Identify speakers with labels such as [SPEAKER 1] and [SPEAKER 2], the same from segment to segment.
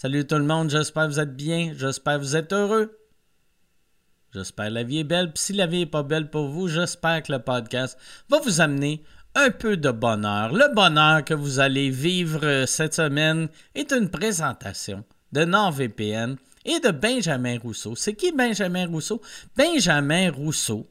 [SPEAKER 1] Salut tout le monde, j'espère que vous êtes bien, j'espère que vous êtes heureux. J'espère que la vie est belle. Puis si la vie n'est pas belle pour vous, j'espère que le podcast va vous amener un peu de bonheur. Le bonheur que vous allez vivre euh, cette semaine est une présentation de NordVPN et de Benjamin Rousseau. C'est qui Benjamin Rousseau? Benjamin Rousseau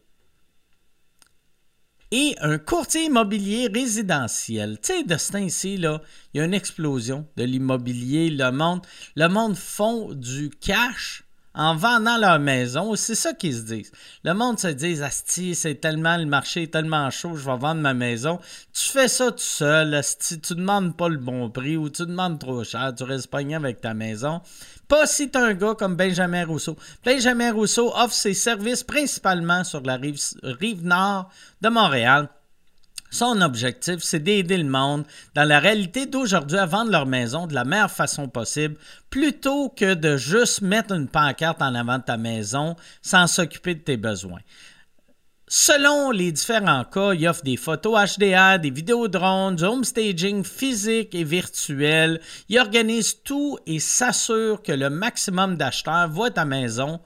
[SPEAKER 1] et un courtier immobilier résidentiel. Tu sais, de ce temps-ci, là, il y a une explosion de l'immobilier, le monde. Le monde font du cash en vendant leur maison. C'est ça qu'ils se disent. Le monde se dit Asti, c'est tellement, le marché est tellement chaud, je vais vendre ma maison. Tu fais ça tout seul, Asti, tu demandes pas le bon prix ou tu demandes trop cher, tu restes pogné avec ta maison. Pas si t'es un gars comme Benjamin Rousseau. Benjamin Rousseau offre ses services principalement sur la rive, rive nord de Montréal. Son objectif, c'est d'aider le monde dans la réalité d'aujourd'hui à vendre leur maison de la meilleure façon possible, plutôt que de juste mettre une pancarte en avant de ta maison sans s'occuper de tes besoins. Selon les différents cas, il offre des photos HDR, des vidéos drones, du home staging physique et virtuel. Il organise tout et s'assure que le maximum d'acheteurs voit ta maison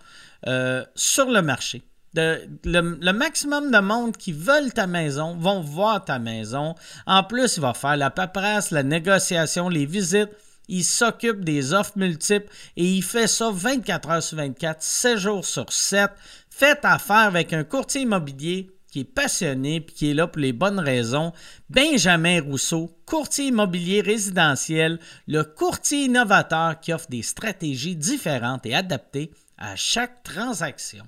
[SPEAKER 1] euh, sur le marché. De- le, le maximum de monde qui veulent ta maison vont voir ta maison. En plus, il va faire la paperasse, la négociation, les visites. Il s'occupe des offres multiples et il fait ça 24 heures sur 24, 7 jours sur 7. Faites affaire avec un courtier immobilier qui est passionné et qui est là pour les bonnes raisons. Benjamin Rousseau, courtier immobilier résidentiel, le courtier innovateur qui offre des stratégies différentes et adaptées à chaque transaction.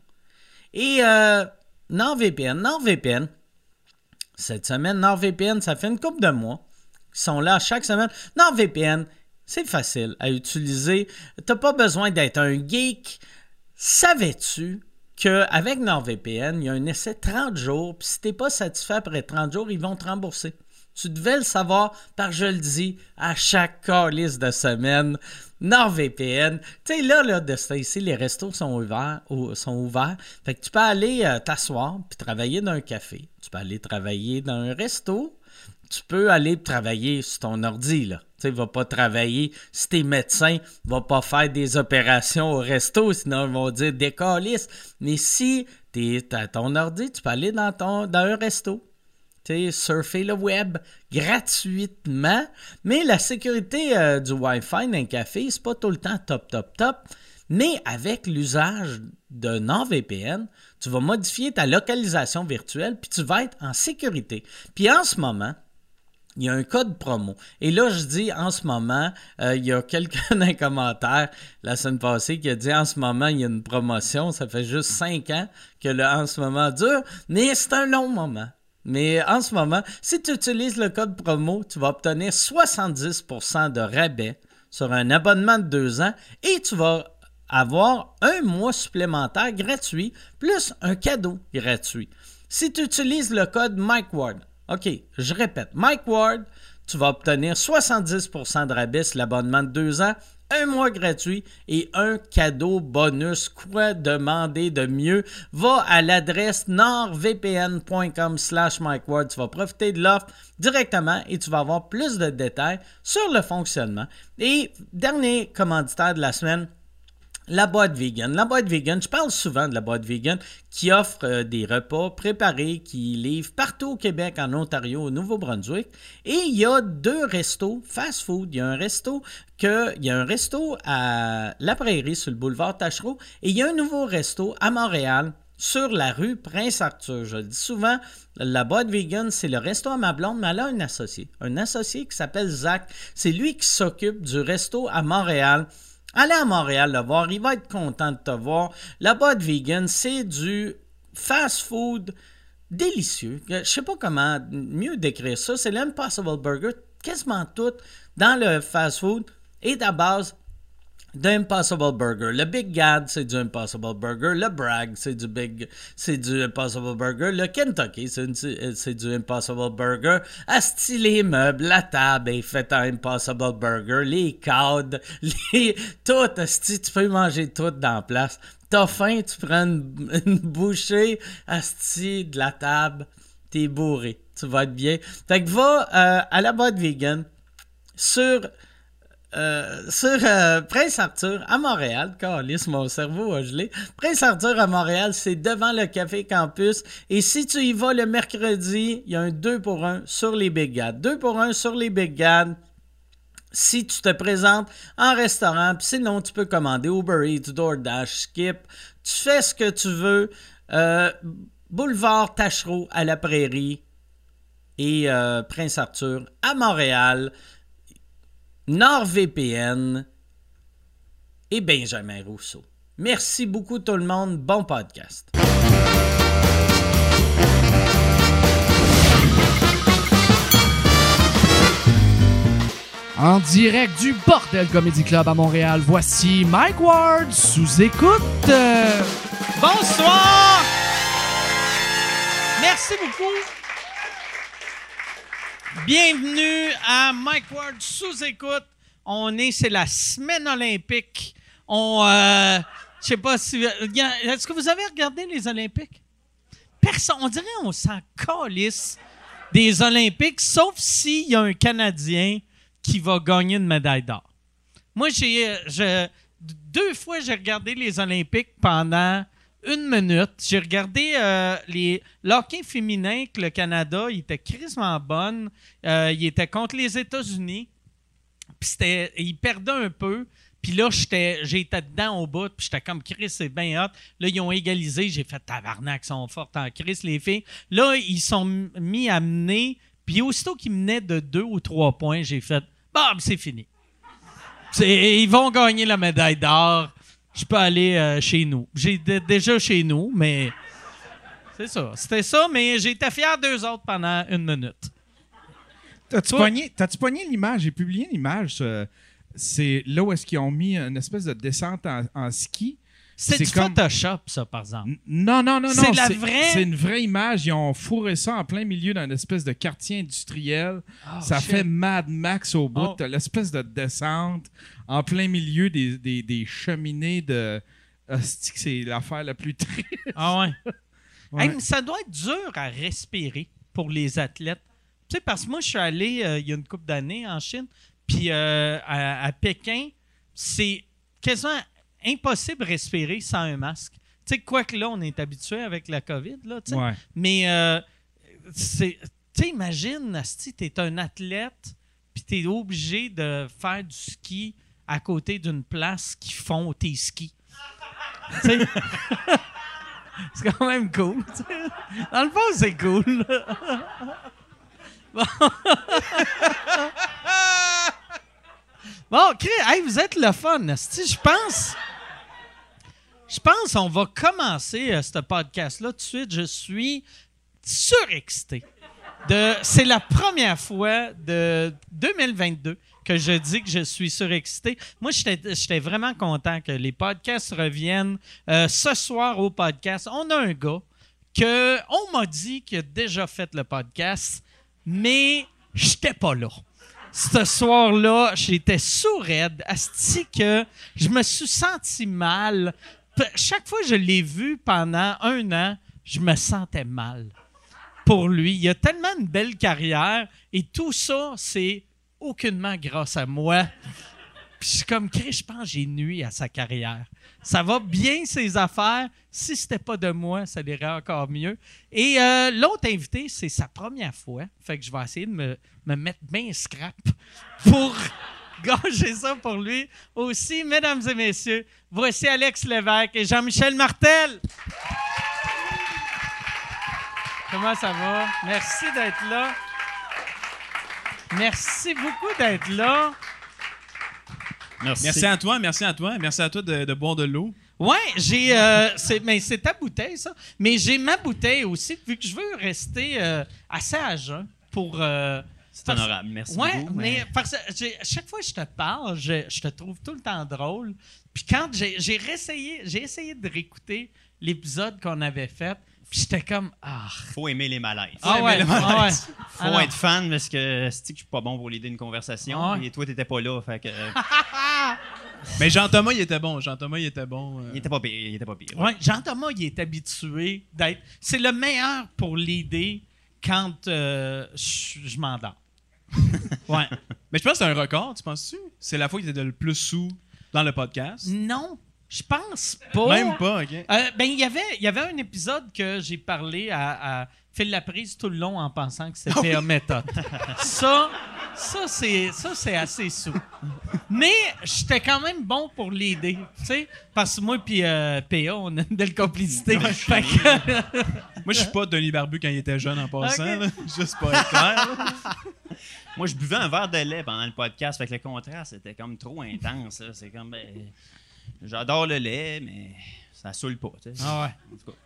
[SPEAKER 1] Et euh, NordVPN, NordVPN, cette semaine, NordVPN, ça fait une couple de mois. Ils sont là chaque semaine. NordVPN, c'est facile à utiliser. T'as pas besoin d'être un geek. Savais-tu qu'avec NordVPN, il y a un essai 30 jours, puis si t'es pas satisfait après 30 jours, ils vont te rembourser. Tu devais le savoir, par je le dis, à chaque liste de semaine. NordVPN. Tu sais, là, là, de ce ici, les restos sont ouverts, ou- sont ouverts. Fait que tu peux aller euh, t'asseoir puis travailler dans un café. Tu peux aller travailler dans un resto. Tu peux aller travailler sur ton ordi, là. Tu sais, va pas travailler. Si t'es médecin, va pas faire des opérations au resto, sinon ils vont dire décalisse. Mais si t'es à ton ordi, tu peux aller dans, ton, dans un resto. Tu sais, surfer le web gratuitement. Mais la sécurité euh, du Wi-Fi d'un café, c'est pas tout le temps top, top, top. Mais avec l'usage de NordVPN, tu vas modifier ta localisation virtuelle, puis tu vas être en sécurité. Puis en ce moment, il y a un code promo. Et là, je dis en ce moment, euh, il y a quelqu'un dans les commentaires la semaine passée qui a dit en ce moment, il y a une promotion. Ça fait juste cinq ans que le en ce moment dure, mais c'est un long moment. Mais en ce moment, si tu utilises le code promo, tu vas obtenir 70% de rabais sur un abonnement de deux ans et tu vas avoir un mois supplémentaire gratuit plus un cadeau gratuit. Si tu utilises le code Mike Ward, OK, je répète, Mike Ward, tu vas obtenir 70% de rabais sur l'abonnement de deux ans, un mois gratuit et un cadeau bonus. Quoi demander de mieux? Va à l'adresse nordvpn.com slash Mike Ward. Tu vas profiter de l'offre directement et tu vas avoir plus de détails sur le fonctionnement. Et dernier commanditaire de la semaine, la boîte vegan. La boîte vegan, je parle souvent de la boîte vegan qui offre euh, des repas préparés, qui livre partout au Québec, en Ontario, au Nouveau-Brunswick. Et il y a deux restos fast-food. Il y a un resto que, il y a un resto à La Prairie sur le boulevard Tachereau et il y a un nouveau resto à Montréal sur la rue Prince-Arthur. Je le dis souvent, la boîte vegan, c'est le resto à ma blonde, mais elle a un associé. Un associé qui s'appelle Zach. C'est lui qui s'occupe du resto à Montréal. Allez à Montréal le voir, il va être content de te voir. La boîte vegan, c'est du fast-food délicieux. Je sais pas comment mieux décrire ça. C'est l'Impossible Burger, quasiment tout dans le fast-food et à base d'Impossible Burger. Le Big Gad, c'est du Impossible Burger. Le Bragg, c'est du Big, c'est du Impossible Burger. Le Kentucky, c'est, une- c'est du Impossible Burger. Asti, les meubles, la table est faite en Impossible Burger. Les cadres, les, tout, Asti, tu peux manger tout dans la place. T'as faim, tu prends une, une bouchée, Asti, de la table, t'es bourré. Tu vas être bien. Fait que va euh, à la boîte vegan sur euh, sur euh, Prince Arthur à Montréal. Carlis, mon cerveau a gelé. Prince Arthur à Montréal, c'est devant le Café Campus. Et si tu y vas le mercredi, il y a un 2 pour 1 sur les Bégades. 2 pour 1 sur les Bégades si tu te présentes en restaurant, puis sinon tu peux commander Uber Eats, DoorDash, Skip, tu fais ce que tu veux. Euh, boulevard Tachereau à la Prairie et euh, Prince Arthur à Montréal, NordVPN et Benjamin Rousseau. Merci beaucoup tout le monde, bon podcast.
[SPEAKER 2] En direct du Bordel Comedy Club à Montréal, voici Mike Ward sous écoute. Euh,
[SPEAKER 1] Bonsoir! Merci beaucoup. Bienvenue à Mike Ward sous écoute. On est, c'est la semaine olympique. On, euh, je sais pas si, euh, est-ce que vous avez regardé les Olympiques? Personne, on dirait on s'en calisse des Olympiques, sauf s'il y a un Canadien qui va gagner une médaille d'or. Moi, j'ai, euh, je- deux fois, j'ai regardé les Olympiques pendant une minute. J'ai regardé euh, les le hockey féminin que le Canada, il était crissement bonne. Euh, il était contre les États-Unis. Puis c'était, il perdait un peu. Puis là, j'étais, j'étais dedans au bout. Puis j'étais comme, Chris, c'est bien hot. Là, ils ont égalisé. J'ai fait tabarnak, ils sont fortes en Chris, les filles. Là, ils sont m- mis à mener. Puis aussitôt qu'ils menaient de deux ou trois points, j'ai fait, bah, c'est fini. C'est- ils vont gagner la médaille d'or. Je peux aller euh, chez nous. J'ai d- déjà chez nous, mais c'est ça. C'était ça, mais j'étais fier d'eux autres pendant une minute.
[SPEAKER 3] T'as-tu
[SPEAKER 1] Toi-
[SPEAKER 3] pogné, t'as-tu pogné l'image? J'ai publié l'image. euh, C'est là où est-ce qu'ils ont mis une espèce de descente en, en ski.
[SPEAKER 1] C'est
[SPEAKER 3] C'est
[SPEAKER 1] du
[SPEAKER 3] comme-
[SPEAKER 1] Photoshop, ça, par exemple.
[SPEAKER 3] N- Non, non, non, non.
[SPEAKER 1] C'est la vraie-
[SPEAKER 3] C'est une vraie image. Ils ont fourré ça en plein milieu d'un espèce de quartier industriel. Ah, ça
[SPEAKER 1] Oh, shit.
[SPEAKER 3] fait Mad Max au bout.
[SPEAKER 1] Oh.
[SPEAKER 3] T'as l'espèce de descente en plein milieu des, des- des cheminées de. Hostie que C'est l'affaire la plus triste.
[SPEAKER 1] Ah ouais.
[SPEAKER 3] Ouais.
[SPEAKER 1] Hey, mais ça doit être dur à respirer pour les athlètes. Tu sais, parce que moi, je suis allé euh, il y a une couple d'années en Chine, puis euh, à, à Pékin, c'est quasiment impossible de respirer sans un masque. Tu sais, quoique là, on est habitué avec la COVID, là, tu sais.
[SPEAKER 3] Ouais.
[SPEAKER 1] Mais, euh, c'est- tu sais, imagine, si tu es un athlète, puis tu es obligé de faire du ski à côté d'une place qui font tes skis. Tu sais, c'est quand même cool. tu sais. Dans le fond, c'est cool. Bon. Bon, Chris, hey, vous êtes le fun, asti. Je pense. Je pense qu'on va commencer euh, ce podcast-là tout de suite. Je suis surexcité. De, c'est la première fois de 2022 que je dis que je suis surexcité. Moi, j'étais, j'étais vraiment content que les podcasts reviennent. Euh, ce soir au podcast, on a un gars que on m'a dit qu'il a déjà fait le podcast, mais j'étais pas là. Ce soir-là, j'étais sourde, asti que je me suis senti mal. P- Chaque fois que je l'ai vu pendant un an, je me sentais mal pour lui. Il a tellement une belle carrière et tout ça, c'est aucunement grâce à moi. Puis je suis comme, Chris, je pense que j'ai nuit à sa carrière. Ça va bien, ses affaires. Si c'était pas de moi, ça irait encore mieux. Et euh, l'autre invité, c'est sa première fois. Fait que je vais essayer de me, me mettre bien scrap pour gager ça pour lui aussi. Mesdames et messieurs, voici Alex Lévesque et Jean-Michel Martel. Comment ça va? Merci d'être là. Merci beaucoup d'être là.
[SPEAKER 4] Merci. à toi, merci à toi, merci à toi de, de boire de l'eau.
[SPEAKER 1] Ouais, j'ai. euh, c'est- mais c'est ta bouteille, ça. Mais j'ai ma bouteille aussi, vu que je veux rester euh, assez à jeun pour. euh,
[SPEAKER 4] C'est
[SPEAKER 1] parce-
[SPEAKER 4] honorable, merci
[SPEAKER 1] Ouais,
[SPEAKER 4] beaucoup.
[SPEAKER 1] mais,
[SPEAKER 4] mais-
[SPEAKER 1] parce que j'ai- à chaque fois que je te parle, je, je te trouve tout le temps drôle. Puis quand j'ai j'ai réessayé, j'ai essayé de réécouter l'épisode qu'on avait fait, puis j'étais comme ah.
[SPEAKER 4] Faut aimer les malaises.
[SPEAKER 1] Ah
[SPEAKER 4] Faut
[SPEAKER 1] ouais,
[SPEAKER 4] aimer les
[SPEAKER 1] ah
[SPEAKER 4] malaises.
[SPEAKER 1] ouais.
[SPEAKER 4] Faut
[SPEAKER 1] Alors-
[SPEAKER 4] être fan parce que c'est que je suis pas bon pour l'idée d'une conversation
[SPEAKER 1] Ah ouais.
[SPEAKER 4] et toi t'étais pas là, fait que euh,
[SPEAKER 5] Mais Jean-Thomas, il était bon. Jean-Thomas, il était bon. euh.
[SPEAKER 4] il était pas pire, il était pas pire.
[SPEAKER 1] Ouais, Jean-Thomas, il est habitué d'être. C'est le meilleur pour l'idée quand euh, je je m'endors. Ouais.
[SPEAKER 6] Mais je pense que c'est un record, tu penses-tu? C'est la fois qu'il était le plus sous dans le podcast.
[SPEAKER 1] Non, je pense pas.
[SPEAKER 6] Même pas, OK.
[SPEAKER 1] Euh, ben, il y avait, il y avait un épisode que j'ai parlé à, à Phil Laprise tout le long en pensant que
[SPEAKER 6] Ah
[SPEAKER 1] c'était un méthode. ça, ça, c'est, ça, c'est assez sous. Mais j'étais quand même bon pour l'aider, tu sais, parce que moi puis euh, PA, on a une belle complicité. Fait que-
[SPEAKER 6] Moi, je suis pas Denis Barbu quand il était jeune en passant.
[SPEAKER 1] Ok.
[SPEAKER 6] là. Juste pour être clair.
[SPEAKER 4] Moi, je buvais un verre de lait pendant le podcast, fait que le contraste c'était comme trop intense. là. C'est comme. ben, J'adore le lait, mais ça saoule pas. tu sais.
[SPEAKER 1] Ah ouais.
[SPEAKER 4] En tout cas.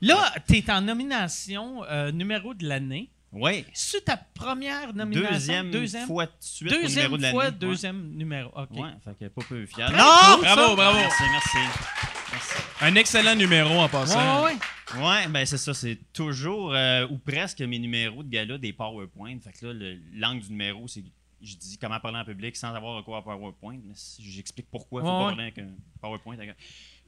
[SPEAKER 1] Là, t'es en nomination euh, numéro de l'année.
[SPEAKER 4] Ouais.
[SPEAKER 1] C'est ta première nomination.
[SPEAKER 4] Deuxième,
[SPEAKER 1] deuxième
[SPEAKER 4] fois de suite au
[SPEAKER 1] Deuxième
[SPEAKER 4] numéro de l'année.
[SPEAKER 1] fois,
[SPEAKER 4] Ouais.
[SPEAKER 1] deuxième numéro. OK.
[SPEAKER 4] Ouais, fait que pas peu fier.
[SPEAKER 1] Non!
[SPEAKER 6] Bravo, bravo.
[SPEAKER 4] Merci, merci. Merci.
[SPEAKER 6] Un excellent numéro en
[SPEAKER 1] Ouais,
[SPEAKER 6] passant.
[SPEAKER 1] ouais, ouais.
[SPEAKER 4] Ouais, ben c'est ça, c'est toujours euh, ou presque mes numéros de gala des PowerPoint. Fait que là, le- l'angle du numéro, c'est je dis comment parler en public sans avoir recours à PowerPoint, mais si- j'explique pourquoi il faut
[SPEAKER 1] Ouais,
[SPEAKER 4] pas
[SPEAKER 1] ouais.
[SPEAKER 4] parler avec un PowerPoint. Avec un-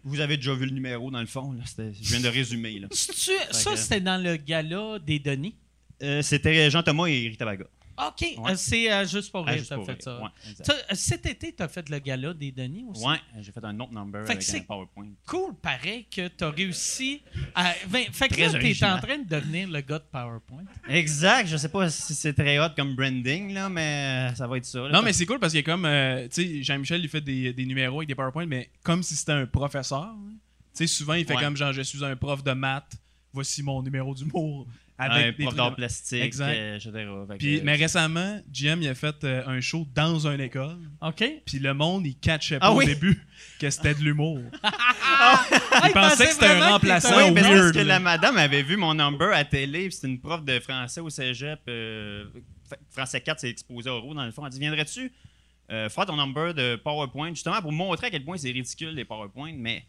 [SPEAKER 4] Vous avez déjà vu le numéro dans le fond, là, c'était- je viens de résumer. là.
[SPEAKER 1] C'est-tu- ça,
[SPEAKER 4] que-
[SPEAKER 1] c'était dans le gala des Denis.
[SPEAKER 4] Euh, C'était Jean-Thomas et Rita Baga.
[SPEAKER 1] OK. euh, c'est euh, juste pour
[SPEAKER 4] Ah,
[SPEAKER 1] rire,
[SPEAKER 4] juste
[SPEAKER 1] t'as
[SPEAKER 4] pour
[SPEAKER 1] fait
[SPEAKER 4] rire.
[SPEAKER 1] ça.
[SPEAKER 4] Ouais, exact.
[SPEAKER 1] Ça, euh, cet été, t'as fait le gala des Denis aussi.
[SPEAKER 4] Ouais, j'ai fait un autre number
[SPEAKER 1] Fait que
[SPEAKER 4] avec
[SPEAKER 1] c'est-
[SPEAKER 4] un PowerPoint.
[SPEAKER 1] Cool, pareil que t'as réussi à. ben, fait que
[SPEAKER 4] Très
[SPEAKER 1] là, t'es
[SPEAKER 4] original.
[SPEAKER 1] en train de devenir le gars de PowerPoint.
[SPEAKER 4] Exact, je sais pas si c'est très hot comme branding, là, mais euh, ça va être ça. là.
[SPEAKER 6] Non, mais c'est cool parce que comme, euh, tu sais, Jean-Michel, il fait des, des numéros avec des PowerPoint, mais comme si c'était un professeur. hein. Tu sais, souvent, il fait
[SPEAKER 4] Ouais.
[SPEAKER 6] comme, genre, je suis un prof de maths, voici mon numéro d'humour.
[SPEAKER 4] un
[SPEAKER 6] Avec des
[SPEAKER 4] prof
[SPEAKER 6] trucs
[SPEAKER 4] d'art
[SPEAKER 6] de-
[SPEAKER 4] plastique,
[SPEAKER 6] Exact.
[SPEAKER 4] euh, etc. Fait que-
[SPEAKER 6] Puis, mais récemment, Jim, il a fait euh, un show dans une école.
[SPEAKER 1] OK?
[SPEAKER 6] Puis le monde, il catchait pas
[SPEAKER 4] Ah
[SPEAKER 6] au
[SPEAKER 4] oui?
[SPEAKER 6] début que c'était de l'humour.
[SPEAKER 1] Ah, il
[SPEAKER 6] pensait que c'était un
[SPEAKER 1] vraiment t'étais
[SPEAKER 6] remplaçant.
[SPEAKER 4] Ah Oui,
[SPEAKER 6] au
[SPEAKER 4] mais
[SPEAKER 6] weird,
[SPEAKER 4] parce que
[SPEAKER 6] là.
[SPEAKER 4] la madame avait vu mon number à télé, puis c'est une prof de français au cégep. euh, fa- français 4, c'est exposé oraux, dans le fond. Elle dit Viendrais-tu euh, faire ton number de PowerPoint, justement pour montrer à quel point c'est ridicule les PowerPoint, mais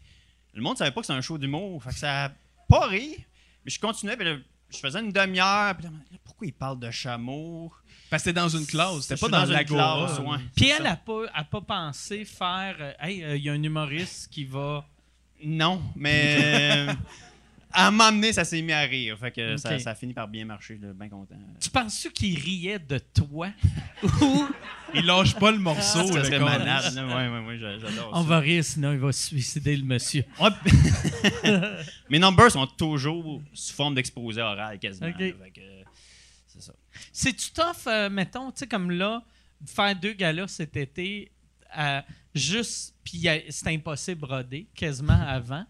[SPEAKER 4] le monde ne savait pas que c'est un show d'humour. Fait que ça a pas ri. Mais je continuais, puis là, je faisais une demi-heure, puis là, là, pourquoi il parle de chameau
[SPEAKER 6] Parce que c'était dans une classe,
[SPEAKER 4] Je
[SPEAKER 6] c'était
[SPEAKER 4] suis
[SPEAKER 6] pas dans,
[SPEAKER 4] une
[SPEAKER 6] l'agora.
[SPEAKER 4] classe, ouais,
[SPEAKER 1] Puis
[SPEAKER 4] c'est
[SPEAKER 1] elle
[SPEAKER 4] ça.
[SPEAKER 1] n'a pas, a pas pensé faire. euh, hey, euh, il y a un humoriste qui va.
[SPEAKER 4] Non, mais. euh, À m'amener, ça s'est mis à rire. Fait que ça,
[SPEAKER 1] Ok.
[SPEAKER 4] ça a fini par bien marcher. Je suis bien content.
[SPEAKER 1] Tu penses-tu qu'il riait de toi? Ou
[SPEAKER 6] Il lâche pas le morceau.
[SPEAKER 4] Ah, ça
[SPEAKER 6] le
[SPEAKER 4] serait
[SPEAKER 6] con.
[SPEAKER 4] malade. là. Ouais, ouais, ouais, j'a- j'adore
[SPEAKER 1] on
[SPEAKER 4] ça.
[SPEAKER 1] va rire, sinon il va se suicider, le monsieur.
[SPEAKER 4] Ouais. Mes numbers sont toujours sous forme d'exposé oral quasiment.
[SPEAKER 1] Ok.
[SPEAKER 4] là. Fait que, euh, c'est ça.
[SPEAKER 1] C'est-tu tough, euh, mettons, tu sais, comme là, faire deux galas cet été, euh, juste, puis y a- c'est impossible broder, quasiment avant.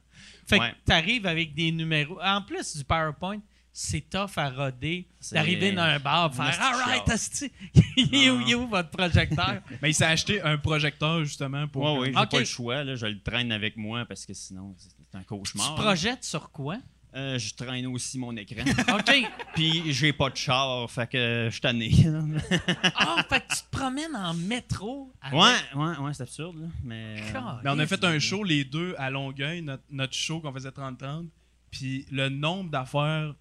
[SPEAKER 1] Fait
[SPEAKER 4] Ouais.
[SPEAKER 1] que t'arrives avec des numéros. En plus du PowerPoint, c'est tough à roder,
[SPEAKER 4] C'est-
[SPEAKER 1] d'arriver dans un bar, faire
[SPEAKER 4] esti
[SPEAKER 1] All right,
[SPEAKER 4] chiard.
[SPEAKER 1] asti, il est où, il est où votre projecteur?
[SPEAKER 6] Mais il s'est acheté un projecteur, justement, pour.
[SPEAKER 4] Ouais, ouais, j'ai
[SPEAKER 1] Ok.
[SPEAKER 4] pas le choix. là. Je le traîne avec moi parce que sinon, c'est c'est un
[SPEAKER 1] tu
[SPEAKER 4] cauchemar. là.
[SPEAKER 1] projettes sur quoi?
[SPEAKER 4] Euh, je traîne aussi mon écran.
[SPEAKER 1] OK.
[SPEAKER 4] Puis j'ai pas de char, fait que euh, je suis tanné.
[SPEAKER 1] Ah, fait que tu te promènes en métro. avec-
[SPEAKER 4] ouais, ouais, ouais, c'est absurde. là, Mais, euh,
[SPEAKER 1] Caliste.
[SPEAKER 6] Mais on a fait un show, les deux, à Longueuil, notre, notre show qu'on faisait 30-30. Puis le nombre d'affaires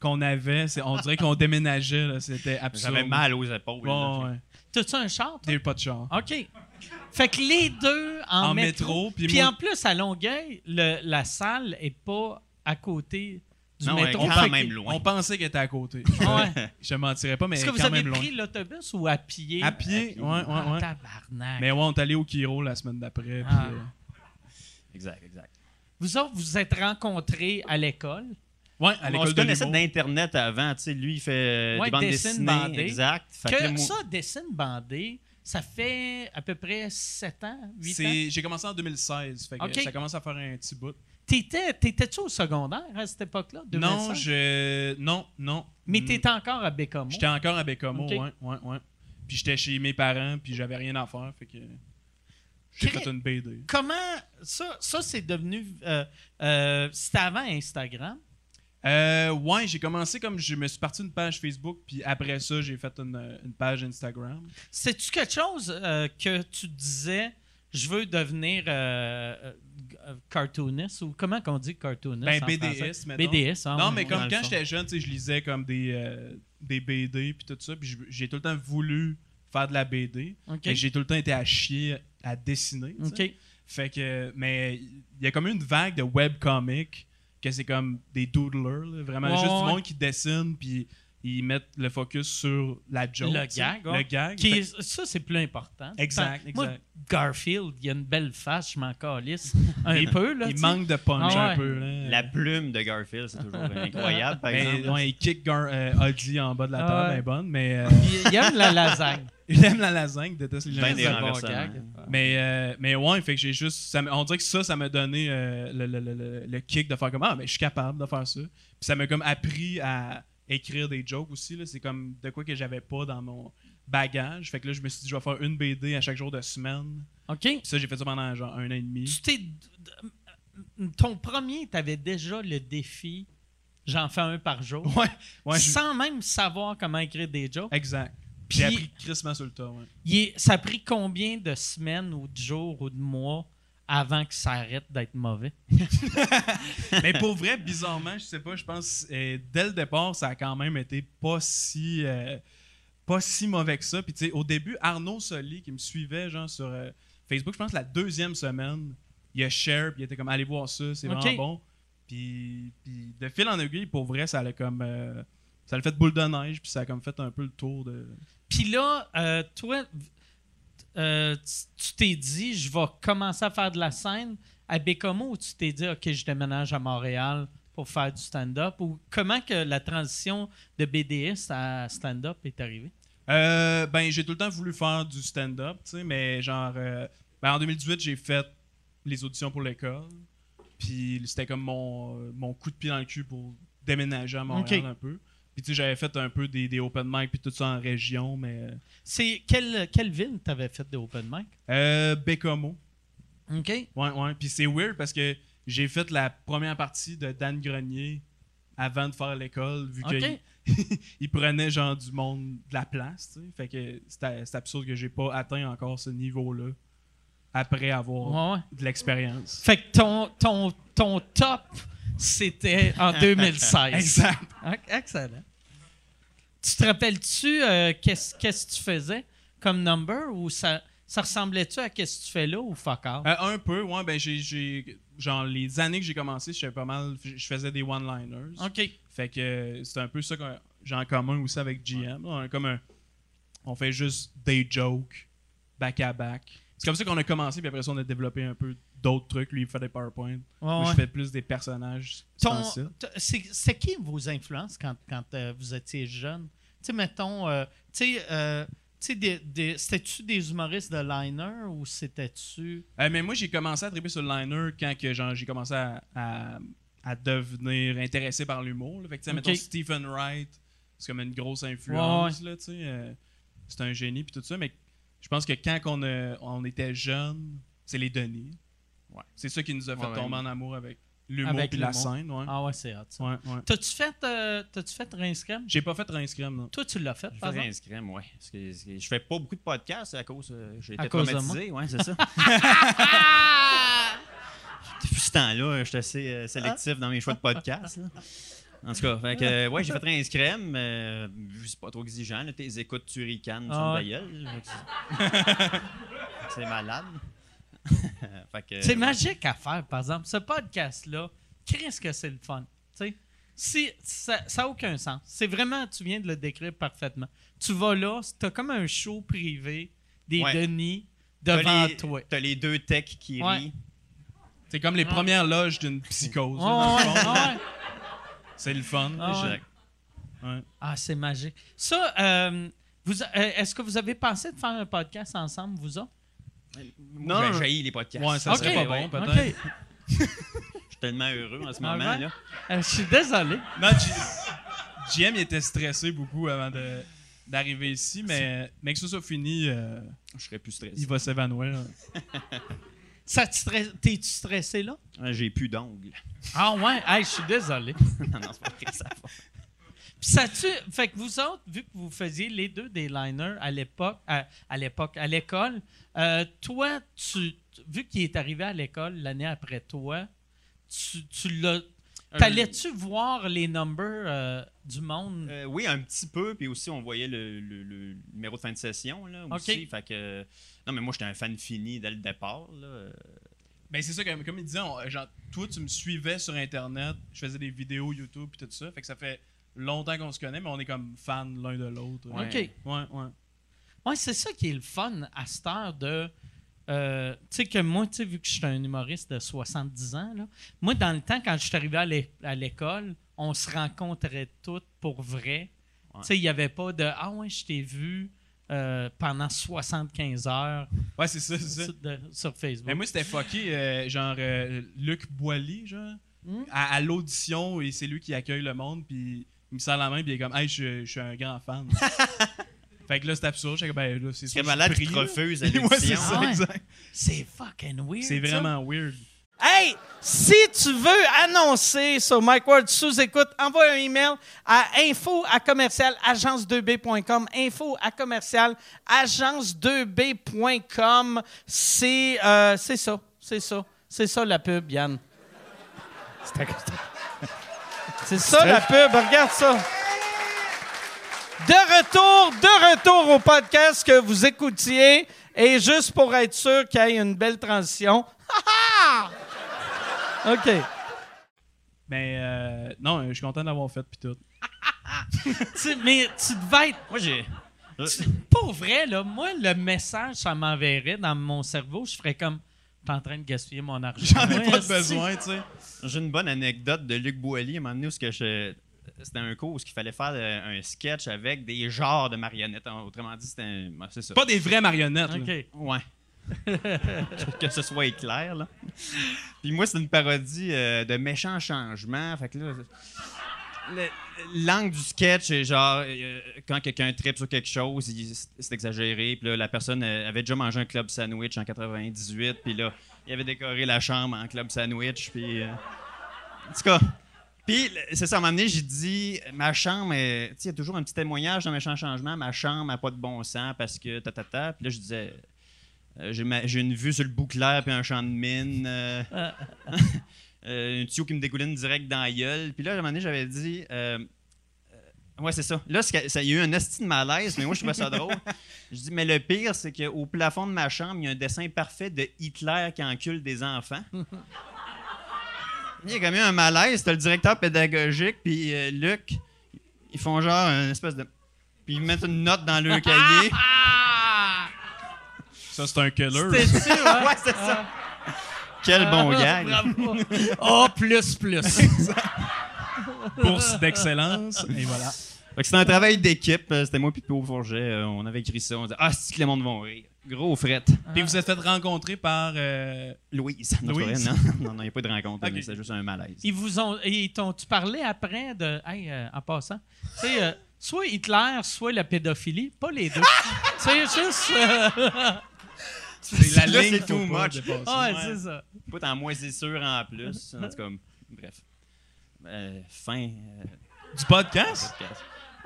[SPEAKER 6] qu'on avait, c'est- on dirait qu'on déménageait, là, c'était absurde.
[SPEAKER 4] j'avais mal aux épaules. là.
[SPEAKER 6] Bon, ouais.
[SPEAKER 1] T'as-tu un char, toi?
[SPEAKER 6] T'as eu pas de char.
[SPEAKER 1] OK. Fait que les deux en,
[SPEAKER 6] En
[SPEAKER 1] métro.
[SPEAKER 6] métro, puis
[SPEAKER 1] puis
[SPEAKER 6] moi-
[SPEAKER 1] en plus, à Longueuil, le- la salle est pas à côté du
[SPEAKER 4] Non,
[SPEAKER 1] métro.
[SPEAKER 4] elle est
[SPEAKER 1] Fait
[SPEAKER 4] quand
[SPEAKER 1] que-
[SPEAKER 4] même loin.
[SPEAKER 6] On pensait qu'elle était à côté.
[SPEAKER 1] Ouais.
[SPEAKER 6] Je te mentirais pas, mais
[SPEAKER 1] Est-ce que
[SPEAKER 6] quand
[SPEAKER 1] vous avez
[SPEAKER 6] même loin.
[SPEAKER 1] pris l'autobus ou à pied?
[SPEAKER 6] À pied, ouais, ouais,
[SPEAKER 1] Ah,
[SPEAKER 6] ouais.
[SPEAKER 1] tabarnak.
[SPEAKER 6] Mais ouais, on est allé au Kiro la semaine d'après. puis,
[SPEAKER 1] Ah.
[SPEAKER 6] euh,
[SPEAKER 4] Exact, exact.
[SPEAKER 1] Vous autres, vous êtes rencontrés à l'école.
[SPEAKER 6] Ouais, à
[SPEAKER 4] On
[SPEAKER 6] l'école
[SPEAKER 4] se
[SPEAKER 6] de
[SPEAKER 4] connaissait
[SPEAKER 6] l'humour.
[SPEAKER 4] d'Internet avant. Tu sais, lui, il fait euh,
[SPEAKER 1] Ouais,
[SPEAKER 4] des bandes
[SPEAKER 1] dessine
[SPEAKER 4] dessinées.
[SPEAKER 1] bandée.
[SPEAKER 4] Exact. Fait que là,
[SPEAKER 1] Que
[SPEAKER 4] moi-
[SPEAKER 1] ça, dessin bandé, ça fait à peu près 7 ans, 8 ans.
[SPEAKER 6] C'est- J'ai commencé en 2016, fait que
[SPEAKER 1] Ok.
[SPEAKER 6] ça commence à faire un petit bout.
[SPEAKER 1] T'étais- T'étais-tu au secondaire à cette époque-là? 2005?
[SPEAKER 6] Non, je... Non, non.
[SPEAKER 1] Mais
[SPEAKER 6] Mm.
[SPEAKER 1] t'étais encore à Bécamo.
[SPEAKER 6] J'étais encore à Bécamo,
[SPEAKER 1] Ok.
[SPEAKER 6] ouais, ouais, ouais. Puis j'étais chez mes parents, puis j'avais rien à faire, fait que... J'ai
[SPEAKER 1] Cré-
[SPEAKER 6] fait une BD.
[SPEAKER 1] Comment ça, ça c'est devenu. euh, euh, c'était avant Instagram.
[SPEAKER 6] Euh, ouais, j'ai commencé comme... Je me suis parti une page Facebook, puis après ça, j'ai fait une, euh, une page Instagram.
[SPEAKER 1] C'est-tu quelque chose euh, que tu disais, je veux devenir euh, euh, euh, cartooniste ou comment qu'on dit cartooniste?
[SPEAKER 6] Ben,
[SPEAKER 1] en
[SPEAKER 6] BDS,
[SPEAKER 1] français?
[SPEAKER 6] mettons.
[SPEAKER 1] BDS, hein,
[SPEAKER 6] non,
[SPEAKER 1] on-
[SPEAKER 6] mais
[SPEAKER 1] on-
[SPEAKER 6] comme
[SPEAKER 1] dans le
[SPEAKER 6] quand
[SPEAKER 1] fond.
[SPEAKER 6] j'étais jeune, tu sais, je lisais comme des, euh, des BD, puis tout ça, puis je- j'ai tout le temps voulu faire de la BD.
[SPEAKER 1] OK.
[SPEAKER 6] Et j'ai tout le temps été à chier à dessiner. tu sais.
[SPEAKER 1] OK.
[SPEAKER 6] Fait que, mais il y a comme une vague de webcomics que c'est comme des doodlers, là, vraiment
[SPEAKER 1] Ouais,
[SPEAKER 6] juste
[SPEAKER 1] ouais.
[SPEAKER 6] du monde qui dessine puis ils mettent le focus sur la joke.
[SPEAKER 1] Le
[SPEAKER 6] tu sais,
[SPEAKER 1] gag,
[SPEAKER 6] Le
[SPEAKER 1] ouais.
[SPEAKER 6] gag.
[SPEAKER 1] Qui
[SPEAKER 6] Fait-
[SPEAKER 1] est- ça, c'est plus important.
[SPEAKER 6] Exact,
[SPEAKER 1] Fait- Moi,
[SPEAKER 6] exact.
[SPEAKER 1] Garfield, il a une belle face, je m'en calisse. Un
[SPEAKER 6] Il-
[SPEAKER 1] peu, là.
[SPEAKER 6] il
[SPEAKER 1] tu sais.
[SPEAKER 6] manque de punch
[SPEAKER 1] Ah ouais.
[SPEAKER 6] un peu. Là.
[SPEAKER 4] La plume de Garfield, c'est toujours incroyable, par
[SPEAKER 6] mais,
[SPEAKER 4] exemple.
[SPEAKER 6] ouais, il kick Gar- euh, Audi en bas de la
[SPEAKER 1] Ah
[SPEAKER 6] table,
[SPEAKER 1] ouais.
[SPEAKER 6] elle est bonne, mais euh,
[SPEAKER 1] Il, il aime la lasagne.
[SPEAKER 6] il aime la lasagne, il déteste les
[SPEAKER 4] Ben
[SPEAKER 6] gens.
[SPEAKER 4] des
[SPEAKER 1] C'est un bon
[SPEAKER 4] renversements.
[SPEAKER 1] gag.
[SPEAKER 6] Mais, euh, mais ouais, fait que j'ai juste. ça me- on dirait que ça, ça m'a donné euh, le, le- le- le- le kick de faire comme Ah, mais je suis capable de faire ça. Puis ça m'a comme appris à écrire des jokes aussi. là. C'est comme de quoi que j'avais pas dans mon bagage. Fait que là, je me suis dit, je vais faire une BD à chaque jour de semaine.
[SPEAKER 1] OK?
[SPEAKER 6] Puis ça, j'ai fait ça pendant genre un an et demi.
[SPEAKER 1] Tu t'es- Ton premier, t'avais déjà le défi j'en fais un par jour.
[SPEAKER 6] Ouais, ouais, je-
[SPEAKER 1] sans même savoir comment écrire des jokes.
[SPEAKER 6] exact. Puis
[SPEAKER 1] Puis-
[SPEAKER 6] j'ai appris Christmas sur le tas, ouais.
[SPEAKER 1] Il est- ça a pris combien de semaines ou de jours ou de mois avant que ça arrête d'être mauvais?
[SPEAKER 6] Mais pour vrai, bizarrement, je sais pas, je pense euh, dès le départ, ça a quand même été pas si euh, pas si mauvais que ça. Puis tu sais, au début, Arnaud Soli qui me suivait genre sur euh, Facebook, je pense la deuxième semaine, il a share, puis il était comme allez voir ça, c'est
[SPEAKER 1] Ok.
[SPEAKER 6] vraiment bon. Puis, puis de fil en aiguille, pour vrai, ça l'a comme euh, ça l'a fait boule de neige, puis ça a comme fait un peu le tour de
[SPEAKER 1] Puis là, euh, toi, euh, tu- tu t'es dit, je vais commencer à faire de la scène à Bécomo ou tu t'es dit, OK, je déménage à Montréal pour faire du stand-up? Ou comment que la transition de BDS à stand-up est arrivée?
[SPEAKER 6] Euh, ben, j'ai tout le temps voulu faire du stand-up, tu sais, mais genre, euh, ben, en 2018, j'ai fait les auditions pour l'école. Puis c'était comme mon, euh, mon coup de pied dans le cul pour déménager à Montréal
[SPEAKER 1] Ok.
[SPEAKER 6] un peu. Puis tu sais, j'avais fait un peu des, des open mic puis tout ça en région, mais.
[SPEAKER 1] C'est quelle, quelle ville t'avais fait des open mic?
[SPEAKER 6] Euh, Bécomo.
[SPEAKER 1] OK.
[SPEAKER 6] Ouais, ouais. Puis c'est weird parce que j'ai fait la première partie de Dan Grenier avant de faire l'école, vu
[SPEAKER 1] Ok.
[SPEAKER 6] qu'il il prenait genre du monde de la place. tu sais. Fait que c'était c'est absurde que j'ai pas atteint encore ce niveau-là après avoir
[SPEAKER 1] Ouais, ouais.
[SPEAKER 6] de l'expérience.
[SPEAKER 1] Fait que ton, ton, ton top, c'était en 2016.
[SPEAKER 6] Exact.
[SPEAKER 1] Ok, Excellent. Tu te rappelles-tu euh, qu'est-ce qu'est-ce que tu faisais comme number ou ça, ça ressemblait-tu à qu'est-ce que tu fais là ou fuck off?
[SPEAKER 6] Euh, un peu, ouais, ben j'ai- j'ai. Genre les années que j'ai commencé, j'étais pas mal. Je faisais des one-liners.
[SPEAKER 1] OK.
[SPEAKER 6] Fait que euh, c'est un peu ça que j'ai en commun aussi avec GM. là. On, a comme un- on fait juste des jokes back-à-back. C'est comme ça qu'on a commencé, puis après ça, on a développé un peu d'autres trucs. Lui, il fait des PowerPoint.
[SPEAKER 1] Ouais,
[SPEAKER 6] Moi,
[SPEAKER 1] ouais.
[SPEAKER 6] je fais plus des personnages.
[SPEAKER 1] Ton-
[SPEAKER 6] sans ça.
[SPEAKER 1] t- c'est, c'est qui vos influences quand, quand euh, vous étiez jeune? Tu sais, mettons, euh, tu sais, euh, tu sais, des- des- c'était-tu des humoristes de liner ou c'était-tu.
[SPEAKER 6] Euh, mais moi, j'ai commencé à triper sur le liner quand que, genre, j'ai commencé à, à- à devenir intéressé par l'humour. là. Fait que, tu sais,
[SPEAKER 1] Ok.
[SPEAKER 6] mettons, Stephen Wright, c'est comme une grosse influence. là, tu sais, euh, c'est un génie, puis tout ça. Mais je pense que quand on, a- on était jeune, c'est les Denis. C'est ça qui nous a fait
[SPEAKER 4] Ouais,
[SPEAKER 6] tomber
[SPEAKER 4] ouais.
[SPEAKER 6] en amour avec l'humour
[SPEAKER 1] Avec
[SPEAKER 6] et la
[SPEAKER 1] l'humour.
[SPEAKER 6] scène.
[SPEAKER 4] Hein?
[SPEAKER 6] Ouais.
[SPEAKER 1] Ah ouais, c'est hot ça.
[SPEAKER 6] Ouais, ouais.
[SPEAKER 1] T'as-tu fait, euh, t'as-tu fait Rince Crème?
[SPEAKER 6] J'ai pas fait Rince Crème, non.
[SPEAKER 1] Toi, tu l'as fait,
[SPEAKER 4] Je
[SPEAKER 1] par
[SPEAKER 4] fais
[SPEAKER 1] exemple?
[SPEAKER 4] un scrim, ouais. Parce que- parce que je fais pas beaucoup de podcasts à cause. euh, J'ai
[SPEAKER 1] À
[SPEAKER 4] été
[SPEAKER 1] cause de moi.
[SPEAKER 4] traumatisé, ouais, c'est ça. Depuis ce temps-là, je suis assez euh, sélectif dans mes choix de podcasts. là. En tout cas, fait que, euh, ouais, j'ai fait un scrim. euh, vu que c'est pas trop exigeant, là, tes écoutes tu ricanes, tu
[SPEAKER 1] Ah
[SPEAKER 4] me
[SPEAKER 1] ouais.
[SPEAKER 4] gueule. là, tu- C'est malade. Fait que,
[SPEAKER 1] C'est
[SPEAKER 4] ouais.
[SPEAKER 1] magique à faire, par exemple. Ce podcast-là, qu'est-ce que c'est le fun? Tu sais, Si, ça n'a aucun sens. C'est vraiment, tu viens de le décrire parfaitement. Tu vas là, tu as comme un show privé des
[SPEAKER 4] Ouais.
[SPEAKER 1] Denis
[SPEAKER 4] T'as
[SPEAKER 1] devant
[SPEAKER 4] les-
[SPEAKER 1] toi.
[SPEAKER 4] T'as les deux techs qui
[SPEAKER 1] Ouais.
[SPEAKER 4] rient.
[SPEAKER 6] C'est comme les premières loges d'une psychose. là, dans
[SPEAKER 1] Ah. Ouais,
[SPEAKER 6] le fond.
[SPEAKER 1] ouais, ouais.
[SPEAKER 6] C'est le fun.
[SPEAKER 1] Ah ouais.
[SPEAKER 4] Exact.
[SPEAKER 1] Ah, c'est magique. Ça, euh, vous, euh, est-ce que vous avez pensé de faire un podcast ensemble, vous autres?
[SPEAKER 4] Non,
[SPEAKER 6] non.
[SPEAKER 4] j'ai haï les podcasts.
[SPEAKER 6] Ouais, ça
[SPEAKER 1] Ok,
[SPEAKER 6] serait pas
[SPEAKER 4] ouais.
[SPEAKER 6] bon, peut-être.
[SPEAKER 1] OK.
[SPEAKER 4] Je suis tellement heureux en ce
[SPEAKER 1] Ah ouais?
[SPEAKER 4] moment. là.
[SPEAKER 1] Euh, je suis désolé.
[SPEAKER 6] Non, J- JM il était stressé beaucoup avant de- d'arriver ici, mais, mais que ça soit fini, euh,
[SPEAKER 4] Je serais plus stressé.
[SPEAKER 6] il va s'évanouir.
[SPEAKER 1] Ça te stresse- T'es-tu stressé là?
[SPEAKER 4] Ah, J'ai plus d'ongles.
[SPEAKER 1] Ah ouais? Hey, je suis désolé.
[SPEAKER 4] non, non, c'est pas vrai, ça va.
[SPEAKER 1] Puis ça tu fait que vous autres, vu que vous faisiez les deux des liners à l'époque, à, à l'époque, à l'école, euh, toi, tu, tu- vu qu'il est arrivé à l'école l'année après toi, tu, tu l'as, t'allais-tu voir les numbers euh, du monde?
[SPEAKER 4] Euh, oui, un petit peu. Puis aussi, on voyait le, le- le numéro de fin de session. Là,
[SPEAKER 1] Ok.
[SPEAKER 4] aussi. Fait que, non, mais moi, j'étais un fan fini dès le départ. Là. Euh,
[SPEAKER 6] Mais Ben, c'est ça, comme, comme il disait, on- genre, toi, tu me suivais sur Internet, je faisais des vidéos YouTube et tout ça, fait que ça fait longtemps qu'on se connaît, mais on est comme fans l'un de l'autre.
[SPEAKER 4] Ouais.
[SPEAKER 1] OK.
[SPEAKER 6] Ouais, ouais.
[SPEAKER 1] Ouais, c'est ça qui est le fun à cette heure de. euh, tu sais, que moi, tu sais, vu que je suis un humoriste de 70 ans, là, moi, dans le temps, quand je suis arrivé à l'é- à l'école, on se rencontrait toutes pour vrai.
[SPEAKER 4] Ouais.
[SPEAKER 1] Tu sais, il n'y avait pas de Ah ouais, je t'ai vu euh, pendant 75 heures
[SPEAKER 6] Ouais, c'est ça, c'est ça.
[SPEAKER 1] sur, de- sur Facebook.
[SPEAKER 6] Mais moi, c'était fucké, euh, genre euh, Luc Boilly, genre,
[SPEAKER 1] Hmm?
[SPEAKER 6] à, à l'audition, et c'est lui qui accueille le monde, puis il me sert la main, puis il est comme, hey, je, je suis un grand fan. fait que là, c'est absurde. J'étais comme, ben là, c'est
[SPEAKER 4] Très
[SPEAKER 6] sûr,
[SPEAKER 4] malade
[SPEAKER 6] je
[SPEAKER 4] qui
[SPEAKER 6] suis
[SPEAKER 4] te
[SPEAKER 6] pris, là.
[SPEAKER 4] refuse à
[SPEAKER 6] Ouais, c'est
[SPEAKER 4] l'édition.
[SPEAKER 6] ça,
[SPEAKER 1] Ah ouais.
[SPEAKER 6] exact.
[SPEAKER 1] C'est fucking weird.
[SPEAKER 6] C'est
[SPEAKER 1] ça.
[SPEAKER 6] vraiment weird.
[SPEAKER 7] Hey, si tu veux annoncer sur Mike Ward sous écoute, envoie un email à info à commercial agence2b.com. Info à commercial agence2b.com. C'est euh, c'est ça, c'est ça. C'est ça la pub, Yann. C'est ça la pub, regarde ça. De retour, de retour au podcast que vous écoutiez. Et juste pour être sûr qu'il y ait une belle transition. OK.
[SPEAKER 6] Mais euh, non, je suis content d'avoir fait, puis tout.
[SPEAKER 1] Tu- mais tu devais être
[SPEAKER 4] Moi, j'ai. Euh,
[SPEAKER 1] Tu- Pour vrai, là, moi, le message, ça m'enverrait dans mon cerveau. Je ferais comme, t'es en train de gaspiller mon argent.
[SPEAKER 6] J'en ai
[SPEAKER 1] Ouais,
[SPEAKER 6] pas de
[SPEAKER 1] si.
[SPEAKER 6] besoin, tu sais.
[SPEAKER 4] J'ai une bonne anecdote de Luc Boilly. À un moment donné, où ce que je- c'était un cours où il fallait faire euh, un sketch avec des genres de marionnettes. En- Autrement dit, c'était un... ouais, c'est ça.
[SPEAKER 6] Pas des vraies marionnettes. là.
[SPEAKER 1] OK.
[SPEAKER 4] Ouais. Pour que ce soit clair, là. Puis moi, c'est une parodie euh, de méchants changements. Fait que là, le- l'angle du sketch est genre euh, quand quelqu'un tripe sur quelque chose, il- c'est exagéré. Puis là, la personne euh, avait déjà mangé un club sandwich en 98. Puis là, il avait décoré la chambre en club sandwich. Puis. euh, En tout cas. Puis, le- c'est ça, à un moment donné, j'ai dit, ma chambre, est- tu sais, il y a toujours un petit témoignage dans méchant changement, ma chambre n'a pas de bon sens parce que ta ta ta. Puis là, je disais, euh, j'ai ma- j'ai une vue sur le bout clair puis un champ de mine. euh, euh, un tuyau qui me dégouline direct dans la gueule. Puis là, à un moment donné, j'avais dit. euh, euh, ouais, c'est ça. Là, c'est que- ça- il y a eu un esti de malaise, mais moi, je trouvais ça drôle. Je dis, mais le pire, c'est qu'au plafond de ma chambre, il y a un dessin parfait de Hitler qui encule des enfants. Il y a quand même un malaise. C'était le directeur pédagogique, puis euh, Luc. Ils font genre une espèce de. Puis ils mettent une note dans leur cahier.
[SPEAKER 6] Ça, c'est un killer.
[SPEAKER 1] T'es sûr, hein? Ah.
[SPEAKER 4] ouais, c'est ça. Quel bon gag.
[SPEAKER 1] Bravo. Oh, plus, plus.
[SPEAKER 6] Bourse d'excellence. Et voilà.
[SPEAKER 4] Fait que C'était un travail d'équipe. euh, C'était moi puis Pio Forget. euh, On avait écrit ça. On disait Ah, c'est que le monde va rire. Gros fret.
[SPEAKER 6] Puis vous êtes fait rencontrer par. euh,
[SPEAKER 4] Louise. Non, c'est pas vrai,
[SPEAKER 6] Louise.
[SPEAKER 4] non, non, non, il n'y a pas de rencontre.
[SPEAKER 6] Ok.
[SPEAKER 4] mais C'est juste un malaise.
[SPEAKER 1] Ils vous ont. Ils t'ont-tu parlé après de. Hey, euh, en passant, tu sais, euh, soit Hitler, soit la pédophilie, pas les deux. c'est juste. euh,
[SPEAKER 6] C'est la
[SPEAKER 4] Là,
[SPEAKER 6] ligne
[SPEAKER 4] c'est
[SPEAKER 6] qu'il faut
[SPEAKER 4] too
[SPEAKER 6] pas
[SPEAKER 4] much.
[SPEAKER 6] dépasser.
[SPEAKER 1] ouais, c'est ça.
[SPEAKER 4] Pas en moisissure en plus. En tout cas, bref. Euh, fin. euh,
[SPEAKER 6] Du podcast?
[SPEAKER 4] podcast.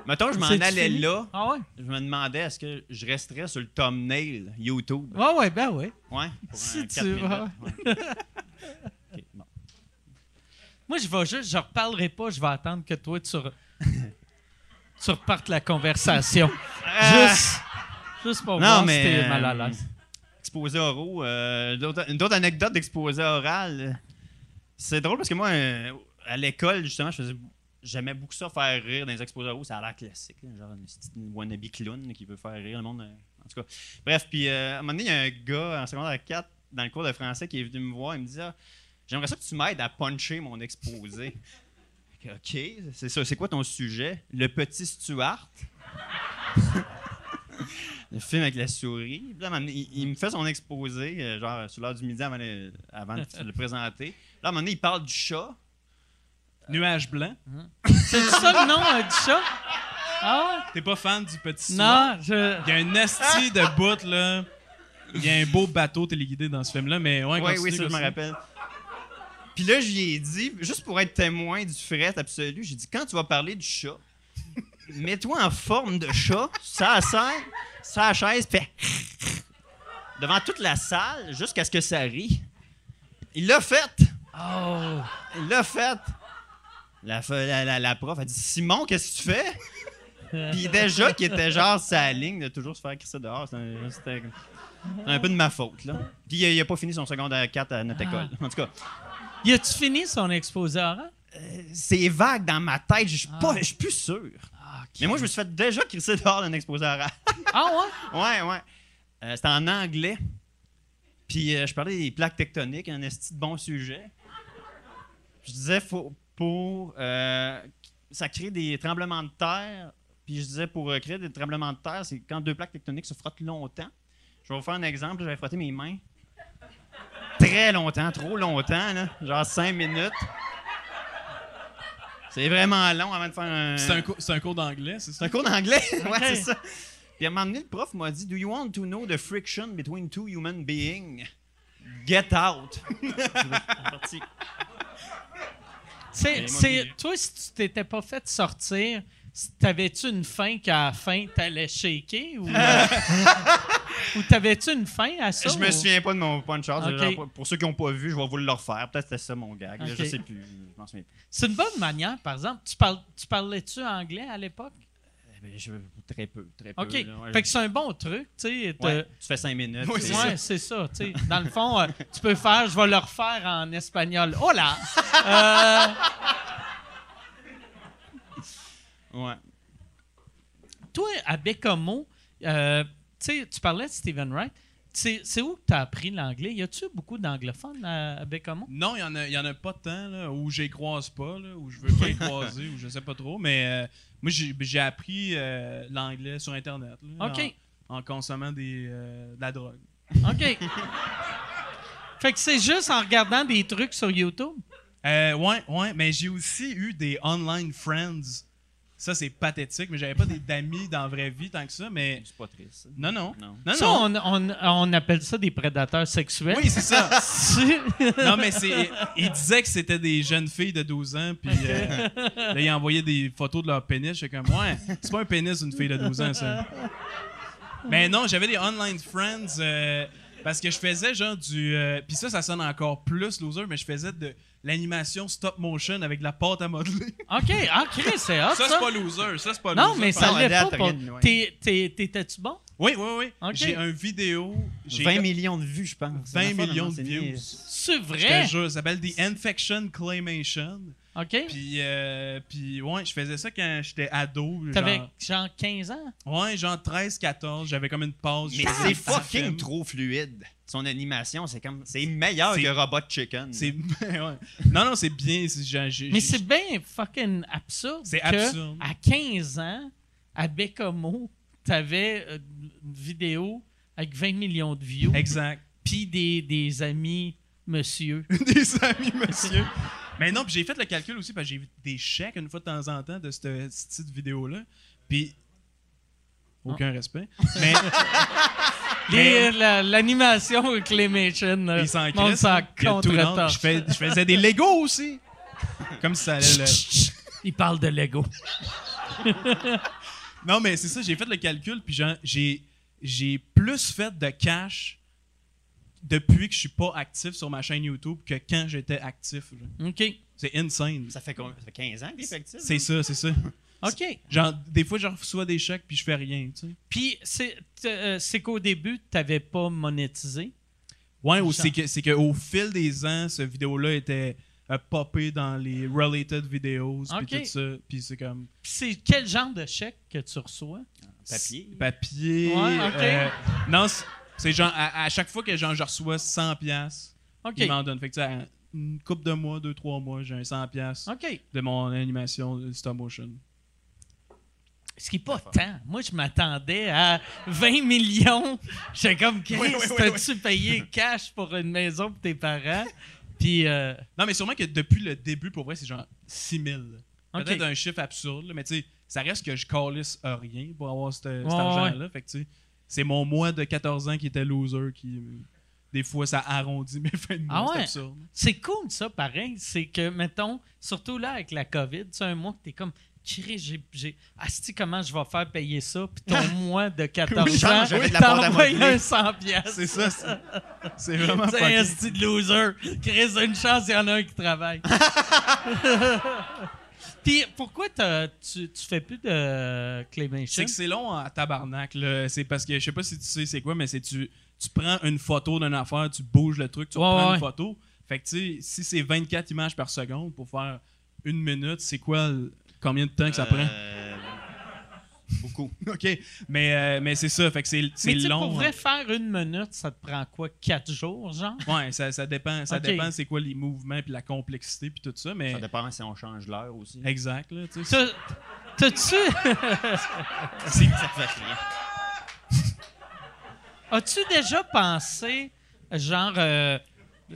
[SPEAKER 4] Mettons, je m'en
[SPEAKER 1] C'est-tu
[SPEAKER 4] allais
[SPEAKER 1] fini?
[SPEAKER 4] là.
[SPEAKER 1] Ah ouais?
[SPEAKER 4] Je me demandais est-ce que je resterais sur le thumbnail YouTube.
[SPEAKER 1] Ouais, ouais, ben ouais.
[SPEAKER 4] Ouais. pour
[SPEAKER 1] Si
[SPEAKER 4] un
[SPEAKER 1] tu
[SPEAKER 4] quatre
[SPEAKER 1] veux.
[SPEAKER 4] minutes, ouais. Ok, bon.
[SPEAKER 1] Moi, je vais juste, je reparlerai pas, je vais attendre que toi, tu, re- tu repartes la conversation. juste, juste pour
[SPEAKER 4] Euh. Non,
[SPEAKER 1] voir
[SPEAKER 4] mais,
[SPEAKER 1] si t'es mal à
[SPEAKER 4] euh,
[SPEAKER 1] l'aise.
[SPEAKER 4] exposés oraux. euh, d'autres- une autre anecdote d'exposé oral. euh, C'est drôle parce que moi, euh, à l'école, justement, je faisais. J'aimais beaucoup ça, faire rire dans les exposés oraux. Ça a l'air classique. là, genre une petite wannabe clown qui veut faire rire le monde. euh, en tout cas. Bref, puis euh, à un moment donné, il y a un gars en secondaire 4 dans le cours de français qui est venu me voir. Il me dit Ah, J'aimerais ça que tu m'aides à puncher mon exposé. OK, c'est ça. C'est quoi ton sujet? Le petit Stuart. Le film avec la souris. Puis là, à un moment donné, il, il me fait son exposé, euh, genre sur l'heure du midi avant, le- avant de le présenter. Là, à un moment donné, il parle du chat.
[SPEAKER 6] Nuage blanc.
[SPEAKER 1] C'est ça le nom euh, du chat? Ah
[SPEAKER 6] T'es pas fan du petit
[SPEAKER 1] ouais?
[SPEAKER 6] Simon?
[SPEAKER 1] Non, je.
[SPEAKER 6] Il y a un asti de bout, là. Il y a un beau bateau téléguidé dans ce film-là, mais ouais,
[SPEAKER 4] oui,
[SPEAKER 6] continue,
[SPEAKER 4] oui, ça, je me
[SPEAKER 6] continue.
[SPEAKER 4] rappelle. Puis là, je lui ai dit, juste pour être témoin du fret absolu, j'ai dit quand tu vas parler du chat, mets-toi en forme de chat, ça scène, ça chaise, fait devant toute la salle jusqu'à ce que ça rie. Il l'a fait.
[SPEAKER 1] Oh!
[SPEAKER 4] Il l'a fait. La, fe- la, la- la prof a dit Simon, qu'est-ce que tu fais Puis déjà, qui était genre sa ligne de toujours se faire crisser dehors, c'était un- c'était un peu de ma faute. là. Puis il a, il a pas fini son secondaire 4 à notre école. En tout cas,
[SPEAKER 1] Y a-tu fini son exposé oral?
[SPEAKER 4] euh, c'est vague dans ma tête. Je suis pas- je suis plus sûr.
[SPEAKER 1] Ah, ok.
[SPEAKER 4] Mais moi, je me suis fait déjà crisser dehors d'un exposé oral.
[SPEAKER 1] Ah ouais?
[SPEAKER 4] Ouais, ouais. Euh, C'était en anglais. Puis euh, je parlais des plaques tectoniques, un esti de bon sujet. Je disais faut- pour. euh, ça crée des tremblements de terre. Puis je disais pour euh, créer des tremblements de terre, c'est quand deux plaques tectoniques se frottent longtemps. Je vais vous faire un exemple. J'avais frotté mes mains. Très longtemps, trop longtemps, là. genre cinq minutes. C'est vraiment long avant de faire un.
[SPEAKER 6] C'est un, cours- c'est un cours d'anglais, c'est
[SPEAKER 4] C'est
[SPEAKER 6] ça?
[SPEAKER 4] un cours d'anglais. ouais, c'est ça. Puis à un moment donné, le prof m'a dit Do you want to know the friction between two human beings? Get out. Parti.
[SPEAKER 1] C'est,
[SPEAKER 4] Et
[SPEAKER 1] c'est-
[SPEAKER 4] moi,
[SPEAKER 1] toi, si tu t'étais pas fait sortir, si- t'avais-tu une fin qu'à la fin, t'allais shaker? Ou, euh, ou t'avais-tu une fin à ça?
[SPEAKER 4] je me
[SPEAKER 1] ou-
[SPEAKER 4] souviens pas de mon punch out.
[SPEAKER 1] Oh. Ok.
[SPEAKER 4] Genre, pour- Pour ceux qui n'ont pas vu, je vais vous le refaire. Peut-être que c'était ça mon gag. là,
[SPEAKER 1] Ok.
[SPEAKER 4] je sais plus. Je m'en souviens plus.
[SPEAKER 1] C'est une bonne manière, par exemple. Tu, parles, tu parlais-tu anglais à l'époque?
[SPEAKER 4] Eh ben, je- très peu, très peu.
[SPEAKER 1] OK.
[SPEAKER 4] là, Euh, ouais.
[SPEAKER 1] fait que c'est un bon truc, tu sais.
[SPEAKER 4] Ouais,
[SPEAKER 1] t'as-
[SPEAKER 4] tu fais cinq minutes.
[SPEAKER 1] Ouais,
[SPEAKER 4] c'est
[SPEAKER 1] c'est ça. tu sais. Dans le fond, euh, tu peux faire, je vais le refaire en espagnol. Oh Hola!
[SPEAKER 4] ça. Ouais.
[SPEAKER 1] Toi, à Bécamo, euh, tu sais, tu parlais de Stephen Wright. C'est c'est où que tu as appris l'anglais? Y a-tu beaucoup d'anglophones à, à Bécamo?
[SPEAKER 6] Non, il n'y en, a- il y en a pas tant, là, où je les croise pas, là, où je veux pas les croiser, ou je sais pas trop. Mais euh, moi, j'ai j'ai appris euh, l'anglais sur Internet. là,
[SPEAKER 1] OK.
[SPEAKER 6] En, en consommant des, euh, de la drogue.
[SPEAKER 1] OK. fait que c'est juste en regardant des trucs sur YouTube.
[SPEAKER 6] Euh, ouais, ouais, mais j'ai aussi eu des online friends. Ça, c'est pathétique, mais j'avais pas des- d'amis dans la vraie vie tant que ça, mais.
[SPEAKER 4] C'est pas triste. ça.
[SPEAKER 6] Non, non.
[SPEAKER 4] Non.
[SPEAKER 6] Non,
[SPEAKER 1] ça,
[SPEAKER 6] non.
[SPEAKER 1] on, on- on appelle ça des prédateurs sexuels.
[SPEAKER 6] Oui, c'est ça.
[SPEAKER 1] Tu-
[SPEAKER 6] Non, mais c'est. Il disait que c'était des jeunes filles de 12 ans, puis euh, là, il envoyait des photos de leur pénis. J'étais comme, ouais, c'est pas un pénis, une fille de 12 ans, ça. Mais non, j'avais des online friends euh, parce que je faisais genre du. euh, puis ça, ça sonne encore plus loser, mais je faisais de l'animation stop motion avec de la pâte à modeler.
[SPEAKER 1] OK. Ah, Chris, c'est hot,
[SPEAKER 6] Ça,
[SPEAKER 1] ça.
[SPEAKER 6] c'est pas loser. Ça, c'est pas
[SPEAKER 1] Non,
[SPEAKER 6] loser.
[SPEAKER 1] mais ça
[SPEAKER 4] pendant
[SPEAKER 1] l'est
[SPEAKER 4] la
[SPEAKER 1] pas.
[SPEAKER 4] date,
[SPEAKER 1] pour-
[SPEAKER 4] rien, ouais.
[SPEAKER 1] T'es- t'es- T'étais-tu bon?
[SPEAKER 6] Oui, oui, oui.
[SPEAKER 1] Ok.
[SPEAKER 6] J'ai un vidéo. J'ai
[SPEAKER 4] 20 millions de vues, je pense.
[SPEAKER 6] 20
[SPEAKER 4] C'est une affaire
[SPEAKER 6] millions de
[SPEAKER 4] m'enseigner.
[SPEAKER 6] views.
[SPEAKER 1] C'est
[SPEAKER 6] Je te
[SPEAKER 1] vrai?
[SPEAKER 6] jure, ça s'appelle The Infection Claymation.
[SPEAKER 1] OK.
[SPEAKER 6] Puis, euh, puis ouais, je faisais ça quand j'étais ado.
[SPEAKER 1] T'avais
[SPEAKER 6] Genre,
[SPEAKER 1] genre 15 ans?
[SPEAKER 6] ouais, genre 13, 14, j'avais comme une pause. je
[SPEAKER 4] Mais
[SPEAKER 6] faisais
[SPEAKER 4] c'est
[SPEAKER 6] des petits
[SPEAKER 4] fucking
[SPEAKER 6] films.
[SPEAKER 4] trop fluide. Son animation, c'est comme c'est meilleur que Robot Chicken.
[SPEAKER 6] C'est- ouais. Non, non, c'est bien. c'est- j'ai- j'ai-
[SPEAKER 1] Mais
[SPEAKER 6] j'ai-
[SPEAKER 1] c'est bien fucking absurde.
[SPEAKER 6] C'est
[SPEAKER 1] que
[SPEAKER 6] absurde.
[SPEAKER 1] À 15 ans, à Bécomo, t'avais euh, une vidéo avec 20 millions de views,
[SPEAKER 6] Exact.
[SPEAKER 1] puis des, des amis, monsieur.
[SPEAKER 6] des amis, monsieur. Mais non, puis j'ai fait le calcul aussi, parce que j'ai vu des chèques une fois de temps en temps de cette, cette petite vidéo-là. Puis.
[SPEAKER 1] Ah.
[SPEAKER 6] Aucun respect. Mais.
[SPEAKER 1] Les- la- L'animation avec les Machen, euh,
[SPEAKER 6] Ils s'en
[SPEAKER 1] monde
[SPEAKER 6] crissent,
[SPEAKER 1] s'en
[SPEAKER 6] hein. Il y a tout le monde.
[SPEAKER 1] contre-torche.
[SPEAKER 6] Je, fais- je faisais des Legos aussi. Comme si ça allait. le-
[SPEAKER 1] Ils parlent de Lego.
[SPEAKER 6] Non, mais c'est ça, j'ai fait le calcul, puis j'en- j'ai, j'ai plus fait de cash depuis que je suis pas actif sur ma chaîne YouTube que quand j'étais actif. genre.
[SPEAKER 1] OK.
[SPEAKER 6] C'est insane.
[SPEAKER 4] Ça fait, combien- ça fait 15 ans que hein? t'es actif,
[SPEAKER 6] C'est ça, c'est ça.
[SPEAKER 1] OK.
[SPEAKER 6] Genre, des fois, je reçois des chèques, puis je fais rien, tu sais.
[SPEAKER 1] Puis, c'est euh, c'est qu'au début, t'avais pas monétisé.
[SPEAKER 6] Ouais, ou c'est que, c'est que au fil des ans, cette vidéo-là était euh, popée dans les related videos,
[SPEAKER 1] Ok.
[SPEAKER 6] puis tout ça. Puis c'est comme
[SPEAKER 1] Puis c'est quel genre de chèque que tu reçois?
[SPEAKER 4] Papier.
[SPEAKER 6] papier.
[SPEAKER 1] Ouais, ok.
[SPEAKER 6] euh, non, c'est, c'est genre, à, à chaque fois que genre, je reçois 100$, piastres,
[SPEAKER 1] OK.
[SPEAKER 6] ils m'en donnent. Fait que, tu sais, à une couple de mois, deux, trois mois, j'ai un 100$ piastres.
[SPEAKER 1] OK.
[SPEAKER 6] de mon animation de stop motion.
[SPEAKER 1] Ce qui n'est pas tant. Moi, je m'attendais à 20 millions. J'étais comme, Chris, t'as-tu payé cash pour une maison pour tes parents? Puis, euh,
[SPEAKER 6] Non, mais sûrement que depuis le début, pour vrai, c'est genre 6 000. Peut-être
[SPEAKER 1] OK.
[SPEAKER 6] un chiffre absurde, là, mais tu sais, ça reste que je calisse à rien pour avoir cette- cet
[SPEAKER 1] Ouais,
[SPEAKER 6] argent-là. Fait que tu sais, c'est mon moi de 14 ans qui était loser qui. euh, Des fois, ça arrondit mes fins de mois.
[SPEAKER 1] Ah ouais?
[SPEAKER 6] C'est absurde.
[SPEAKER 1] c'est cool, ça, pareil. C'est que, mettons, surtout là, avec la COVID, c'est un mois que t'es comme, Chris, j'ai- j'ai. Asti, comment je vais faire payer ça? Puis ton mois de 14
[SPEAKER 4] Oui,
[SPEAKER 1] ans,
[SPEAKER 4] change avec la porte à
[SPEAKER 1] t'envoies
[SPEAKER 4] modeler.
[SPEAKER 1] un 100 piastres.
[SPEAKER 6] C'est ça, c'est- c'est vraiment
[SPEAKER 1] C'est un
[SPEAKER 6] fucking-
[SPEAKER 1] asti de loser. Chris, une chance, il y en a un qui travaille. Puis pourquoi t'as- tu, tu fais plus de Claymation?
[SPEAKER 6] C'est que c'est long en tabarnak. là. C'est parce que je sais pas si tu sais c'est quoi, mais c'est tu, tu prends une photo d'une affaire, tu bouges le truc, tu
[SPEAKER 1] Ouais,
[SPEAKER 6] reprends
[SPEAKER 1] ouais.
[SPEAKER 6] une photo. Fait que tu sais, si c'est 24 images par seconde pour faire une minute, c'est quoi, le- combien de temps que ça prend?
[SPEAKER 4] Euh, Beaucoup.
[SPEAKER 6] OK, mais, euh, mais c'est ça, fait que c'est c'est
[SPEAKER 1] Mais tu sais,
[SPEAKER 6] long.
[SPEAKER 1] pour
[SPEAKER 6] hein.
[SPEAKER 1] vrai, faire une minute, ça te prend quoi? Quatre jours, genre?
[SPEAKER 6] Ouais, ça, ça dépend, ça
[SPEAKER 1] Ok.
[SPEAKER 6] dépend c'est quoi les mouvements puis la complexité puis tout ça, mais
[SPEAKER 4] Ça dépend si on change l'heure aussi.
[SPEAKER 6] exact là, tu sais.
[SPEAKER 1] T'as- T'as-tu...
[SPEAKER 4] Si ça fait rien.
[SPEAKER 1] As-tu déjà pensé, genre, euh, tu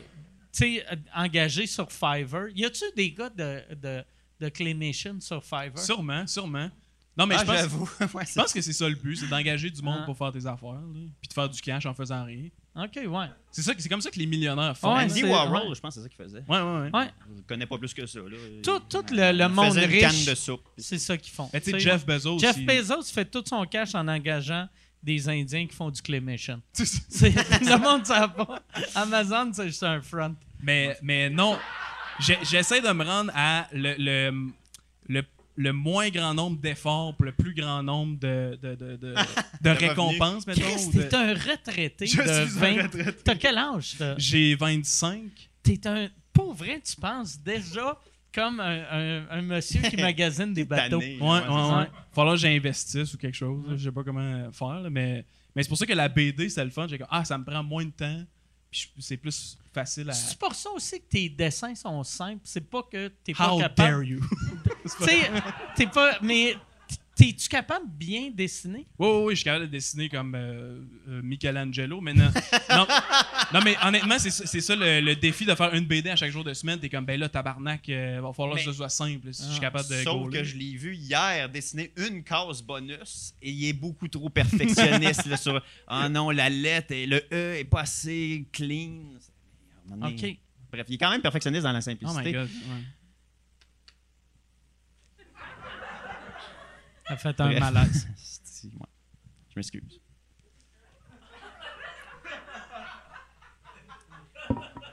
[SPEAKER 1] sais, euh, engagé sur Fiverr? Y a-tu des gars de, de, de clinician sur Fiverr?
[SPEAKER 6] Sûrement, sûrement. Non mais
[SPEAKER 4] Ah,
[SPEAKER 6] je pense
[SPEAKER 4] j'avoue. Ouais,
[SPEAKER 6] je pense que c'est ça le but, c'est d'engager du monde
[SPEAKER 1] Ah.
[SPEAKER 6] pour faire tes affaires là, puis de faire du cash en faisant rien.
[SPEAKER 1] OK, ouais.
[SPEAKER 6] C'est ça, que- c'est comme ça que les millionnaires font.
[SPEAKER 1] Ouais,
[SPEAKER 6] hein.
[SPEAKER 4] Andy
[SPEAKER 1] c'est-
[SPEAKER 4] Warhol,
[SPEAKER 1] ouais.
[SPEAKER 4] je pense que c'est ça qu'il faisait.
[SPEAKER 6] Ouais, ouais, ouais.
[SPEAKER 1] Ouais.
[SPEAKER 4] Je le connais pas plus que ça. Là.
[SPEAKER 1] Tout, tout
[SPEAKER 4] Il-
[SPEAKER 1] le, le
[SPEAKER 4] il
[SPEAKER 1] monde
[SPEAKER 4] faisait une
[SPEAKER 1] riche,
[SPEAKER 4] canne de soupe.
[SPEAKER 1] c'est ça qu'ils font.
[SPEAKER 6] Mais tu sais,
[SPEAKER 1] Tu sais,
[SPEAKER 6] Jeff Bezos
[SPEAKER 1] Jeff
[SPEAKER 6] il-
[SPEAKER 1] Bezos fait tout son cash en engageant des Indiens qui font du clinician. C'est- le monde ne savent pas. Amazon, c'est juste un front.
[SPEAKER 6] Mais, mais non, j'ai- j'essaie de me rendre à le, le, le, le moins grand nombre d'efforts pour le plus grand nombre de, de, de, de, de récompenses, mettons.
[SPEAKER 1] Chris,
[SPEAKER 6] ou de-
[SPEAKER 1] t'es un retraité
[SPEAKER 6] Je
[SPEAKER 1] de
[SPEAKER 6] suis un
[SPEAKER 1] 20... T'as quel âge, toi?
[SPEAKER 6] J'ai 25.
[SPEAKER 1] T'es un. Pour vrai, tu penses déjà comme un, un- un monsieur qui magasine des bateaux.
[SPEAKER 4] Tanné,
[SPEAKER 6] Ouais,
[SPEAKER 4] ouais,
[SPEAKER 6] ouais,
[SPEAKER 4] c'est
[SPEAKER 6] ouais.
[SPEAKER 4] ça.
[SPEAKER 6] Falloir que j'investisse ou quelque chose. là, Je sais pas comment faire, là, mais, mais c'est pour ça que la BD, c'est le fun. J'ai comme, ah, ça me prend moins de temps. Puis je- c'est plus facile à.
[SPEAKER 1] C'est pour ça aussi que tes dessins sont simples. C'est pas que t'es pas
[SPEAKER 6] How dare
[SPEAKER 1] capable.
[SPEAKER 6] you?
[SPEAKER 1] Tu sais, t'es pas. Mais t'es-tu capable de bien dessiner?
[SPEAKER 6] Oui, oui, oui, je suis capable de dessiner comme euh, euh, Michelangelo, mais non. non, non, mais honnêtement, c'est ça c'est ça le, le défi de faire une BD à chaque jour de semaine. T'es comme, ben là, tabarnak, il va falloir
[SPEAKER 4] Mais- Ah,
[SPEAKER 6] que ce soit simple si je suis capable de.
[SPEAKER 4] Sauf
[SPEAKER 6] gauler.
[SPEAKER 4] que je l'ai vu hier dessiner une case bonus et il est beaucoup trop perfectionniste là, sur Ah non, la lettre et le E est pas assez clean. À un moment donné-
[SPEAKER 1] OK.
[SPEAKER 4] Bref, il est quand même perfectionniste dans la
[SPEAKER 6] Oh my
[SPEAKER 4] simplicité.
[SPEAKER 6] god.
[SPEAKER 1] Ça fait un
[SPEAKER 4] Bref.
[SPEAKER 1] malaise.
[SPEAKER 4] Asti, ouais. Je m'excuse.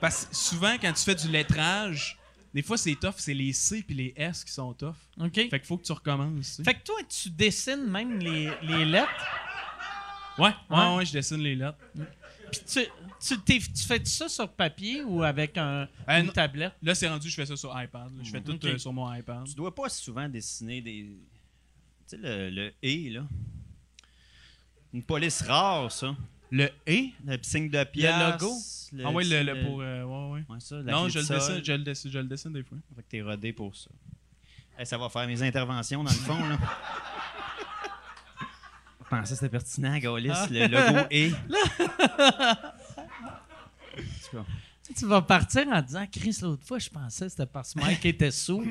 [SPEAKER 6] Parce que souvent, quand tu fais du lettrage, des fois, c'est tough, c'est les C puis les S qui sont tough.
[SPEAKER 1] OK?
[SPEAKER 6] Fait qu'il faut que tu recommences. tu sais.
[SPEAKER 1] Fait que toi, tu dessines même les, les lettres.
[SPEAKER 6] Ouais, ouais,
[SPEAKER 1] Ouais.
[SPEAKER 6] ouais, je dessine les lettres.
[SPEAKER 1] Puis tu, tu, t'es- tu fais ça sur papier ou avec un,
[SPEAKER 6] Euh,
[SPEAKER 1] une
[SPEAKER 6] non.
[SPEAKER 1] tablette?
[SPEAKER 6] Là, c'est rendu, je fais ça sur iPad. là. Je fais tout
[SPEAKER 1] Ok.
[SPEAKER 6] euh, sur mon iPad.
[SPEAKER 4] Tu dois pas souvent dessiner des. Tu sais, le, le E, là. Une police rare, ça.
[SPEAKER 6] Le E
[SPEAKER 4] Le signe de pièce.
[SPEAKER 1] logo?
[SPEAKER 6] Ah ouais, le,
[SPEAKER 4] signe
[SPEAKER 6] le
[SPEAKER 4] de-
[SPEAKER 6] pour. euh, ouais, ouais.
[SPEAKER 4] Ouais, ça, la
[SPEAKER 6] Non,
[SPEAKER 4] clé
[SPEAKER 6] je
[SPEAKER 4] de
[SPEAKER 6] le,
[SPEAKER 4] sol.
[SPEAKER 6] dessine, je, le dessine, je le dessine des fois.
[SPEAKER 4] Fait que t'es rodé pour ça. Eh, ça va faire mes interventions dans le fond, là. Je pensais que c'était pertinent, Gaulis, le logo est. En tout cas,
[SPEAKER 1] Tu sais, tu vas partir en disant Chris, l'autre fois, je pensais que c'était parce que Mike était sous.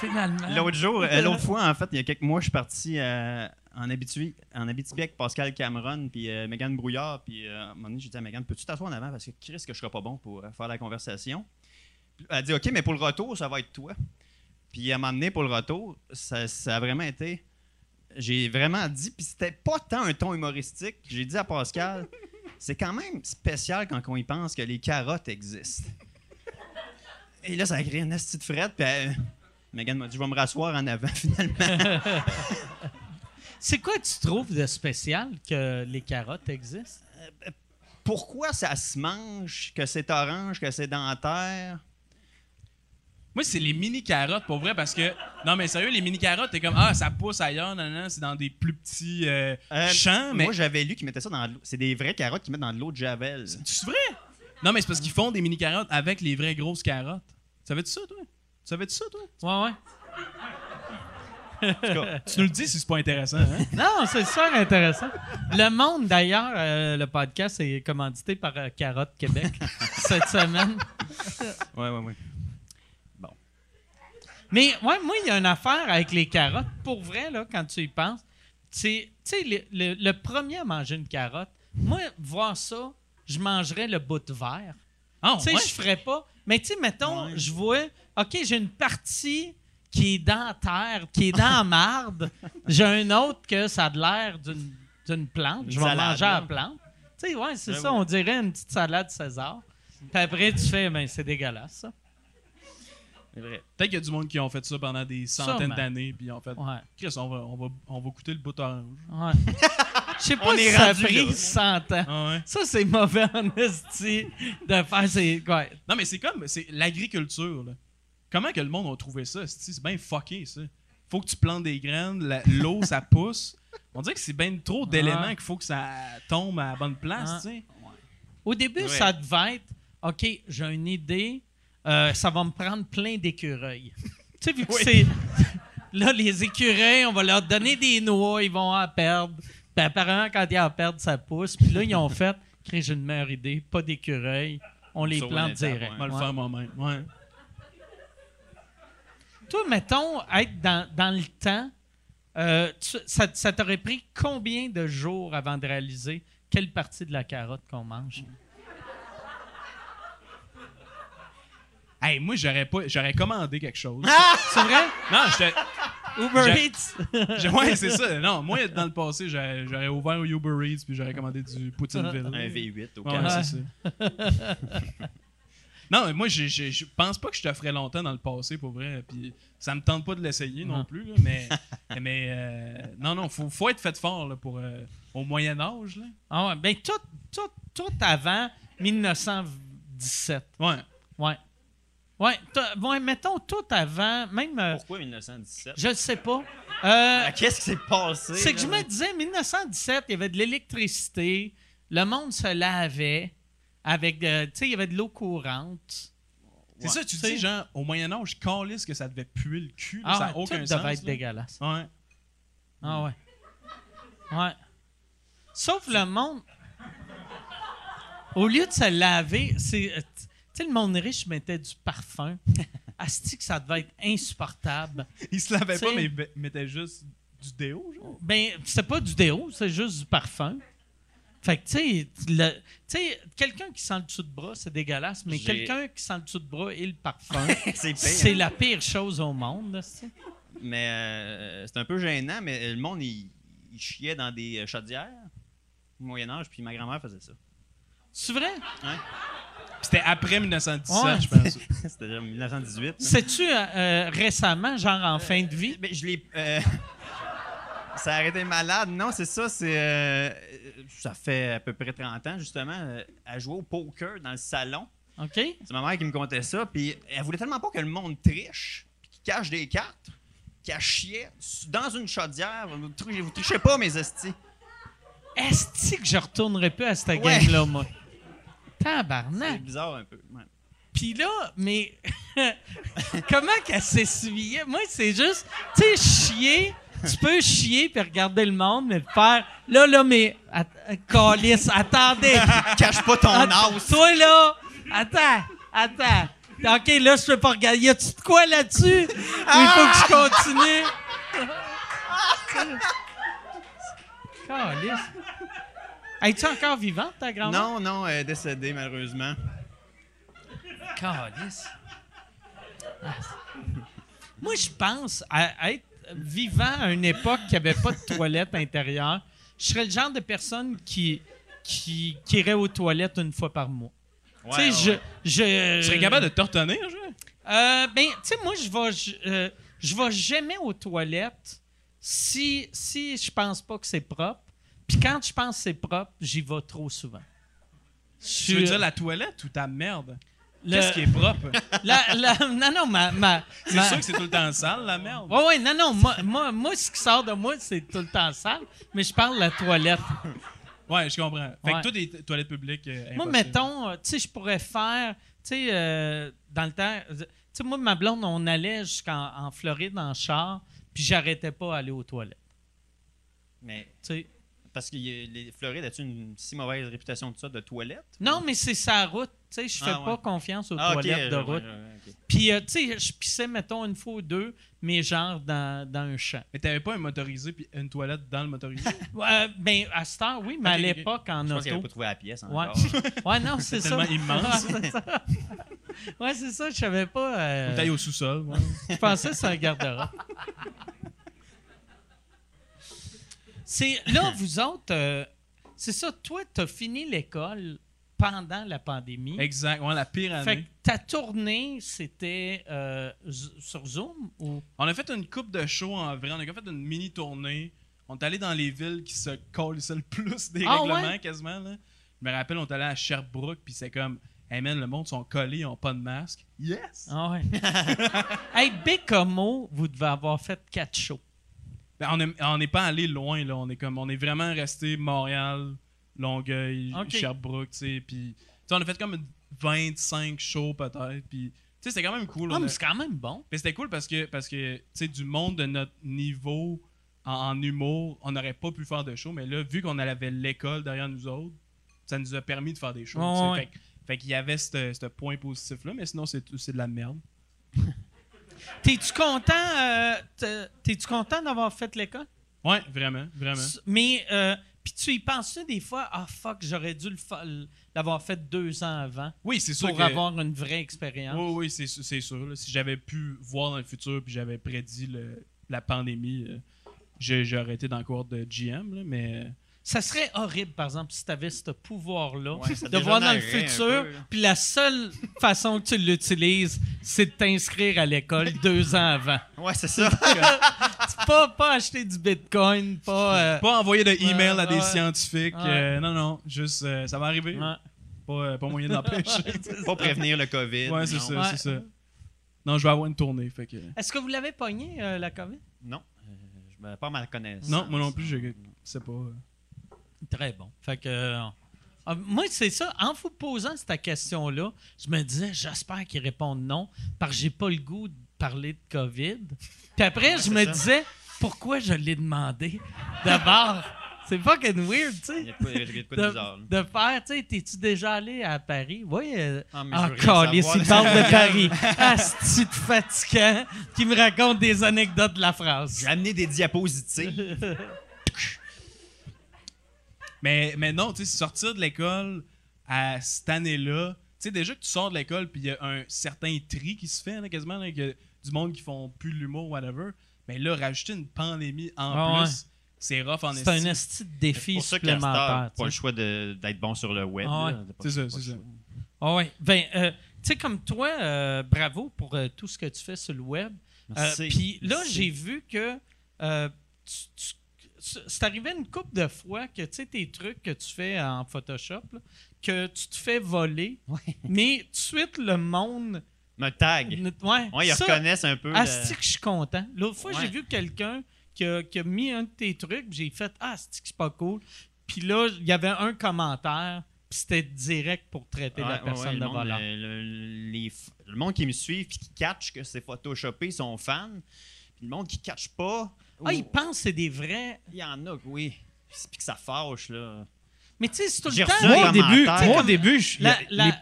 [SPEAKER 1] Finalement.
[SPEAKER 4] L'autre jour, euh, l'autre fois, en fait, il y a quelques mois, je suis parti euh, en, Abitibi, en Abitibi avec Pascal Cameron puis euh, Megan Brouillard. Puis euh, à un moment donné, j'ai dit à Megan, peux-tu t'asseoir en avant parce que Chris, que je serais pas bon pour euh, faire la conversation. Puis elle a dit, OK, mais pour le retour, ça va être toi. Puis elle m'a amené pour le retour. Ça, ça a vraiment été. J'ai vraiment dit, puis c'était pas tant un ton humoristique. J'ai dit à Pascal, c'est quand même spécial quand on y pense que les carottes existent. Et là, ça a créé une astuce de frette, puis euh, elle- Megan m'a dit, je vais me rasseoir en avant finalement.
[SPEAKER 1] C'est quoi tu trouves de spécial que les carottes existent?
[SPEAKER 4] Pourquoi ça se mange, que c'est orange, que c'est dentaire?
[SPEAKER 6] Moi, c'est les mini carottes pour vrai parce que. Non, mais sérieux, les mini carottes, t'es comme Ah, ça pousse ailleurs, non, non, c'est dans des plus petits euh,
[SPEAKER 4] Euh,
[SPEAKER 6] champs, mais.
[SPEAKER 4] Moi, j'avais lu qu'ils mettaient ça dans de l'eau. C'est des vraies carottes qu'ils mettent dans de l'eau de Javel.
[SPEAKER 6] C'est vrai? Non, mais c'est parce qu'ils font des mini carottes avec les vraies grosses carottes. Tu savais-tu ça, toi? Tu savais-tu ça, toi?
[SPEAKER 1] Ouais, ouais.
[SPEAKER 6] Tu nous le dis si c'est pas intéressant, hein?
[SPEAKER 1] Non, c'est super intéressant. Le Monde, d'ailleurs, euh, le podcast est commandité par euh, Carotte Québec cette semaine.
[SPEAKER 4] Ouais, ouais, ouais.
[SPEAKER 1] Mais ouais, moi, il y a une affaire avec les carottes. Pour vrai, là, quand tu y penses, c'est- tu sais, le, le- le premier à manger une carotte, moi, voir ça, je mangerais le bout de verre.
[SPEAKER 6] Ah,
[SPEAKER 1] Tu sais,
[SPEAKER 6] ouais?
[SPEAKER 1] je ferais pas. Mais tu sais, mettons, je vois, OK, j'ai une partie qui est dans la terre, qui est dans la marde. J'ai un autre que ça a de l'air d'une d'une plante. Je vais
[SPEAKER 4] Salade,
[SPEAKER 1] manger
[SPEAKER 4] là.
[SPEAKER 1] la plante. Tu sais, ouais, c'est
[SPEAKER 4] Ben
[SPEAKER 1] ça,
[SPEAKER 4] oui.
[SPEAKER 1] on dirait une petite salade César. Puis après, tu fais, ben, c'est dégueulasse, ça.
[SPEAKER 4] C'est vrai.
[SPEAKER 6] Peut-être qu'il y a du monde qui ont fait ça pendant des centaines
[SPEAKER 1] Sûrement.
[SPEAKER 6] d'années, puis en fait.
[SPEAKER 1] Ouais.
[SPEAKER 6] Chris, on va, on, va, on va goûter le bout orange.
[SPEAKER 1] ouais. Je sais
[SPEAKER 4] On
[SPEAKER 1] pas si
[SPEAKER 4] est
[SPEAKER 1] ça a
[SPEAKER 4] rendu
[SPEAKER 1] pris
[SPEAKER 4] là.
[SPEAKER 1] 100 ans.
[SPEAKER 6] Ah, ouais.
[SPEAKER 1] Ça, c'est mauvais en esti de faire ces. Ouais.
[SPEAKER 6] Non, mais c'est comme. C'est l'agriculture, là. Comment que le monde a trouvé ça? esti? C'est bien fucké, ça. Faut que tu plantes des graines, la- l'eau, ça pousse. On dirait que c'est bien trop d'éléments qu'il faut que ça tombe à la bonne place,
[SPEAKER 1] Ah.
[SPEAKER 6] tu sais.
[SPEAKER 1] Au début,
[SPEAKER 4] Ouais.
[SPEAKER 1] ça devait être OK, j'ai une idée, euh, ça va me prendre plein d'écureuils. tu sais, vu que c'est. Là, les écureuils, on va leur donner des noix, ils vont en perdre. Puis apparemment, quand ils en perdent, ça pousse. Puis là, ils ont fait Crée, j'ai une meilleure idée, pas d'écureuils, on les
[SPEAKER 4] Sauve une
[SPEAKER 1] plante
[SPEAKER 4] étape,
[SPEAKER 1] direct.
[SPEAKER 6] Je vais le
[SPEAKER 1] Ouais.
[SPEAKER 6] faire moi-même. Ouais.
[SPEAKER 1] Toi, mettons, être dans, dans le temps, euh, tu- ça, ça t'aurait pris combien de jours avant de réaliser quelle partie de la carotte qu'on mange?
[SPEAKER 6] Hey, moi, j'aurais pas, j'aurais commandé quelque chose.
[SPEAKER 1] C'est vrai?
[SPEAKER 6] Non, j'étais.
[SPEAKER 1] Uber
[SPEAKER 6] J'ai-
[SPEAKER 1] Eats!
[SPEAKER 6] j'ai- Ouais, c'est ça. Non, moi, dans le passé, j'aurais j'aurais ouvert au Uber Eats puis j'aurais commandé du Poutineville.
[SPEAKER 4] Un V8 au
[SPEAKER 6] Ouais,
[SPEAKER 4] cas où.
[SPEAKER 6] c'est ça. non, mais moi, j'ai- j'ai- je pense pas que je te ferais longtemps dans le passé, pour vrai. Puis ça me tente pas de l'essayer non
[SPEAKER 1] Non.
[SPEAKER 6] plus. là, mais mais euh, non, non, faut, faut être fait fort là, pour, euh, au Moyen-Âge. là.
[SPEAKER 1] Ah ouais, ben tout, tout, tout avant 1917.
[SPEAKER 6] Ouais.
[SPEAKER 1] Ouais. Ouais, t- ouais, mettons tout avant, même. euh,
[SPEAKER 4] Pourquoi 1917?
[SPEAKER 1] je le sais pas. Euh,
[SPEAKER 4] Ah, Qu'est-ce qui s'est passé?
[SPEAKER 1] c'est que
[SPEAKER 4] là?
[SPEAKER 1] je me disais, 1917, il y avait de l'électricité, le monde se lavait, avec de- tu sais, il y avait de l'eau courante.
[SPEAKER 6] C'est ça, tu
[SPEAKER 1] C'est-
[SPEAKER 6] dis, genre, au Moyen-Âge, calisse que ça devait puer le cul. là,
[SPEAKER 1] Ah,
[SPEAKER 6] ça
[SPEAKER 1] ouais,
[SPEAKER 6] n'a aucun
[SPEAKER 1] tout
[SPEAKER 6] sens.
[SPEAKER 1] devait être
[SPEAKER 6] là.
[SPEAKER 1] dégueulasse.
[SPEAKER 6] Ouais.
[SPEAKER 1] Ah ouais. Ouais. Sauf le monde. Au lieu de se laver, c'est. euh, Tu sais, le monde riche mettait du parfum. Asti que ça devait être insupportable.
[SPEAKER 6] Il se lavait pas,
[SPEAKER 1] T'sais-
[SPEAKER 6] mais il be- mettait juste du déo, genre.
[SPEAKER 1] Ben, c'était pas du déo, c'est juste du parfum. Fait que, tu sais, le- tu sais, quelqu'un qui sent le dessous de bras, c'est dégueulasse, mais
[SPEAKER 4] J'ai-
[SPEAKER 1] quelqu'un qui sent le dessous de bras et le parfum,
[SPEAKER 4] c'est pire.
[SPEAKER 1] c'est la pire chose au monde, asti.
[SPEAKER 4] Mais euh, c'est un peu gênant, mais euh, le monde, il, il chiait dans des euh, chaudières au Moyen-Âge, puis ma grand-mère faisait ça.
[SPEAKER 1] C'est vrai?
[SPEAKER 6] C'était après 1917,
[SPEAKER 1] Ouais.
[SPEAKER 6] je pense.
[SPEAKER 4] C'était genre 1918. là.
[SPEAKER 1] Sais-tu euh, euh, récemment, genre
[SPEAKER 4] Euh,
[SPEAKER 1] en fin de vie?
[SPEAKER 4] Mais je l'ai. euh, ça a arrêté malade. Non, c'est ça. C'est, euh, euh, ça fait à peu près 30 ans, justement. euh, Elle jouait au poker dans le salon.
[SPEAKER 1] OK?
[SPEAKER 4] C'est ma mère qui me contait ça. Puis elle voulait tellement pas que le monde triche, puis qu'il cache des cartes, qu'elle chiait dans une chaudière. Vous trichez, vous trichez pas, mes estis.
[SPEAKER 1] Est-ce que je retournerai plus à cette
[SPEAKER 4] Ouais.
[SPEAKER 1] game-là, moi?
[SPEAKER 4] C'est
[SPEAKER 1] Tabarnak!
[SPEAKER 4] bizarre un peu. ouais.
[SPEAKER 1] Puis là, mais comment qu'elle s'essuyait? Moi, c'est juste, tu sais, chier, tu peux chier puis regarder le monde, mais faire, là, là, mais, att- euh, câlisse, attendez!
[SPEAKER 4] Cache pas ton
[SPEAKER 1] Att-
[SPEAKER 4] os.
[SPEAKER 1] Toi, là, attends, attends. OK, là, je peux pas regarder. Y a-tu de quoi là-dessus? Ou il faut que je continue? Câlisse. Es-tu encore vivante, ta grand-mère?
[SPEAKER 4] Non, non, elle est décédée, malheureusement.
[SPEAKER 1] Câlisse. Ah, c'est- Moi, je pense à à être vivant à une époque qui avait pas de toilette intérieure. Je serais le genre de personne qui, qui, qui irait aux toilettes une fois par mois. tu sais, je, je.
[SPEAKER 6] Tu serais capable de tortonner, genre?
[SPEAKER 1] Euh, ben, tu sais, moi, je vais, je, euh, je vais jamais aux toilettes si, si je pense pas que c'est propre. Puis quand je pense que c'est propre, j'y vais trop souvent.
[SPEAKER 6] Tu veux dire la toilette ou ta merde?
[SPEAKER 1] euh, Le-
[SPEAKER 6] Qu'est-ce qui est propre?
[SPEAKER 1] la- la- non, non, ma. ma
[SPEAKER 6] C'est
[SPEAKER 1] ma-
[SPEAKER 6] sûr que c'est tout le temps sale, la merde.
[SPEAKER 1] Ouais, ouais, non, non, moi, moi, moi, ce qui sort de moi, c'est tout le temps sale, mais je parle de la toilette.
[SPEAKER 6] Ouais, je comprends. Fait
[SPEAKER 1] Ouais.
[SPEAKER 6] que toutes les t- toilettes publiques. euh,
[SPEAKER 1] Moi,
[SPEAKER 6] impossible.
[SPEAKER 1] mettons, euh, tu sais, je pourrais faire, tu sais, euh, dans le temps, euh, tu sais, moi, ma blonde, on allait jusqu'en en Floride en char, puis j'arrêtais pas à aller aux toilettes.
[SPEAKER 4] Mais
[SPEAKER 1] Tu sais,
[SPEAKER 4] parce que y a- les Floride a-tu une si mauvaise réputation de ça, de toilette?
[SPEAKER 1] Non, mais c'est sa route. Tu sais, je fais
[SPEAKER 4] Ah, ouais.
[SPEAKER 1] pas confiance aux
[SPEAKER 4] Ah, ok,
[SPEAKER 1] toilettes de
[SPEAKER 4] ouais, ouais,
[SPEAKER 1] route.
[SPEAKER 4] ouais, ok.
[SPEAKER 1] Puis, euh, tu sais, je pissais, mettons, une fois ou deux, mais genre dans, dans un champ.
[SPEAKER 6] Mais t'avais pas un motorisé puis une toilette dans le motorisé?
[SPEAKER 1] Ouais, ben, à cette heure, oui, mais
[SPEAKER 6] Ok,
[SPEAKER 1] à
[SPEAKER 6] ok.
[SPEAKER 1] l'époque, en
[SPEAKER 4] Je pense qu'elle n'a
[SPEAKER 1] auto.
[SPEAKER 4] pas trouvé la pièce
[SPEAKER 1] Ouais.
[SPEAKER 4] encore.
[SPEAKER 1] ouais, non, c'est ça.
[SPEAKER 6] tellement immense.
[SPEAKER 1] Ouais, c'est ça. Ouais, c'est ça, je savais pas. euh,
[SPEAKER 6] Taille au sous-sol. ouais.
[SPEAKER 1] je pensais que c'est un garde-robe. C'est, là, vous autres, euh, c'est ça, toi, t'as fini l'école pendant la pandémie.
[SPEAKER 6] Exact. Ouais, la pire année.
[SPEAKER 1] Fait que ta tournée, c'était euh, z- sur Zoom ou.
[SPEAKER 6] On a fait une coupe de show en vrai. On a fait une mini tournée. On est allé dans les villes qui se collissaient le plus des
[SPEAKER 1] Ah,
[SPEAKER 6] règlements
[SPEAKER 1] ouais?
[SPEAKER 6] quasiment. Là. Je me rappelle, on est allé à Sherbrooke puis c'est comme Hey man, le monde sont collés, ils n'ont pas de masque. Yes!
[SPEAKER 1] Ah ouais. hey, Bécomo, vous devez avoir fait quatre shows.
[SPEAKER 6] Ben, on est- on n'est pas allé loin, là. On est comme on est vraiment resté Montréal, Longueuil,
[SPEAKER 1] Ok.
[SPEAKER 6] Sherbrooke, tu sais. Puis, tu sais, on a fait comme une 25 shows peut-être. Puis, tu sais, c'était quand même cool.
[SPEAKER 1] Ah,
[SPEAKER 6] on a-
[SPEAKER 1] mais c'est quand même bon.
[SPEAKER 6] Mais c'était cool parce que, parce que tu sais, du monde de notre niveau en, en humour, on n'aurait pas pu faire de show, mais là, vu qu'on avait l'école derrière nous autres, ça nous a permis de faire des shows.
[SPEAKER 1] Ouais,
[SPEAKER 6] tu sais.
[SPEAKER 1] ouais.
[SPEAKER 6] Fait, que- fait qu'il y avait ce ce point positif-là, mais sinon, c'est c'est de la merde.
[SPEAKER 1] T'es-tu content, euh, t'es- t'es-tu content d'avoir fait l'école?
[SPEAKER 6] Ouais, vraiment, vraiment.
[SPEAKER 1] S- Mais, euh, puis tu y penses-tu des fois, ah fuck, j'aurais dû le fa- l'avoir fait deux ans avant
[SPEAKER 6] Oui, c'est sûr
[SPEAKER 1] pour
[SPEAKER 6] que-
[SPEAKER 1] avoir une vraie expérience?
[SPEAKER 6] Oui, oui, c'est sûr- c'est sûr. là. Si j'avais pu voir dans le futur puis j'avais prédit le- la pandémie, euh, j'ai- j'aurais été dans le cours de GM, là, mais... euh,
[SPEAKER 1] Ça serait horrible, par exemple, si tu avais ce pouvoir-là
[SPEAKER 4] Ouais, ça
[SPEAKER 1] de voir dans le
[SPEAKER 4] dégénérerait un
[SPEAKER 1] futur,
[SPEAKER 4] peu, là.
[SPEAKER 1] puis la seule façon que tu l'utilises, c'est de t'inscrire à l'école deux ans avant.
[SPEAKER 4] Ouais, c'est ça.
[SPEAKER 1] C'est Pas, pas acheter du bitcoin, pas. euh,
[SPEAKER 6] Pas envoyer de email à des
[SPEAKER 1] ouais.
[SPEAKER 6] scientifiques.
[SPEAKER 1] Ouais.
[SPEAKER 6] euh, non, non, juste euh, ça va arriver.
[SPEAKER 1] ouais.
[SPEAKER 6] Pas, euh, pas moyen d'empêcher.
[SPEAKER 4] Pas prévenir le COVID.
[SPEAKER 6] Ouais, c'est
[SPEAKER 4] non.
[SPEAKER 6] ça,
[SPEAKER 1] Ouais.
[SPEAKER 6] c'est ça. Non, je vais avoir une tournée, fait que...
[SPEAKER 1] Est-ce que vous l'avez pogné, euh, la COVID?
[SPEAKER 4] Non. Euh, je me pas mal connaissance.
[SPEAKER 6] Non, moi non plus, je sais pas. euh.
[SPEAKER 1] Très bon. Fait que. euh, ah, moi, c'est ça. En vous posant cette question-là, je me disais, j'espère qu'ils répondent non, parce que j'ai pas le goût de parler de COVID. Puis après, je
[SPEAKER 4] c'est
[SPEAKER 1] me
[SPEAKER 4] ça.
[SPEAKER 1] disais, pourquoi je l'ai demandé d'abord? c'est fucking weird, tu
[SPEAKER 4] Il y
[SPEAKER 1] sais.
[SPEAKER 4] a de quoi- il y a de quoi de
[SPEAKER 1] De,
[SPEAKER 4] bizarre. là.
[SPEAKER 1] de faire, tu sais, t'es-tu déjà allé à Paris? Oui, euh,
[SPEAKER 4] Ah, mais je
[SPEAKER 1] en
[SPEAKER 4] veux rien
[SPEAKER 1] calice,
[SPEAKER 4] savoir.
[SPEAKER 1] il parle de Paris. Asti de fatigant qui me raconte des anecdotes de la France.
[SPEAKER 4] J'ai amené des diapositives.
[SPEAKER 6] Mais, mais non, tu sais, sortir de l'école à cette année-là, tu sais, déjà que tu sors de l'école, puis il y a un certain tri qui se fait, là, quasiment, là, que du monde qui font plus l'humour, whatever. Mais là, rajouter une pandémie en
[SPEAKER 1] Ah ouais.
[SPEAKER 6] plus, c'est rough en
[SPEAKER 1] C'est un
[SPEAKER 6] estime.
[SPEAKER 1] esti de défi
[SPEAKER 4] pour ça que Castor
[SPEAKER 1] supplémentaire.
[SPEAKER 4] n'a
[SPEAKER 1] tu
[SPEAKER 4] pas
[SPEAKER 1] sais.
[SPEAKER 4] le choix de- d'être bon sur le web.
[SPEAKER 1] Ah
[SPEAKER 4] là.
[SPEAKER 1] ouais.
[SPEAKER 4] Pas-
[SPEAKER 6] C'est ça,
[SPEAKER 4] pas
[SPEAKER 6] c'est
[SPEAKER 4] le
[SPEAKER 6] ça.
[SPEAKER 4] choix.
[SPEAKER 1] Ah ouais. Ben, euh, tu sais, comme toi, euh, bravo pour euh, tout ce que tu fais sur le web. Euh,
[SPEAKER 4] Merci.
[SPEAKER 1] Puis là,
[SPEAKER 4] Merci.
[SPEAKER 1] j'ai vu que euh, tu- tu- c'est arrivé une couple de fois que tu sais, tes trucs que tu fais en Photoshop, là, que tu te fais voler, mais tout de suite, le monde.
[SPEAKER 4] Me tag.
[SPEAKER 1] Ouais,
[SPEAKER 4] Ouais, ils
[SPEAKER 1] ça,
[SPEAKER 4] reconnaissent un peu. le-
[SPEAKER 1] Asti que je suis content. L'autre fois,
[SPEAKER 4] Ouais.
[SPEAKER 1] j'ai vu quelqu'un qui a, qui a mis un de tes trucs, puis j'ai fait Ah, asti que c'est pas cool. Puis là, il y avait un commentaire, puis c'était direct pour traiter
[SPEAKER 4] Ouais,
[SPEAKER 1] la
[SPEAKER 4] ouais,
[SPEAKER 1] personne
[SPEAKER 4] ouais,
[SPEAKER 1] de
[SPEAKER 4] le, monde,
[SPEAKER 1] volant.
[SPEAKER 4] euh, le- les f- le monde qui me suit puis qui catch que c'est photoshopé sont fans. Puis le monde qui catch pas.
[SPEAKER 1] Ah,
[SPEAKER 4] ou-
[SPEAKER 1] ils pensent que c'est des vrais.
[SPEAKER 4] Il y en a, oui. Puis que ça fâche, là.
[SPEAKER 1] Mais tu sais, c'est tout
[SPEAKER 4] J'ai
[SPEAKER 1] le
[SPEAKER 4] reçu
[SPEAKER 1] temps.
[SPEAKER 4] un
[SPEAKER 3] Moi, au début,
[SPEAKER 4] commentaire.
[SPEAKER 3] moi, au début je-
[SPEAKER 1] La-
[SPEAKER 3] les-
[SPEAKER 1] la-
[SPEAKER 3] les-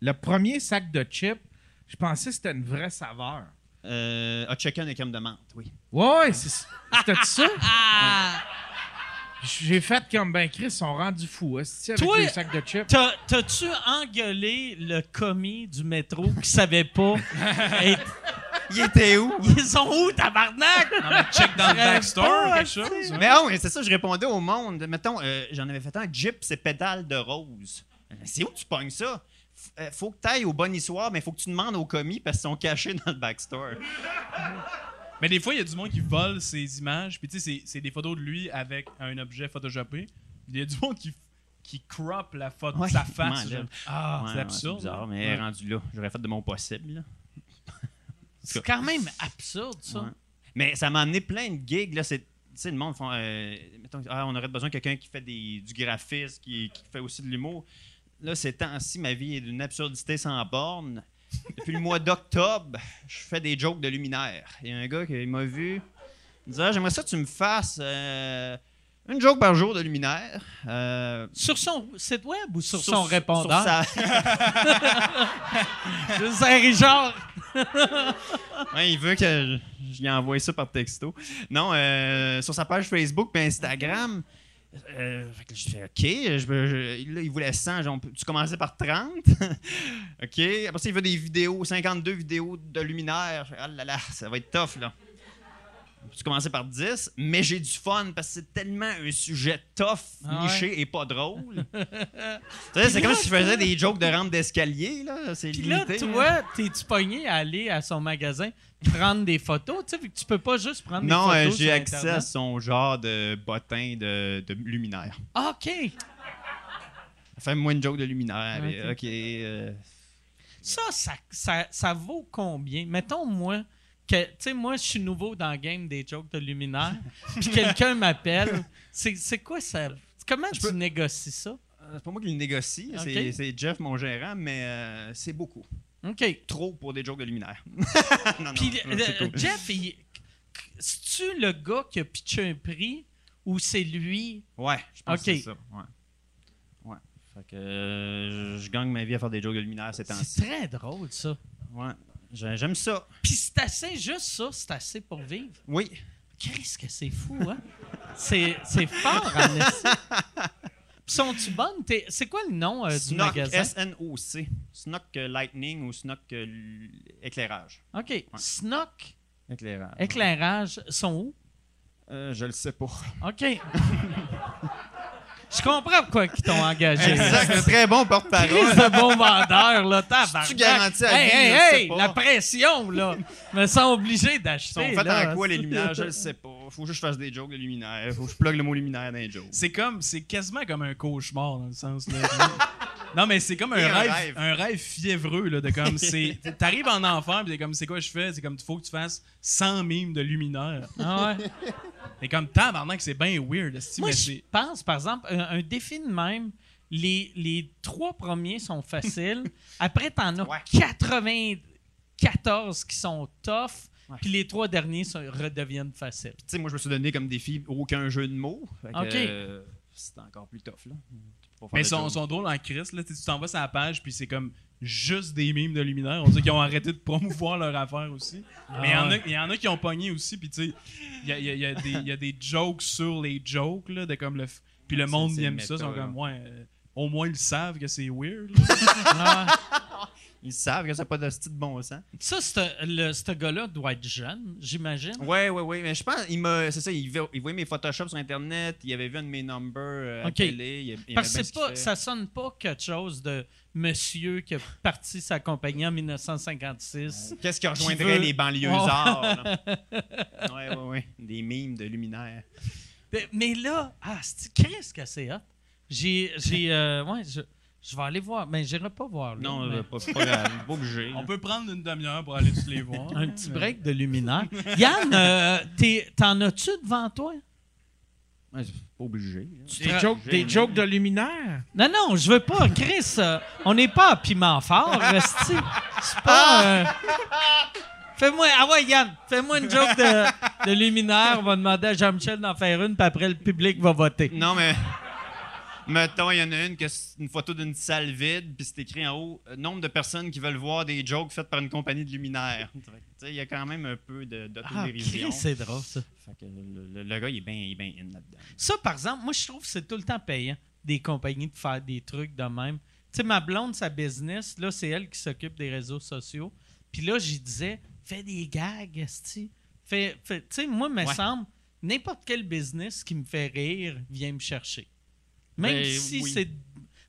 [SPEAKER 3] le premier sac de chips, je pensais que c'était une vraie saveur.
[SPEAKER 4] Euh, hot chicken et crème de menthe, oui.
[SPEAKER 3] Ouais, ouais, c'est ça. c'était ça.
[SPEAKER 1] Ah!
[SPEAKER 3] J'ai fait comme ben Chris, ils sont rendus fous. Est-ce hein, avec
[SPEAKER 1] Toi-
[SPEAKER 3] le sac de chips?
[SPEAKER 1] T'as- T'as-tu engueulé le commis du métro qui savait pas? être-
[SPEAKER 4] Il était où?
[SPEAKER 1] Ils sont où, tabarnak?
[SPEAKER 6] Check dans
[SPEAKER 1] J'aurais
[SPEAKER 6] le backstore,
[SPEAKER 1] pas,
[SPEAKER 6] quelque chose.
[SPEAKER 4] Mais ah oui, c'est ça, je répondais au monde. Mettons, euh, j'en avais fait un Jeep, c'est pédale de rose. Euh, C'est où tu pognes ça? F- euh, faut que tu ailles au bon histoire, mais faut que tu demandes aux commis parce qu'ils sont cachés dans le backstore.
[SPEAKER 6] Ah, Mais des fois, il y a du monde qui vole ses images, puis tu sais, c'est- c'est des photos de lui avec un objet photoshopé. Il y a du monde qui, qui crop la photo,
[SPEAKER 4] Ouais,
[SPEAKER 6] sa face.
[SPEAKER 4] ouais,
[SPEAKER 6] genre.
[SPEAKER 4] là.
[SPEAKER 6] Ah,
[SPEAKER 4] Ouais,
[SPEAKER 6] c'est
[SPEAKER 4] ouais,
[SPEAKER 6] absurde.
[SPEAKER 4] bizarre, mais
[SPEAKER 6] Ouais.
[SPEAKER 4] rendu là, j'aurais fait de mon possible. là.
[SPEAKER 1] C'est quand même absurde, ça.
[SPEAKER 4] Ouais. Mais ça m'a amené plein de gigs. Là, c'est, tu sais, le monde font. euh, mettons, ah, on aurait besoin de quelqu'un qui fait des- du graphisme, qui, qui fait aussi de l'humour. Là, ces temps-ci, ma vie est d'une absurdité sans borne. Depuis le mois d'octobre, je fais des jokes de luminaire. Il y a un gars qui m'a vu. Il me dit Ah, J'aimerais ça que tu me fasses euh, une joke par jour de luminaire. Euh,
[SPEAKER 1] Sur son site web ou sur, son répondeur?
[SPEAKER 4] sur sa-
[SPEAKER 1] Je sais, Richard.
[SPEAKER 4] Ouais, il veut que je- je lui envoie ça par texto. Non, euh, sur sa page Facebook et Instagram. euh, fait que je fais OK. Je, veux- je- là, il voulait 100. genre, on peut- tu commençais par 30. OK. Après ça, il veut des vidéos, 52 vidéos de luminaire. Je fais, Ah là là, ça va être tough, là. Tu commençais par 10, mais j'ai du fun parce que c'est tellement un sujet tough,
[SPEAKER 1] Ah ouais.
[SPEAKER 4] niché et pas drôle. Tu sais, c'est
[SPEAKER 1] Puis
[SPEAKER 4] comme
[SPEAKER 1] là,
[SPEAKER 4] si je faisais des jokes de rampe d'escalier, là. C'est
[SPEAKER 1] Puis là,
[SPEAKER 4] limité, là.
[SPEAKER 1] toi, t'es-tu pogné à aller à son magasin prendre des photos? Tu sais, vu que tu peux pas juste prendre
[SPEAKER 4] Non,
[SPEAKER 1] des
[SPEAKER 4] euh,
[SPEAKER 1] photos.
[SPEAKER 4] j'ai
[SPEAKER 1] sur
[SPEAKER 4] accès à
[SPEAKER 1] Internet.
[SPEAKER 4] son genre de bottin de, de luminaire.
[SPEAKER 1] Ah, OK.
[SPEAKER 4] Fais-moi une joke de luminaire.
[SPEAKER 1] Ah, Ok.
[SPEAKER 4] et, ok. euh,
[SPEAKER 1] Ça, ça, ça, ça vaut combien? Mettons, moi, que, tu sais, moi, je suis nouveau dans le game des jokes de luminaire, puis quelqu'un m'appelle. C'est c'est quoi ça? Comment tu négocies ça?
[SPEAKER 4] Euh, C'est pas moi qui le négocie,
[SPEAKER 1] Ok.
[SPEAKER 4] c'est- c'est Jeff, mon gérant, mais euh, c'est beaucoup.
[SPEAKER 1] OK.
[SPEAKER 4] Trop pour des jokes de luminaire. non, non,
[SPEAKER 1] Puis
[SPEAKER 4] non, c'est
[SPEAKER 1] euh,
[SPEAKER 4] cool.
[SPEAKER 1] Jeff, il- c'est-tu le gars qui a pitché un prix ou c'est lui?
[SPEAKER 4] Ouais, je pense
[SPEAKER 1] Ok.
[SPEAKER 4] que c'est ça. Ouais. Ouais. Fait que euh, je, je gagne ma vie à faire des jokes de luminaire ces temps-ci.
[SPEAKER 1] C'est très drôle, ça.
[SPEAKER 4] Ouais. J'ai- J'aime ça.
[SPEAKER 1] Puis c'est assez, juste ça, c'est assez pour vivre.
[SPEAKER 4] Oui.
[SPEAKER 1] Qu'est-ce que c'est fou, hein? C'est c'est fort, en esti. Puis Sont-tu bonnes? T'es- C'est quoi le nom euh, du
[SPEAKER 4] Snock,
[SPEAKER 1] magasin?
[SPEAKER 4] S-N-O-C. Snock euh, Lightning ou Snock euh, l- éclairage.
[SPEAKER 1] OK. Snock,
[SPEAKER 4] Éclairage.
[SPEAKER 1] éclairage, sont où?
[SPEAKER 4] Euh, je le sais pas.
[SPEAKER 1] OK. Je comprends pourquoi ils t'ont engagé.
[SPEAKER 4] Exact, un très bon porte-parole.
[SPEAKER 1] Crise de bon vendeur, là, tabarnak.
[SPEAKER 4] C'est-tu garanti à
[SPEAKER 1] hey,
[SPEAKER 4] vie,
[SPEAKER 1] hey,
[SPEAKER 4] je sais
[SPEAKER 1] hey,
[SPEAKER 4] pas.
[SPEAKER 1] la pression, là. Me sont obligés
[SPEAKER 4] Ils sont
[SPEAKER 1] d'acheter.
[SPEAKER 4] faits
[SPEAKER 1] là.
[SPEAKER 4] en quoi les luminaires, je le sais pas. Faut que je fasse des jokes de luminaire. Faut que je plug le mot luminaire dans les jokes.
[SPEAKER 6] C'est comme, c'est quasiment comme un cauchemar dans le sens. Là. non, mais c'est comme un,
[SPEAKER 4] Et un
[SPEAKER 6] rêve,
[SPEAKER 4] rêve.
[SPEAKER 6] un rêve fiévreux là, de comme, c'est, t'arrives en enfer puis t'es comme, c'est quoi je fais C'est comme, faut que tu fasses 100 mimes de luminaire.
[SPEAKER 1] Ah ouais.
[SPEAKER 6] Et comme tabarnak, c'est bien weird. esti,
[SPEAKER 1] Moi,
[SPEAKER 6] mais
[SPEAKER 1] je
[SPEAKER 6] c'est-
[SPEAKER 1] pense, par exemple, un, un défi de même, les, les trois premiers sont faciles. Après, t'en as
[SPEAKER 4] Ouais.
[SPEAKER 1] 94 qui sont tough.
[SPEAKER 4] Ouais.
[SPEAKER 1] Puis les trois derniers sont- redeviennent faciles.
[SPEAKER 4] Tu sais, moi, je me suis donné comme défi aucun jeu de mots. Fait que,
[SPEAKER 1] Ok.
[SPEAKER 4] euh, c'est encore plus tough, là. Pour faire
[SPEAKER 6] Mais
[SPEAKER 4] des
[SPEAKER 6] son,
[SPEAKER 4] jokes.
[SPEAKER 6] son drôle en crise, là, tu sais, tu t'en vas sur la page puis c'est comme juste des mimes de luminaire. On dit qu'ils ont arrêté de promouvoir leur affaire aussi.
[SPEAKER 1] Ah
[SPEAKER 6] Mais il y en a- il y, en a qui ont pogné aussi. Puis tu sais, il y a, il y a- il y a des- il y a des jokes sur les jokes. Là, de comme le f- puis le
[SPEAKER 4] C'est-
[SPEAKER 6] monde
[SPEAKER 4] Ah, c'est
[SPEAKER 6] aime
[SPEAKER 4] méta,
[SPEAKER 6] ça. Ils sont
[SPEAKER 4] là.
[SPEAKER 6] comme, ouais, euh, au moins ils savent que c'est weird. là.
[SPEAKER 4] Ils savent que ça n'a pas de style de bon sens.
[SPEAKER 1] Ça, c'te- le- ce gars-là doit être jeune, j'imagine.
[SPEAKER 4] Ouais, ouais, ouais. Mais je pense, il m'a. C'est ça, il, vit- il voyait mes Photoshop sur Internet. Il avait vu un de mes numbers euh, à
[SPEAKER 1] Ok.
[SPEAKER 4] télé. Il, il
[SPEAKER 1] Parce que
[SPEAKER 4] aimait bien ce
[SPEAKER 1] c'est
[SPEAKER 4] qu'il
[SPEAKER 1] pas,
[SPEAKER 4] fait.
[SPEAKER 1] ça sonne pas quelque chose de monsieur qui a parti sa compagnie en 1956.
[SPEAKER 4] Qu'est-ce qui Oh. rejoindrait
[SPEAKER 1] veut-
[SPEAKER 4] les banlieusards? là? ouais, ouais, ouais. Des mimes de luminaire.
[SPEAKER 1] Mais, mais là, ah, c'est Chris que c'est hot. J'ai, j'ai, euh, ouais, je, je vais aller voir, mais j'irai pas voir. là,
[SPEAKER 4] Non,
[SPEAKER 1] mais-
[SPEAKER 4] euh, pas, pas, grave, pas obligé.
[SPEAKER 6] On peut prendre une demi-heure pour aller tous les voir.
[SPEAKER 1] Un petit break de luminaire. Yann, euh, t'es- t'en as-tu devant toi?
[SPEAKER 4] Ouais, c'est pas obligé. là.
[SPEAKER 1] tra-
[SPEAKER 3] Des jokes, des jokes de luminaire.
[SPEAKER 1] Non, non, je veux pas. Chris, euh, on n'est pas à piment fort, resti. C'est pas. euh, Fais-moi. Ah ouais, Yann, fais-moi une joke de, de luminaire. On va demander à Jean-Michel d'en faire une, puis après, le public va voter.
[SPEAKER 4] Non, mais. Mettons, il y en a une que c'est une photo d'une salle vide, puis c'est écrit en haut euh, nombre de personnes qui veulent voir des jokes faites par une compagnie de luminaires. Tu sais, il y a quand même un peu de-
[SPEAKER 1] Ah,
[SPEAKER 4] d'autodérision.
[SPEAKER 1] Chris, c'est drôle, ça.
[SPEAKER 4] Fait que le, le- le gars, il est bien ben in là-dedans.
[SPEAKER 1] Ça, par exemple, moi, je trouve que c'est tout le temps payant des compagnies de faire des trucs de même. Tu sais, ma blonde, sa business, là, c'est elle qui s'occupe des réseaux sociaux. Puis là, j'y disais, fais des gags, esti. Fais, fais- tu sais, moi, me semble, n'importe quel business qui me fait rire vient me chercher. Même
[SPEAKER 4] Ben,
[SPEAKER 1] si
[SPEAKER 4] oui.
[SPEAKER 1] c'est.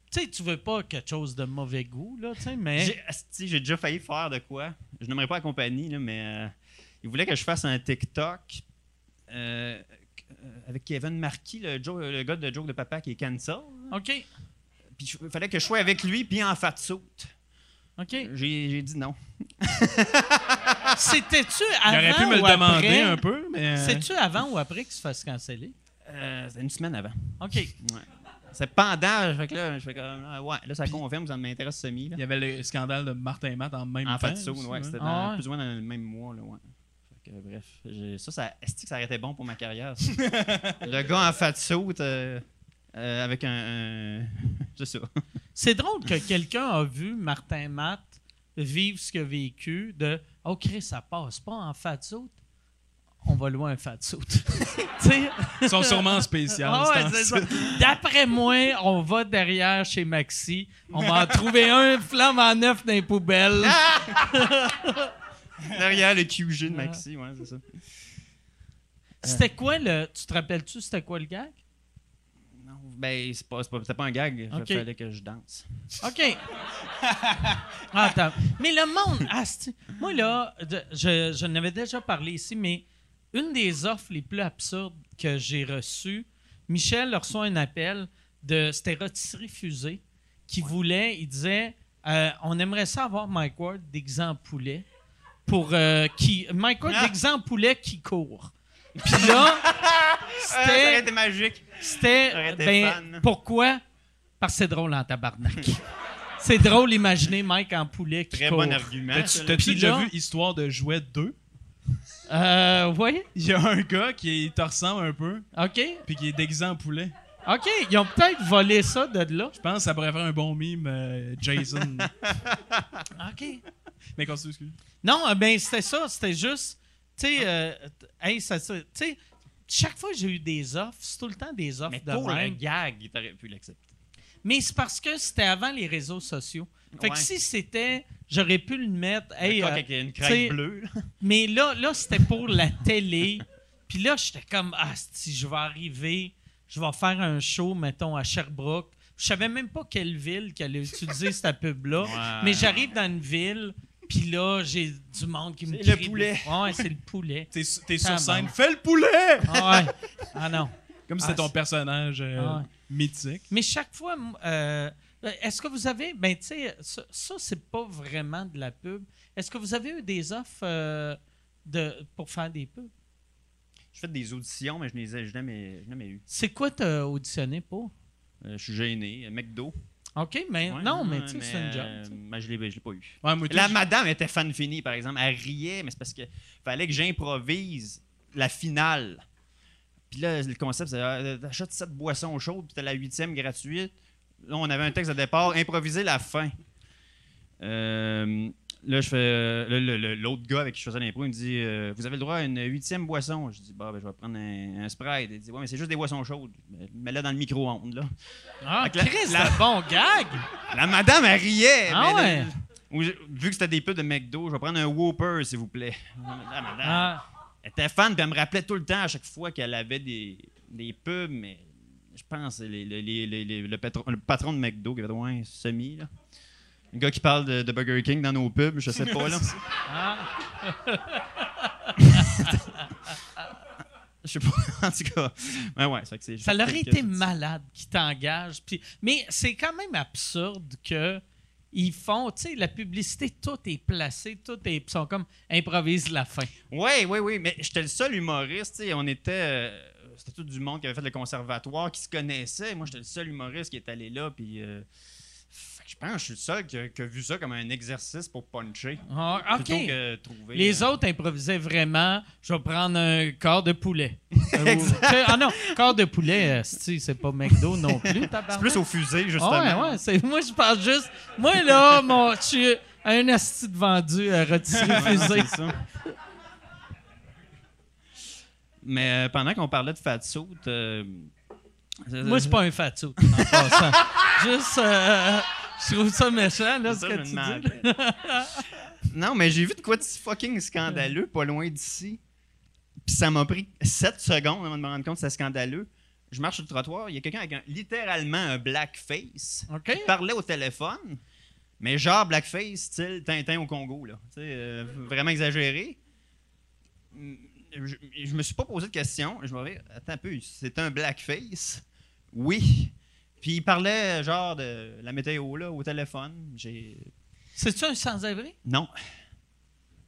[SPEAKER 1] Tu sais, tu veux pas quelque chose de mauvais goût, là, tu sais, mais.
[SPEAKER 4] J'ai asti, j'ai déjà failli faire de quoi. Je n'aimerais pas la compagnie, là, mais euh, il voulait que je fasse un TikTok euh, euh, avec Kevin Marquis, le, jo- le gars de Joke de Papa qui est cancel.
[SPEAKER 1] OK,
[SPEAKER 4] Puis il fallait que je sois avec lui, puis en fat suit.
[SPEAKER 1] OK.
[SPEAKER 4] J'ai j'ai dit non.
[SPEAKER 1] C'était-tu
[SPEAKER 6] Il
[SPEAKER 1] avant.
[SPEAKER 6] aurait Ah! pu me le
[SPEAKER 1] ou
[SPEAKER 6] demander
[SPEAKER 1] après?
[SPEAKER 6] un peu, hein. mais. euh,
[SPEAKER 1] C'est-tu avant ou après qu'il se fasse canceller?
[SPEAKER 4] Euh, C'était une semaine avant.
[SPEAKER 1] OK.
[SPEAKER 4] C'est pendant. Fait que là, je fais comme. ah, ouais, là, ça confirme, ça m'intéresse semi. Là.
[SPEAKER 6] Il y avait le scandale de Martin Matt en même
[SPEAKER 4] En
[SPEAKER 6] temps.
[SPEAKER 4] fait, ça,
[SPEAKER 6] aussi,
[SPEAKER 4] ouais,
[SPEAKER 6] hein.
[SPEAKER 4] c'était
[SPEAKER 1] Ah
[SPEAKER 4] dans-
[SPEAKER 1] ouais.
[SPEAKER 4] plus ou moins dans le même mois, là, ouais. Fait que, bref, j'ai- ça, ça, est-ce que ça aurait été bon pour ma carrière? ça? le gars en fat suit euh, euh, avec un. un- c'est ça.
[SPEAKER 1] C'est drôle que quelqu'un a vu Martin Matt vivre ce qu'il a vécu de Oh Chris, ça passe pas en fat suit. On va loin un fat suit. Tu sais?
[SPEAKER 6] Ils sont sûrement spéciaux.
[SPEAKER 1] Ah ouais, c'est ça. D'après moi, on va derrière chez Maxi. On va en trouver un flamme en neuf dans les poubelles.
[SPEAKER 4] Derrière le
[SPEAKER 1] Ah.
[SPEAKER 4] QG de Maxi, ouais, c'est ça.
[SPEAKER 1] C'était quoi le. Tu te rappelles-tu, c'était quoi le gag?
[SPEAKER 4] Non, ben, c'est pas, c'est pas, c'était pas un gag. Il
[SPEAKER 1] Ok.
[SPEAKER 4] fallait que je danse.
[SPEAKER 1] OK. Attends. Mais le monde. asti. moi, là, de- je, je n'avais déjà parlé ici, mais une des offres les plus absurdes que j'ai reçues, Michel reçoit un appel de. C'était Rotisserie Fusée qui voulait. Il disait euh, on aimerait ça avoir Mike Ward déguisé en poulet pour euh, qui Mike Ward déguisé en poulet qui court. Puis là,
[SPEAKER 4] Ah, ça aurait
[SPEAKER 1] c'était
[SPEAKER 4] été magique. aurait
[SPEAKER 1] c'était
[SPEAKER 4] été
[SPEAKER 1] ben,
[SPEAKER 4] fun.
[SPEAKER 1] pourquoi Parce que c'est drôle en tabarnak. c'est drôle imaginer Mike en poulet qui
[SPEAKER 4] Très
[SPEAKER 1] court.
[SPEAKER 4] bon argument.
[SPEAKER 6] T'as-tu
[SPEAKER 4] ça, là.
[SPEAKER 6] t'as-tu
[SPEAKER 1] Puis
[SPEAKER 6] déjà
[SPEAKER 1] là-
[SPEAKER 6] vu Histoire de jouets 2?
[SPEAKER 1] Euh, oui,
[SPEAKER 6] Il y a un gars qui te ressemble un peu,
[SPEAKER 1] OK.
[SPEAKER 6] puis qui est déguisé en poulet.
[SPEAKER 1] OK, ils ont peut-être volé ça de là.
[SPEAKER 6] Je pense que ça pourrait faire un bon mime, euh, Jason.
[SPEAKER 1] OK.
[SPEAKER 6] Mais continue, excuse.
[SPEAKER 1] Non, euh, ben c'était ça, c'était juste, tu sais, euh, t- hey, ça, ça- tu sais, chaque fois que j'ai eu des offres, c'est tout le temps des offres
[SPEAKER 4] Mais
[SPEAKER 1] de
[SPEAKER 4] pour le
[SPEAKER 1] même.
[SPEAKER 4] gag, t'aurais pu l'accepter.
[SPEAKER 1] Mais c'est parce que c'était avant les réseaux sociaux. Fait que
[SPEAKER 4] Ouais.
[SPEAKER 1] si c'était, j'aurais pu le mettre. Hey,
[SPEAKER 4] Encore
[SPEAKER 1] euh,
[SPEAKER 4] avec une
[SPEAKER 1] tu sais,
[SPEAKER 4] craque bleue.
[SPEAKER 1] mais là, là c'était pour la télé. Puis là, j'étais comme, ah, si je vais arriver, je vais faire un show, mettons, à Sherbrooke. Je savais même pas quelle ville qu'elle allait utiliser cette pub-là.
[SPEAKER 4] Ouais.
[SPEAKER 1] Mais j'arrive dans une ville, puis là, j'ai du monde qui me
[SPEAKER 4] C'est le
[SPEAKER 1] crie-
[SPEAKER 4] poulet.
[SPEAKER 1] Ouais, c'est le poulet.
[SPEAKER 6] T'es su- t'es sur
[SPEAKER 1] Ah,
[SPEAKER 6] scène,
[SPEAKER 1] bon.
[SPEAKER 6] fais le poulet!
[SPEAKER 1] Ah ouais. Ah non.
[SPEAKER 6] Comme si
[SPEAKER 1] Ah,
[SPEAKER 6] c'était ton
[SPEAKER 1] c'est-
[SPEAKER 6] personnage euh,
[SPEAKER 1] Ah ouais.
[SPEAKER 6] mythique.
[SPEAKER 1] Mais chaque fois, m- euh, est-ce que vous avez, ben tu sais, ça, ça, c'est pas vraiment de la pub. Est-ce que vous avez eu des offres euh, de, pour faire des pubs?
[SPEAKER 4] Je fais des auditions, mais je les ai je jamais, je jamais eu.
[SPEAKER 1] C'est quoi t'as auditionné pour?
[SPEAKER 4] Euh, je suis gêné. Euh, McDo.
[SPEAKER 1] OK, mais
[SPEAKER 4] Ouais,
[SPEAKER 1] Eh, non,
[SPEAKER 4] ouais,
[SPEAKER 1] mais tu sais, c'est une job.
[SPEAKER 4] euh, ben, je ne l'ai pas eu.
[SPEAKER 6] Ouais, moi,
[SPEAKER 4] La
[SPEAKER 6] tu-
[SPEAKER 4] madame était fan finie, par exemple. Elle riait, mais c'est parce qu'il fallait que j'improvise la finale. Puis là, le concept, c'est euh, t'achètes sept boissons chaudes, puis t'as la huitième gratuite. Là, on avait un texte de départ, improviser la fin. Euh, là, je fais. euh, le- le- le- L'autre gars avec qui je faisais l'impro, il me dit euh, Vous avez le droit à une huitième boisson. Je dis bah, ben, Je vais prendre un, un sprite. Il dit Ouais, mais c'est juste des boissons chaudes. Mets-la dans le micro-ondes. là.
[SPEAKER 1] Ah,
[SPEAKER 4] Fait que la-
[SPEAKER 1] Chris,
[SPEAKER 4] la-
[SPEAKER 1] la... bon gag!
[SPEAKER 4] La madame, elle riait.
[SPEAKER 1] Ah
[SPEAKER 4] mais
[SPEAKER 1] ouais?
[SPEAKER 4] ou je- vu que c'était des pubs de McDo, je vais prendre un Whopper, s'il vous plaît. La madame,
[SPEAKER 1] Ah,
[SPEAKER 4] Elle était fan, puis elle me rappelait tout le temps à chaque fois qu'elle avait des, des pubs, mais je pense les- les- les- les- les- le, patron, le patron de McDo qui avait droit à un semi. Là. Le gars qui parle de, de Burger King dans nos pubs, je sais pas. là.
[SPEAKER 1] ah.
[SPEAKER 4] Je sais pas. En tout cas. Ouais, ouais, c'est vrai que c'est-
[SPEAKER 1] Ça leur a
[SPEAKER 4] que-
[SPEAKER 1] été malade qui t'engage. Puis, mais c'est quand même absurde que ils font, tu sais, la publicité, tout est placé, tout est. Ils sont comme improvise la fin.
[SPEAKER 4] Oui, oui, oui, mais j'étais le seul humoriste. tu sais, On était. euh, C'était tout du monde qui avait fait le conservatoire, qui se connaissait. Moi, j'étais le seul humoriste qui est allé là. Puis. euh, fait que je pense que je suis le seul qui a, qui a vu ça comme un exercice pour puncher.
[SPEAKER 1] Ah, OK.
[SPEAKER 4] Plutôt que trouver.
[SPEAKER 1] Les
[SPEAKER 4] euh,
[SPEAKER 1] autres improvisaient vraiment. Je vais prendre un corps de poulet. Euh, ou- tu sais, ah non, corps de poulet, euh, c'est c'est pas McDo non plus.
[SPEAKER 4] C'est plus au fusée, justement.
[SPEAKER 1] Ah Ouais, ouais, c'est- moi, je parle juste. Moi, là, mon, je suis un asti de vendu euh, à retirer fusée.
[SPEAKER 4] C'est ça. Mais euh, pendant qu'on parlait de fat suit, euh,
[SPEAKER 1] Moi, c'est pas un fatou, en passant. Juste, euh, je trouve ça méchant, là,
[SPEAKER 4] C'est
[SPEAKER 1] ce
[SPEAKER 4] ça,
[SPEAKER 1] que
[SPEAKER 4] je me
[SPEAKER 1] tu
[SPEAKER 4] demande.
[SPEAKER 1] dis.
[SPEAKER 4] non, mais j'ai vu de quoi de fucking scandaleux pas loin d'ici. Puis ça m'a pris 7 secondes avant de me rendre compte que c'est scandaleux. Je marche sur le trottoir, il y a quelqu'un avec un- littéralement un blackface
[SPEAKER 1] OK?
[SPEAKER 4] qui parlait au téléphone, mais genre blackface style Tintin au Congo, là. Tu sais, euh, vraiment exagéré. Mm, Je, je me suis pas posé de question. Je me dis, attends un peu, c'est un blackface? Oui. Puis il parlait genre de la météo, là, au téléphone. J'ai
[SPEAKER 1] C'est-tu un sans-abri?
[SPEAKER 4] non.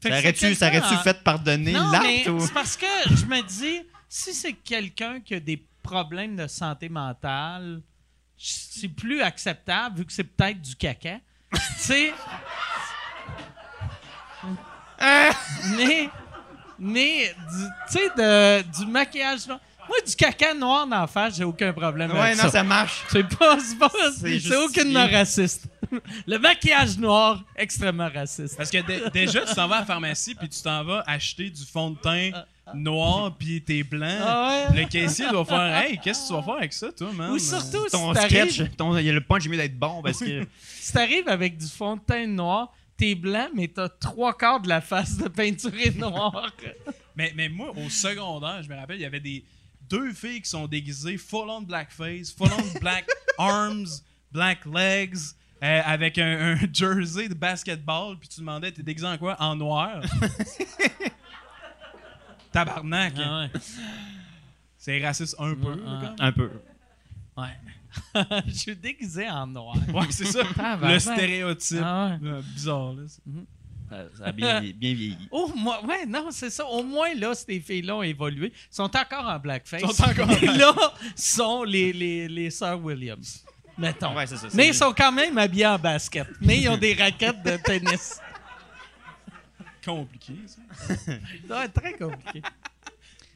[SPEAKER 1] Fait que
[SPEAKER 4] Ça
[SPEAKER 1] c'est
[SPEAKER 4] aurait-tu ça
[SPEAKER 1] quelqu'un
[SPEAKER 4] aurait-tu
[SPEAKER 1] en-
[SPEAKER 4] fait pardonner
[SPEAKER 1] Non, mais
[SPEAKER 4] l'acte ou...
[SPEAKER 1] c'est parce que je me dis, si c'est quelqu'un qui a des problèmes de santé mentale, c'est plus acceptable vu que c'est peut-être du caca. tu sais.
[SPEAKER 4] Ah!
[SPEAKER 1] mais, mais, du- tu sais, de- du maquillage noir. Moi, du caca noir d'en face, j'ai aucun problème
[SPEAKER 4] Ouais,
[SPEAKER 1] avec
[SPEAKER 4] non, ça,
[SPEAKER 1] ça.
[SPEAKER 4] marche.
[SPEAKER 1] C'est pas, c'est pas- c'est
[SPEAKER 4] justifié.
[SPEAKER 1] aucunement raciste. Le maquillage noir, extrêmement raciste.
[SPEAKER 6] Parce que dé- déjà, tu t'en vas à la pharmacie, puis tu t'en vas acheter du fond de teint noir, puis t'es blanc.
[SPEAKER 1] Ah ouais.
[SPEAKER 6] Le caissier doit faire Hey, qu'est-ce que tu vas faire avec ça, toi, man?
[SPEAKER 1] Ou surtout,
[SPEAKER 4] Ton
[SPEAKER 1] si t'arrives-
[SPEAKER 4] sketch, ton, il y a le punch, il est mieux d'être bon parce que...
[SPEAKER 1] Si t'arrives avec du fond de teint noir, t'es blanc, mais t'as trois quarts de la face de peinturée noire.
[SPEAKER 6] Mais, mais moi, au secondaire, je me rappelle, il y avait des deux filles qui sont déguisées full-on blackface, full-on black arms, black legs, euh, avec un, un jersey de basketball, puis tu demandais, t'es déguisé en quoi? En noir. Tabarnak. hein.
[SPEAKER 1] ouais. Ah.
[SPEAKER 6] C'est raciste un peu.
[SPEAKER 1] Ouais,
[SPEAKER 6] là,
[SPEAKER 1] ouais.
[SPEAKER 6] quand même.
[SPEAKER 4] Un peu.
[SPEAKER 1] Ouais. je suis déguisé en noir.
[SPEAKER 6] Ouais, c'est ça.
[SPEAKER 1] Tabarnak.
[SPEAKER 6] le stéréotype.
[SPEAKER 1] Ah ouais.
[SPEAKER 6] Euh, Bizarre, là.
[SPEAKER 4] Ça, ça a bien, bien vieilli.
[SPEAKER 1] Au moins, ouais, non, c'est ça. Au moins, là, ces filles-là ont évolué. Ils sont encore en blackface.
[SPEAKER 6] Ils sont encore en
[SPEAKER 1] Et là, sont les, les, les sœurs Williams, mettons.
[SPEAKER 4] Ouais, c'est ça. c'est-
[SPEAKER 1] mais ils sont quand même habillés en basket. Mais ils ont des raquettes de tennis.
[SPEAKER 6] Compliqué, ça.
[SPEAKER 1] Ouais, très compliqué.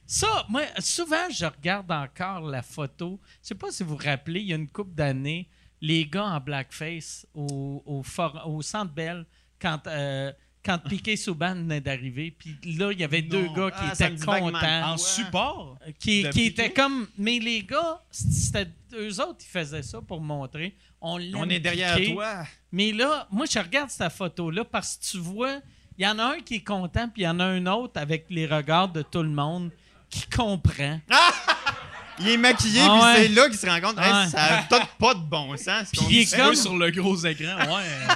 [SPEAKER 1] Ça, moi, souvent, je regarde encore la photo. Je sais pas si vous vous rappelez, il y a une couple d'années, les gars en blackface au, au, for- au Centre Bell, quand, euh, quand Piqué Souban venait d'arriver, puis là, il y avait deux gars qui
[SPEAKER 4] Ah, ça me
[SPEAKER 1] étaient
[SPEAKER 4] dit vaguement.
[SPEAKER 1] contents.
[SPEAKER 6] En support.
[SPEAKER 1] Qui,
[SPEAKER 6] de
[SPEAKER 1] qui
[SPEAKER 6] Piqué.
[SPEAKER 1] étaient comme... Mais les gars, c'était eux autres qui faisaient ça pour montrer. On, l'aime,
[SPEAKER 4] On est derrière
[SPEAKER 1] Piqué.
[SPEAKER 4] toi.
[SPEAKER 1] Mais là, moi, je regarde cette photo-là parce que tu vois, il y en a un qui est content, puis il y en a un autre avec les regards de tout le monde qui comprend.
[SPEAKER 4] Il est maquillé,
[SPEAKER 1] Ah
[SPEAKER 4] puis
[SPEAKER 1] ouais.
[SPEAKER 4] c'est là qu'il se rend compte. Hey,
[SPEAKER 1] Ah ouais.
[SPEAKER 4] Ça a tout pas de bon sens. ce qu'on
[SPEAKER 1] il est
[SPEAKER 4] fait.
[SPEAKER 1] Comme-
[SPEAKER 6] Eux sur le gros écran, ouais. euh,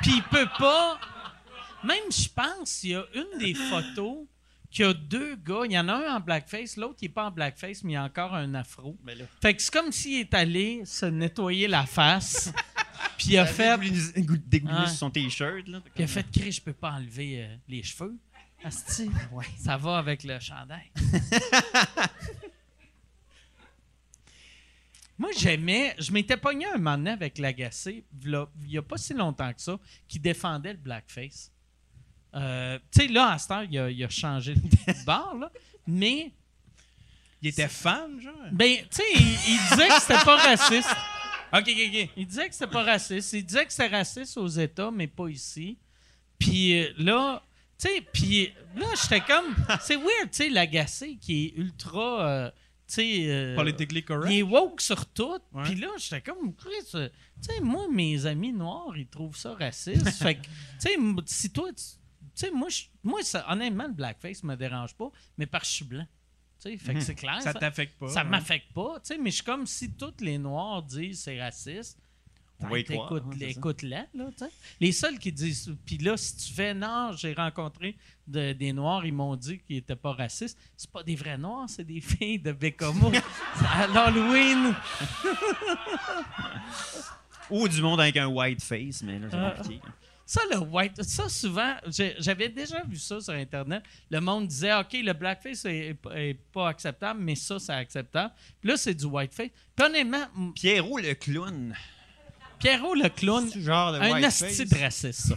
[SPEAKER 1] Puis il peut pas. Même, je pense, il y a une des photos qu'il y a deux gars. Il y en a un en blackface, l'autre qui n'est pas en blackface, mais il y a encore un afro.
[SPEAKER 4] Ben là.
[SPEAKER 1] Fait que c'est comme s'il est allé se nettoyer la face, puis il a
[SPEAKER 4] Ça
[SPEAKER 1] fait.
[SPEAKER 4] dégouliné- dégou- dégouliné
[SPEAKER 1] Ouais.
[SPEAKER 4] sur son t-shirt. là.
[SPEAKER 1] Puis il a fait Chris, je peux pas enlever euh, les cheveux. Asti, ça va avec le chandail. Moi, j'aimais. Je m'étais pogné un moment donné avec l'agacé, v'là- il y a pas si longtemps que ça, qui défendait le blackface. Euh, tu sais, là, à cette heure, il a, il a changé de bar, là. Mais,
[SPEAKER 6] Il était fan, genre.
[SPEAKER 1] ben, tu sais, il, il disait que c'était pas raciste.
[SPEAKER 6] Ok, ok, ok.
[SPEAKER 1] Il disait que c'était pas raciste. Il disait que c'était raciste aux États, mais pas ici. Puis euh, là, tu sais, puis là, j'étais comme. C'est weird, tu sais, l'agacé qui est ultra. euh, tu sais. euh,
[SPEAKER 6] Politically correct.
[SPEAKER 1] il est woke sur tout.
[SPEAKER 6] Ouais.
[SPEAKER 1] Puis là, j'étais comme, Chris, euh, tu sais, moi, mes amis noirs, ils trouvent ça raciste. fait que, tu sais, m- si toi, tu tu sais, moi, je- moi ça, honnêtement, le blackface me dérange pas, mais parce que je suis blanc. Tu sais, fait que c'est clair.
[SPEAKER 6] Mhm. Ça
[SPEAKER 1] Ah, ça-
[SPEAKER 6] t'affecte pas.
[SPEAKER 1] ça
[SPEAKER 6] hein.
[SPEAKER 1] m'affecte pas, tu sais, mais je suis comme si tous les Noirs disent c'est raciste.
[SPEAKER 4] On va
[SPEAKER 1] Ben,
[SPEAKER 4] y croire,
[SPEAKER 1] t'écoutes-
[SPEAKER 4] hein, c'est ça.
[SPEAKER 1] Écoute-la, là, tu sais. Les seuls qui disent. Puis là, si tu fais non, j'ai rencontré de- des Noirs, ils m'ont dit qu'ils étaient pas racistes. C'est pas des vrais Noirs, c'est des filles de Bécomo. C'est à l'Halloween.
[SPEAKER 4] Ou du monde avec un white face, mais là,
[SPEAKER 1] Ah.
[SPEAKER 4] c'est compliqué.
[SPEAKER 1] Ça, le white, ça, souvent, j'ai- j'avais déjà vu ça sur Internet. Le monde disait, OK, le blackface est, est pas- est pas acceptable, mais ça, c'est acceptable. Puis là, c'est du whiteface. Puis honnêtement, m-
[SPEAKER 4] Pierrot le clown.
[SPEAKER 1] Pierrot le clown,
[SPEAKER 4] C'est genre de
[SPEAKER 1] Un
[SPEAKER 4] white
[SPEAKER 1] asti de
[SPEAKER 4] face.
[SPEAKER 1] raciste, ça.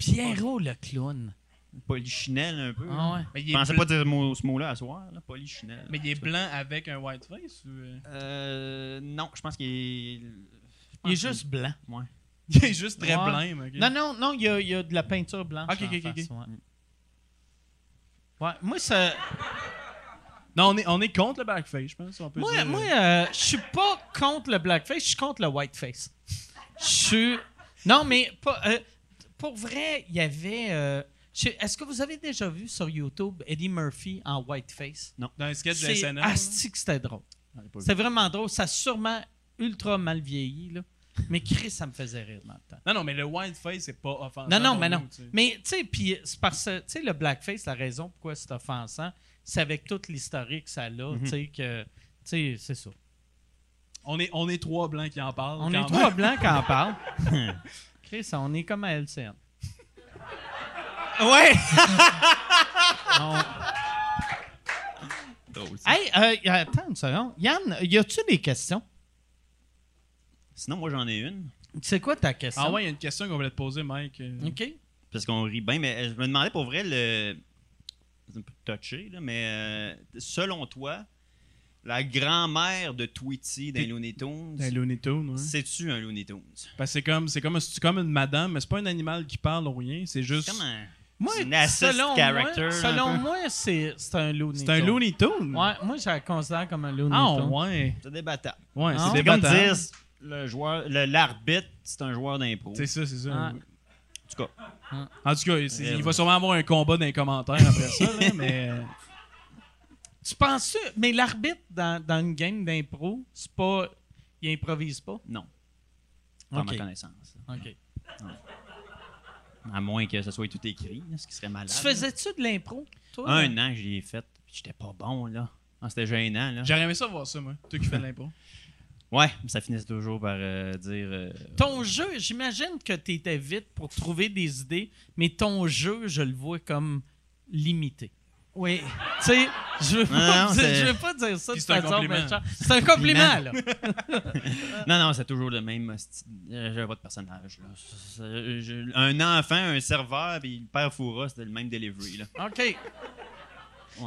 [SPEAKER 1] Pierrot le clown.
[SPEAKER 4] Polichinelle un peu.
[SPEAKER 1] Ah ouais.
[SPEAKER 6] Mais il
[SPEAKER 4] Je
[SPEAKER 6] est
[SPEAKER 4] pensais
[SPEAKER 6] blanc-
[SPEAKER 4] pas dire ce mot- ce mot-là à soir, là, polichinelle.
[SPEAKER 6] Mais il est blanc avec un white face ou. euh?
[SPEAKER 4] Euh, non, je pense qu'il est... je pense
[SPEAKER 1] Il est juste blanc.
[SPEAKER 4] qu'il- Ouais.
[SPEAKER 6] Il est juste très
[SPEAKER 1] Ouais.
[SPEAKER 6] blême, ok.
[SPEAKER 1] Non, non, non, il y a, il y a de la peinture blanche.
[SPEAKER 6] Ok,
[SPEAKER 1] en
[SPEAKER 6] ok, ok,
[SPEAKER 1] face,
[SPEAKER 6] ok.
[SPEAKER 1] ouais. Ouais, moi, ça,
[SPEAKER 6] Non, on est, on est contre le blackface, je pense. On peut
[SPEAKER 1] moi,
[SPEAKER 6] dire.
[SPEAKER 1] moi euh, je suis pas contre le blackface, je suis contre le whiteface. Je suis. Non, mais pas- euh, pour vrai, il y avait. euh, je- Est-ce que vous avez déjà vu sur YouTube Eddie Murphy en whiteface?
[SPEAKER 6] Dans les sketchs de
[SPEAKER 1] C'est
[SPEAKER 6] SNL. là.
[SPEAKER 1] asti que c'était drôle.
[SPEAKER 4] Ah,
[SPEAKER 1] C'était vraiment drôle. Ça a sûrement ultra mal vieilli, là. Mais Chris, ça me faisait rire dans le temps.
[SPEAKER 6] Non, non, mais le white face, c'est pas offensant.
[SPEAKER 1] Non, non,
[SPEAKER 6] pour
[SPEAKER 1] mais
[SPEAKER 6] Ah, nous,
[SPEAKER 1] non.
[SPEAKER 6] tu sais.
[SPEAKER 1] Mais, tu sais, puis c'est parce que, tu sais, le blackface, la raison pourquoi c'est offensant, c'est avec toute l'historique que ça a,
[SPEAKER 4] Mhm.
[SPEAKER 1] tu sais, que, tu sais, c'est ça.
[SPEAKER 6] On est, on est trois blancs qui en parlent.
[SPEAKER 1] On
[SPEAKER 6] quand
[SPEAKER 1] est
[SPEAKER 6] même.
[SPEAKER 1] trois blancs quand on parle. Chris, on est comme à LCN.
[SPEAKER 4] Ouais!
[SPEAKER 1] On-
[SPEAKER 4] Drôle, ça.
[SPEAKER 1] Hey, euh, attends une seconde. Yann, y a-tu des questions?
[SPEAKER 4] Sinon, moi, j'en ai une.
[SPEAKER 1] C'est quoi ta question?
[SPEAKER 6] Ah ouais, il y a une question qu'on voulait te poser, Mike. Euh,
[SPEAKER 1] OK.
[SPEAKER 4] Parce qu'on rit bien, mais euh, je me demandais pour vrai, le... c'est un peu touché, là, mais euh, selon toi, la grand-mère de Tweety dans
[SPEAKER 6] T'es-
[SPEAKER 4] Looney Tunes,
[SPEAKER 6] Dans Looney Tunes, ouais.
[SPEAKER 4] c'est-tu un Looney Tunes?
[SPEAKER 6] Parce que c'est comme, c'est comme, c'est comme une madame, mais c'est pas un animal qui parle ou rien. C'est juste.
[SPEAKER 4] Comme un...
[SPEAKER 1] Moi,
[SPEAKER 4] C'est une assist
[SPEAKER 1] selon
[SPEAKER 4] character,
[SPEAKER 1] moi,
[SPEAKER 4] un
[SPEAKER 1] selon
[SPEAKER 4] peu.
[SPEAKER 1] moi, c'est c'est un Looney
[SPEAKER 6] C'est un
[SPEAKER 1] Tunes.
[SPEAKER 6] Looney Tune.
[SPEAKER 1] Ouais, moi, je la considère comme un Looney
[SPEAKER 6] Ah,
[SPEAKER 1] Tunes.
[SPEAKER 6] ouais.
[SPEAKER 4] C'est des batailles.
[SPEAKER 6] Ouais,
[SPEAKER 1] Ah.
[SPEAKER 6] c'est
[SPEAKER 4] C'est
[SPEAKER 6] des
[SPEAKER 4] comme
[SPEAKER 6] bâtards.
[SPEAKER 4] dire le joueur, le- l'arbitre, c'est un joueur d'impro.
[SPEAKER 6] C'est ça, c'est ça.
[SPEAKER 1] Ah.
[SPEAKER 4] En tout cas,
[SPEAKER 6] En tout cas, c'est-
[SPEAKER 4] Ouais,
[SPEAKER 6] il va
[SPEAKER 4] ouais.
[SPEAKER 6] sûrement avoir un combat dans les commentaires après ça, là, mais. euh,
[SPEAKER 1] Tu penses mais l'arbitre dans, dans une game d'impro, c'est pas il improvise pas.
[SPEAKER 4] non. Pas à
[SPEAKER 1] Ok.
[SPEAKER 4] ma connaissance.
[SPEAKER 1] OK.
[SPEAKER 4] À moins que ce soit tout écrit, là, ce qui serait malade.
[SPEAKER 1] Tu faisais-tu de l'impro toi
[SPEAKER 4] Un an, j'y ai fait. puis J'étais pas bon, là. Ah, C'était gênant, là.
[SPEAKER 6] J'aurais aimé ça voir ça, moi. Toi qui fais de l'impro.
[SPEAKER 4] Ouais, mais ça finissait toujours par euh, dire. euh,
[SPEAKER 1] Ton jeu, j'imagine que tu étais vite pour trouver des idées, mais ton jeu, je le vois comme limité. Oui. tu sais, je veux
[SPEAKER 4] Non,
[SPEAKER 1] pas,
[SPEAKER 4] non,
[SPEAKER 1] dire-
[SPEAKER 4] c'est-
[SPEAKER 1] je veux pas dire ça de
[SPEAKER 6] Puis c'est un
[SPEAKER 1] façon
[SPEAKER 6] compliment.
[SPEAKER 1] méchante. C'est un compliment, là.
[SPEAKER 4] Non, non, c'est toujours le même. hostie- euh, J'avais pas de personnage. là. Ça, ça, euh, je- Un enfant, un serveur, puis le père Foura, c'était le même delivery. Là. Euh,
[SPEAKER 1] OK.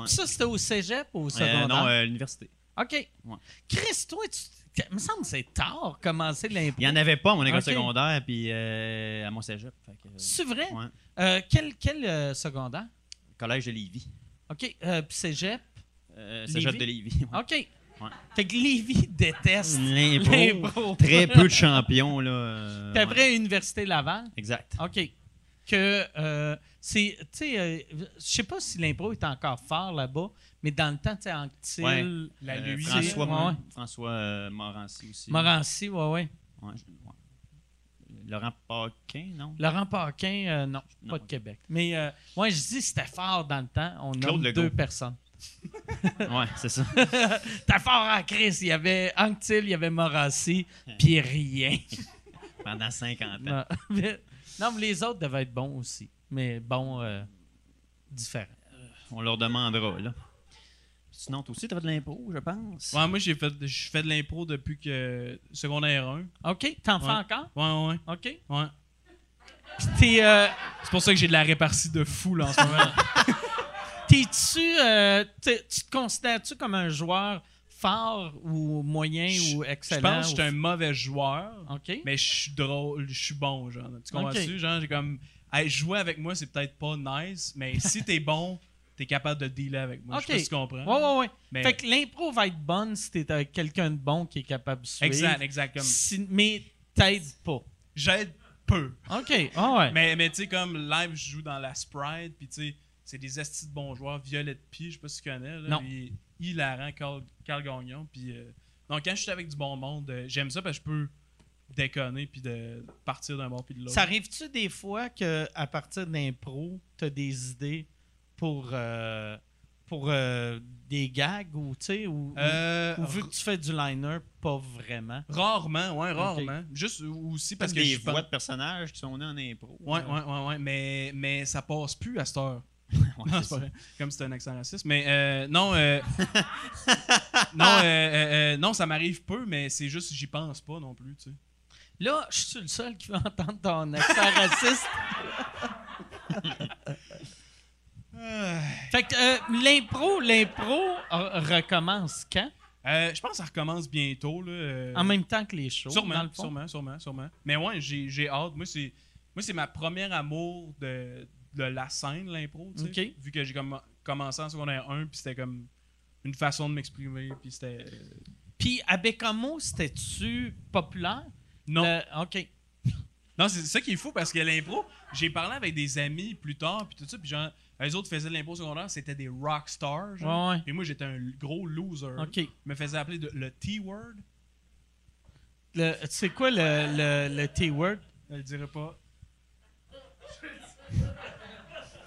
[SPEAKER 1] Ça, c'était au cégep ou au
[SPEAKER 4] Euh,
[SPEAKER 1] secondaire?
[SPEAKER 4] non, euh, l'université.
[SPEAKER 1] OK.
[SPEAKER 4] Ouais.
[SPEAKER 1] Chris, toi, tu... il me semble que c'est tard commencer l'impro.
[SPEAKER 4] Il y en avait pas à mon école
[SPEAKER 1] Ok.
[SPEAKER 4] secondaire, puis euh, à mon cégep. Fait que, euh,
[SPEAKER 1] C'est vrai?
[SPEAKER 4] ouais.
[SPEAKER 1] Euh, quel quel euh, secondaire?
[SPEAKER 4] Collège de Lévis.
[SPEAKER 1] OK. Euh, puis cégep?
[SPEAKER 4] Euh, cégep
[SPEAKER 1] Lévis? Ah,
[SPEAKER 4] de Lévis. ouais.
[SPEAKER 1] OK. Fait que Lévis déteste
[SPEAKER 4] L'impro.
[SPEAKER 1] l'impro.
[SPEAKER 4] Très peu de champions, là. euh,
[SPEAKER 1] T'es
[SPEAKER 4] ouais.
[SPEAKER 1] après à l'Université Laval?
[SPEAKER 4] Exact.
[SPEAKER 1] OK. Que, euh, c'est, tu sais, euh, je sais pas si l'impro est encore fort là-bas, mais dans le temps, tu sais, Anctil,
[SPEAKER 4] Ouais.
[SPEAKER 1] la
[SPEAKER 4] Euh,
[SPEAKER 1] Luie,
[SPEAKER 4] François,
[SPEAKER 1] ouais, ouais.
[SPEAKER 4] François euh, Morancy aussi.
[SPEAKER 1] Morancy, ouais, ouais.
[SPEAKER 4] Ouais, je- ouais. Laurent Paquin, non?
[SPEAKER 1] Laurent Paquin, euh, non,
[SPEAKER 4] Non,
[SPEAKER 1] pas de
[SPEAKER 4] ok.
[SPEAKER 1] Québec. Mais euh, ouais, je dis c'était fort dans le temps. On
[SPEAKER 4] Claude
[SPEAKER 1] a
[SPEAKER 4] Legault.
[SPEAKER 1] deux personnes.
[SPEAKER 4] ouais, c'est ça.
[SPEAKER 1] T'es fort en crise. Il y avait Anctil, il y avait Morancy, puis rien.
[SPEAKER 4] Pendant 50 ans.
[SPEAKER 1] non, mais non, mais les autres devaient être bons aussi, mais bons euh, différents.
[SPEAKER 4] On leur demandera, là. Sinon, toi aussi, t'as fait de l'impôt, je pense.
[SPEAKER 6] Ouais, moi, j'ai fait, je fais de l'impro depuis que secondaire 1.
[SPEAKER 1] OK, t'en fais
[SPEAKER 6] Ouais.
[SPEAKER 1] encore?
[SPEAKER 6] Ouais, ouais,
[SPEAKER 1] OK.
[SPEAKER 6] ouais.
[SPEAKER 1] Puis t'es, euh,
[SPEAKER 6] C'est pour ça que j'ai de la répartie de fou, là, en ce moment.
[SPEAKER 1] T'es-tu. euh, t'es- tu te considères-tu comme un joueur fort ou moyen
[SPEAKER 6] Je-
[SPEAKER 1] ou
[SPEAKER 6] je
[SPEAKER 1] excellent?
[SPEAKER 6] pense que je
[SPEAKER 1] ou-
[SPEAKER 6] suis un mauvais joueur,
[SPEAKER 1] OK.
[SPEAKER 6] mais je suis drôle, je suis bon, genre. Tu comprends-tu?
[SPEAKER 1] Ok.
[SPEAKER 6] Genre, j'ai comme... Hey, jouer avec moi, c'est peut-être pas nice, mais si t'es bon, t'es capable de dealer avec moi. Je sais
[SPEAKER 1] Ok.
[SPEAKER 6] pas si tu comprends.
[SPEAKER 1] Ouais, ouais, ouais.
[SPEAKER 6] Mais-
[SPEAKER 1] Fait que l'impro va être bonne si t'es avec quelqu'un de bon qui est capable de suivre.
[SPEAKER 6] Exact, exact. Comme,
[SPEAKER 1] Si- mais t'aides pas.
[SPEAKER 6] j'aide peu.
[SPEAKER 1] OK. Ah ouais.
[SPEAKER 6] Mais, mais tu sais, comme live, je joue dans la Sprite, puis tu sais, c'est des estis de bons joueurs, Violette Pie, je sais pas si tu connais, là,
[SPEAKER 1] Non.
[SPEAKER 6] mais il a rend Carl, Carl Gagnon, puis... euh, non, quand je suis avec du bon monde, euh, j'aime ça parce que je peux déconner, puis de partir d'un bord puis de l'autre.
[SPEAKER 1] Ça arrive-tu des fois que à partir d'impro, t'as des idées pour, euh, pour euh, des gags ou, tu sais, ou,
[SPEAKER 6] Euh,
[SPEAKER 1] ou vu que tu fais du liner, pas vraiment?
[SPEAKER 6] Rarement, ouais, rarement. Juste aussi parce que
[SPEAKER 4] des
[SPEAKER 6] je
[SPEAKER 4] voix
[SPEAKER 6] pense-
[SPEAKER 4] de personnages qui sont nés en impro.
[SPEAKER 6] Ouais, ouais, ouais, ouais, mais, mais ça passe plus à cette heure.
[SPEAKER 4] Ouais,
[SPEAKER 6] Non,
[SPEAKER 4] c'est
[SPEAKER 6] c'est
[SPEAKER 4] ça.
[SPEAKER 6] pas vrai. Comme c'est un accent raciste. Mais euh, non, euh, non, euh, euh, euh, non, ça m'arrive peu, mais c'est juste j'y pense pas non plus, tu sais.
[SPEAKER 1] Là, je suis le seul qui va entendre ton accent raciste. fait que euh, l'impro, l'impro euh, recommence quand?
[SPEAKER 6] Euh, je pense que ça recommence bientôt, là. euh,
[SPEAKER 1] En même temps que les shows, dans
[SPEAKER 6] sûrement,
[SPEAKER 1] le fond.
[SPEAKER 6] sûrement, sûrement, sûrement. Mais ouais, j'ai j'ai hâte. Moi, c'est moi, c'est ma première amour de, de la scène, l'impro, tu sais.
[SPEAKER 1] Ok.
[SPEAKER 6] Vu que j'ai comm- commencé en secondaire 1, puis c'était comme une façon de m'exprimer, puis c'était... euh,
[SPEAKER 1] Puis à Bécamo, c'était-tu populaire?
[SPEAKER 6] Non.
[SPEAKER 1] Le- OK.
[SPEAKER 6] Non, c'est ça qui est fou parce que l'impro, j'ai parlé avec des amis plus tard, puis tout ça, puis genre, eux autres faisaient de l'impro secondaire, c'était des rock stars. Genre.
[SPEAKER 1] Ouais, ouais.
[SPEAKER 6] Et moi, j'étais un gros loser.
[SPEAKER 1] OK.
[SPEAKER 6] Je me faisais appeler de- le T-word.
[SPEAKER 1] Le- C'est quoi le, le- le T-word?
[SPEAKER 6] Je le dirais pas.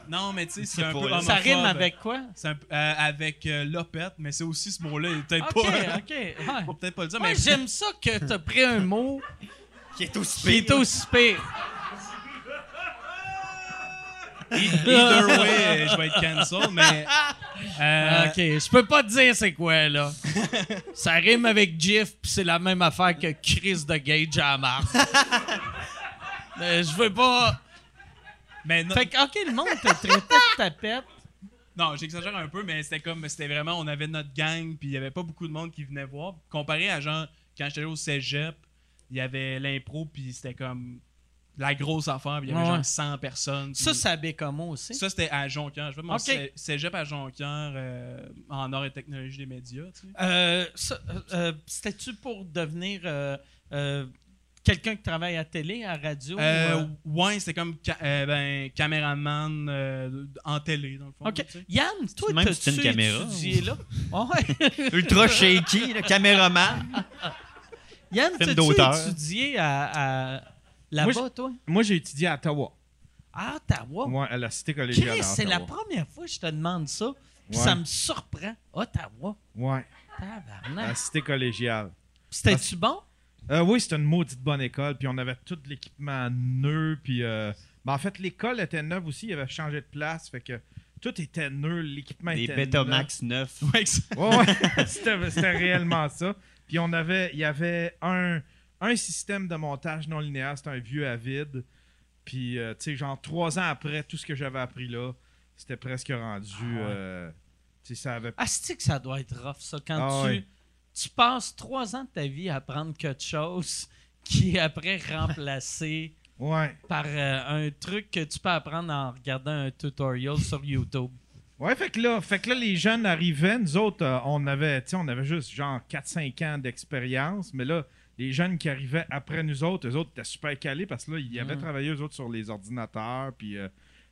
[SPEAKER 6] non, mais tu sais, c'est un peu.
[SPEAKER 4] pour
[SPEAKER 6] homophobe.
[SPEAKER 1] Ça rime avec quoi?
[SPEAKER 6] C'est un peu- euh, avec euh, Lopette, mais c'est aussi ce mot-là, il est peut-être
[SPEAKER 1] OK,
[SPEAKER 6] pas.
[SPEAKER 1] OK. ouais.
[SPEAKER 6] Faut peut-être pas le dire,
[SPEAKER 1] Ouais,
[SPEAKER 6] mais.
[SPEAKER 1] J'aime ça que t'as pris un mot
[SPEAKER 4] Qui est aussi
[SPEAKER 1] qui est
[SPEAKER 4] pire.
[SPEAKER 1] aussi pire.
[SPEAKER 6] Either way, euh, je vais être cancel, mais. euh,
[SPEAKER 1] Ok, je peux pas te dire c'est quoi, là. ça rime avec GIF, puis c'est la même affaire que Chris de Gage à la marque. Mais je veux pas.
[SPEAKER 6] mais non,
[SPEAKER 1] Fait que, ok, le monde te traitait de tapette.
[SPEAKER 6] Non, j'exagère un peu, mais c'était comme, c'était vraiment, on avait notre gang, puis il y avait pas beaucoup de monde qui venait voir. Comparé à genre, quand j'étais allé au cégep, il y avait l'impro, puis c'était comme la grosse affaire, puis il y avait
[SPEAKER 1] Ouais, ouais.
[SPEAKER 6] genre 100 personnes. puis-
[SPEAKER 1] Ça, ça bécamo aussi.
[SPEAKER 6] Ça, c'était à Jonquière. Je fais mon
[SPEAKER 1] Ok.
[SPEAKER 6] cé- cégep à Jonquière euh, en art et technologie des médias, tu sais.
[SPEAKER 1] Euh, ça, euh, euh, C'était-tu pour devenir euh, euh, quelqu'un qui travaille à télé, à radio?
[SPEAKER 6] Euh,
[SPEAKER 1] ou,
[SPEAKER 6] ouais, c'était comme ca- euh, ben, caméraman euh, en télé, dans le fond.
[SPEAKER 1] euh, Ok.
[SPEAKER 6] tu sais.
[SPEAKER 1] Yann, toi,
[SPEAKER 4] Même si
[SPEAKER 1] t'as-tu
[SPEAKER 4] c'est une caméra,
[SPEAKER 1] étudié là? Ouais.
[SPEAKER 4] Ultra shaky, le caméraman.
[SPEAKER 1] Yann,
[SPEAKER 4] Film
[SPEAKER 1] t'as-tu
[SPEAKER 4] d'auteur.
[SPEAKER 1] étudié à, à-
[SPEAKER 3] Moi,
[SPEAKER 1] là-bas, toi?
[SPEAKER 3] Moi, j'ai étudié à Ottawa,
[SPEAKER 1] À Ottawa?
[SPEAKER 3] moi, à la cité collégiale.
[SPEAKER 1] Oh. Chris,
[SPEAKER 3] à
[SPEAKER 1] c'est la
[SPEAKER 3] Ottawa.
[SPEAKER 1] première fois que je te demande ça. Puis
[SPEAKER 3] Ouais.
[SPEAKER 1] ça me surprend. Ottawa,
[SPEAKER 3] Ouais, la
[SPEAKER 1] tabarnak.
[SPEAKER 3] cité collégiale.
[SPEAKER 1] C'était-tu bon?
[SPEAKER 3] Euh, oui, c'était une maudite bonne école. Puis on avait tout l'équipement neuf. Puis euh, ben, en fait, l'école était neuve aussi. Il avait changé de place. Fait que tout était neuf. L'équipement
[SPEAKER 4] Des
[SPEAKER 3] était
[SPEAKER 4] Betamax 9.
[SPEAKER 3] neuf. Ouais, ouais. c'était, c'était réellement ça. Puis on avait, il y avait un, un système de montage non linéaire. C'était un vieux à vide. Puis, euh, tu sais, genre trois ans après, tout ce que j'avais appris là, c'était presque rendu. euh, tu sais, ça avait
[SPEAKER 1] Asti que ça doit être rough, ça, quand
[SPEAKER 3] Ah
[SPEAKER 1] tu,
[SPEAKER 3] ouais.
[SPEAKER 1] tu passes trois ans de ta vie à apprendre quelque chose qui est après remplacé
[SPEAKER 3] Ouais.
[SPEAKER 1] par euh, un truc que tu peux apprendre en regardant un tutorial sur YouTube.
[SPEAKER 3] Ouais, fait que là, fait que là les jeunes arrivaient, nous autres euh, on avait tu sais, on avait juste genre 4 5 ans d'expérience, mais là les jeunes qui arrivaient après nous autres, eux autres étaient super calés parce que là ils
[SPEAKER 1] Mm.
[SPEAKER 3] avaient travaillé eux autres sur les ordinateurs puis euh,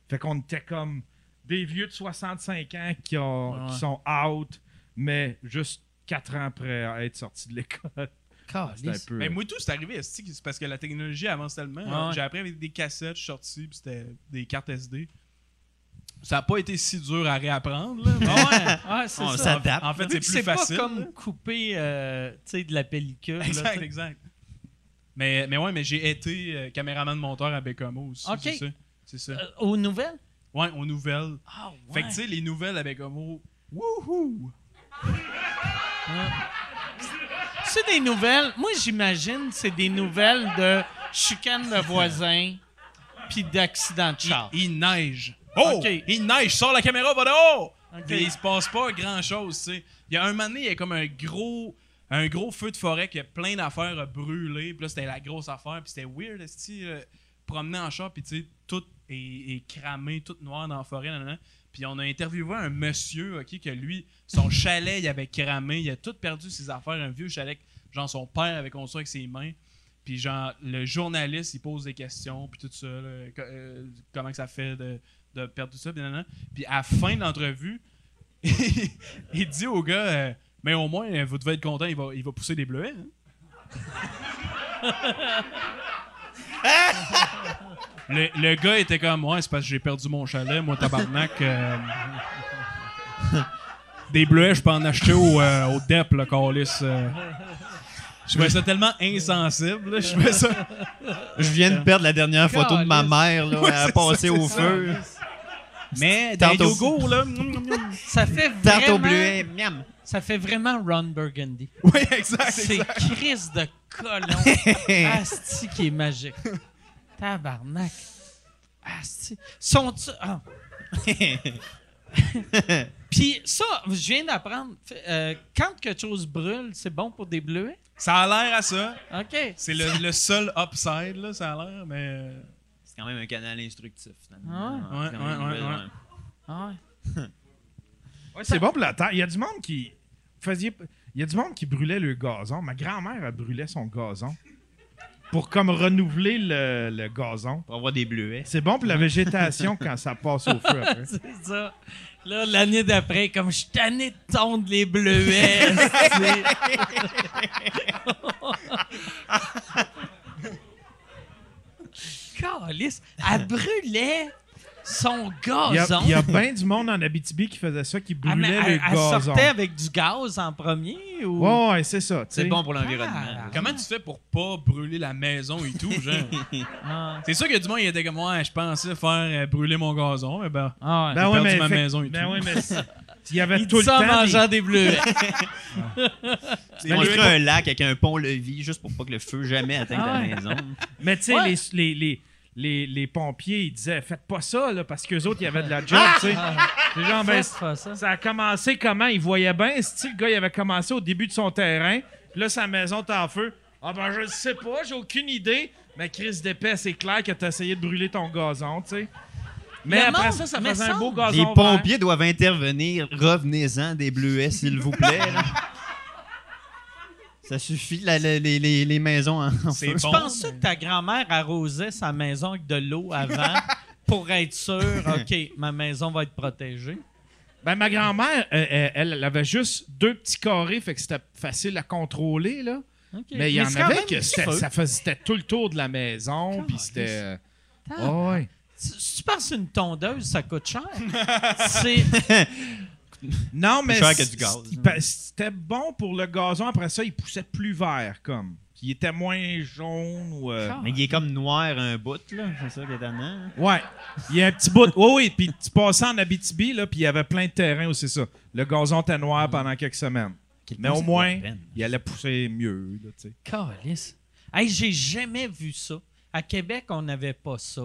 [SPEAKER 3] fait qu'on était comme des vieux de 65 ans qui ont qui
[SPEAKER 1] Ouais.
[SPEAKER 3] sont out mais juste 4 ans après être sortis de l'école. C'était un peu
[SPEAKER 6] Mais moi, tout, c'est arrivé, esti, c'est parce que la technologie avance tellement.
[SPEAKER 1] Ouais,
[SPEAKER 6] hein.
[SPEAKER 1] ouais.
[SPEAKER 6] J'ai appris avec des cassettes, je suis sorti, puis c'était des cartes SD. Ça n'a pas été si dur à réapprendre, là. mais-
[SPEAKER 1] ouais, Ah ouais, c'est
[SPEAKER 4] On
[SPEAKER 1] ça.
[SPEAKER 4] s'adapte.
[SPEAKER 6] En fait,
[SPEAKER 1] Vu
[SPEAKER 6] c'est
[SPEAKER 1] que
[SPEAKER 6] plus facile.
[SPEAKER 1] pas comme couper euh, tu sais, de la pellicule. là,
[SPEAKER 6] Exact,
[SPEAKER 1] tu sais.
[SPEAKER 6] exact. Mais, mais ouais, mais j'ai été euh, caméraman monteur à Bécamo aussi.
[SPEAKER 1] Ok.
[SPEAKER 6] C'est ça. C'est ça.
[SPEAKER 1] Euh, aux nouvelles?
[SPEAKER 6] Ouais, aux nouvelles.
[SPEAKER 1] Ah,
[SPEAKER 6] Fait que tu sais, les nouvelles à Bécamo, wouhou!
[SPEAKER 1] C'est des nouvelles. Moi, j'imagine c'est des nouvelles de chicane de voisin puis d'accident de char.
[SPEAKER 6] Il neige. Oh!
[SPEAKER 1] Ah. Ok.
[SPEAKER 6] Il neige, sors la caméra, va dehors!
[SPEAKER 1] Ok.
[SPEAKER 6] Mais il se passe pas grand chose, tu sais. Il y a un moment donné, il y a comme un gros, un gros feu de forêt qui a plein d'affaires à brûler. Puis là, c'était la grosse affaire. Puis c'était weird, esti, euh, promener en char. Puis tu sais, tout est, est cramé, tout noir dans la forêt. nan, nan, nan. Puis on a interviewé un monsieur, OK, que lui, son chalet, il avait cramé. Il a tout perdu ses affaires. Un vieux chalet, que, genre son père avait construit avec ses mains. Puis genre, le journaliste, il pose des questions, puis tout ça, là, co- euh, comment que ça fait de, de perdre tout ça, puis nanana. Puis à la fin de l'entrevue, il dit au gars, euh, mais au moins, euh, vous devez être content, il va, il va pousser des bleuets. hein. le, le gars était comme, ouais, c'est parce que j'ai perdu mon chalet, moi, tabarnak. euh, des bleuets, je peux en acheter au, euh, au DEP, le calice. euh. Je trouvais ça tellement insensible. là. Je trouvais ça.
[SPEAKER 4] Je viens de perdre la dernière photo de ma mère, là,
[SPEAKER 6] Ouais,
[SPEAKER 4] à
[SPEAKER 6] c'est
[SPEAKER 4] passer
[SPEAKER 6] ça,
[SPEAKER 4] au
[SPEAKER 6] c'est
[SPEAKER 4] feu.
[SPEAKER 1] Mais
[SPEAKER 4] Tarte
[SPEAKER 1] des
[SPEAKER 4] au-
[SPEAKER 1] yogos, là, mm, mm, mm, ça fait
[SPEAKER 4] Tarte
[SPEAKER 1] vraiment,
[SPEAKER 4] au bleuet, miam.
[SPEAKER 1] ça fait vraiment Ron Burgundy.
[SPEAKER 6] Oui, exact.
[SPEAKER 1] C'est
[SPEAKER 6] exact.
[SPEAKER 1] Chris de colon. Asti qui est magique. Tabarnak. Asti. Sont-tu. ah. Puis ça, je viens d'apprendre. fait, euh, quand quelque chose brûle, c'est bon pour des bleuets?
[SPEAKER 6] Ça a l'air à ça.
[SPEAKER 1] OK.
[SPEAKER 6] C'est le, le seul upside, là, ça a l'air, mais. euh,
[SPEAKER 4] C'est quand même un canal instructif,
[SPEAKER 1] Ah
[SPEAKER 6] ouais,
[SPEAKER 4] C'est quand même
[SPEAKER 6] ouais,
[SPEAKER 4] une
[SPEAKER 6] ouais,
[SPEAKER 4] belle- euh,
[SPEAKER 6] ouais.
[SPEAKER 1] Ah ouais.
[SPEAKER 3] Ouais, c'est bon pour la terre. Il y a du monde qui faisait- il y a du monde qui brûlait le gazon. Ma grand-mère elle brûlait son gazon pour comme renouveler le, le gazon.
[SPEAKER 4] Pour avoir des bleuets.
[SPEAKER 3] C'est bon pour la végétation quand ça passe au feu. après.
[SPEAKER 1] C'est ça. Là, l'année d'après, comme je suis tanné de tondre les bleuets. c'est- Calisse, elle brûlait son
[SPEAKER 3] Il y a,
[SPEAKER 1] gazon.
[SPEAKER 3] il y a bien du monde en Abitibi qui faisait ça, qui
[SPEAKER 1] Ah, mais
[SPEAKER 3] brûlait
[SPEAKER 1] elle,
[SPEAKER 3] le
[SPEAKER 1] elle
[SPEAKER 3] gazon.
[SPEAKER 1] sortait avec du gaz en premier ou
[SPEAKER 3] Ouais, ouais, c'est ça. tu
[SPEAKER 4] C'est
[SPEAKER 3] sais.
[SPEAKER 4] bon pour l'environnement.
[SPEAKER 1] Ah.
[SPEAKER 6] Comment tu fais pour pas brûler la maison et tout, genre?
[SPEAKER 1] Ah,
[SPEAKER 6] C'est sûr que du monde, il était comme, ouais, je pensais faire euh, brûler mon gazon, mais ben.
[SPEAKER 1] ah ouais.
[SPEAKER 6] J'ai
[SPEAKER 3] Ben ouais,
[SPEAKER 6] perdu
[SPEAKER 3] mais
[SPEAKER 6] ma
[SPEAKER 3] fait-
[SPEAKER 6] maison et
[SPEAKER 3] ben
[SPEAKER 6] tout.
[SPEAKER 3] ouais, mais c'est- il y avait
[SPEAKER 1] Il
[SPEAKER 3] tout
[SPEAKER 1] dit
[SPEAKER 3] le
[SPEAKER 1] ça en
[SPEAKER 3] temps. des-
[SPEAKER 1] mangeant des bleuets.
[SPEAKER 4] On se crée un lac avec un pont-levis juste pour pas que le feu jamais atteigne
[SPEAKER 1] Ah
[SPEAKER 4] ta
[SPEAKER 1] ouais.
[SPEAKER 4] maison.
[SPEAKER 3] Mais tu sais,
[SPEAKER 1] Ouais.
[SPEAKER 3] les, les, les, les, les pompiers, ils disaient faites pas ça, là, parce qu'eux autres, il y avait de la job.
[SPEAKER 1] Ah!
[SPEAKER 3] tu sais. C'est genre, ben,
[SPEAKER 1] Ça, ça, ça.
[SPEAKER 3] Ça a commencé comment? Il voyait bien, si le gars, il avait commencé au début de son terrain, puis là, sa maison est en feu. Ah ben, je le sais pas, j'ai aucune idée, mais Chris d'épais, c'est clair que t'as essayé de brûler ton gazon, tu sais. Mais
[SPEAKER 1] Le
[SPEAKER 3] après
[SPEAKER 1] monde-
[SPEAKER 3] ça, ça
[SPEAKER 1] mais
[SPEAKER 3] faisait un beau
[SPEAKER 1] semble-
[SPEAKER 3] gazon
[SPEAKER 4] Les
[SPEAKER 3] vert.
[SPEAKER 4] pompiers doivent intervenir. Revenez-en des bleuets, s'il vous plaît. là. Ça suffit, la- la- les, les- les maisons en en feu.
[SPEAKER 6] C'est bon.
[SPEAKER 1] Je pense que ta grand-mère arrosait sa maison avec de l'eau avant pour être sûre, OK, ma maison va être protégée.
[SPEAKER 3] Ben, ma grand-mère, euh, euh, elle, elle avait juste deux petits carrés, fait que c'était facile à contrôler, là.
[SPEAKER 1] OK.
[SPEAKER 3] Mais il y en
[SPEAKER 1] c'est quand
[SPEAKER 3] avait
[SPEAKER 1] même
[SPEAKER 3] que
[SPEAKER 1] du
[SPEAKER 3] c'était,
[SPEAKER 1] feu.
[SPEAKER 3] ça faisait, c'était tout le tour de la maison, puis c'était... euh,
[SPEAKER 1] Attends,
[SPEAKER 3] ouais.
[SPEAKER 1] Si si tu passes une tondeuse, ça coûte cher. c'est.
[SPEAKER 3] Non, mais
[SPEAKER 4] cher que
[SPEAKER 3] c-
[SPEAKER 4] du gaz.
[SPEAKER 3] c- pa- c'était bon pour le gazon. Après ça, il poussait plus vert, comme. Il était moins jaune ou... euh,
[SPEAKER 1] Ah.
[SPEAKER 4] Mais il est comme noir un bout, là. C'est ça qui est hein. étonnant.
[SPEAKER 3] Ouais. Il y a un petit bout. Oui, oui. Puis tu passais en Abitibi, là, puis il y avait plein de terrain où c'est ça. Le gazon était noir pendant quelques semaines. Mais au moins, il allait pousser mieux, là, tu sais.
[SPEAKER 1] Calice. Hey, j'ai jamais vu ça. À Québec, on n'avait pas ça.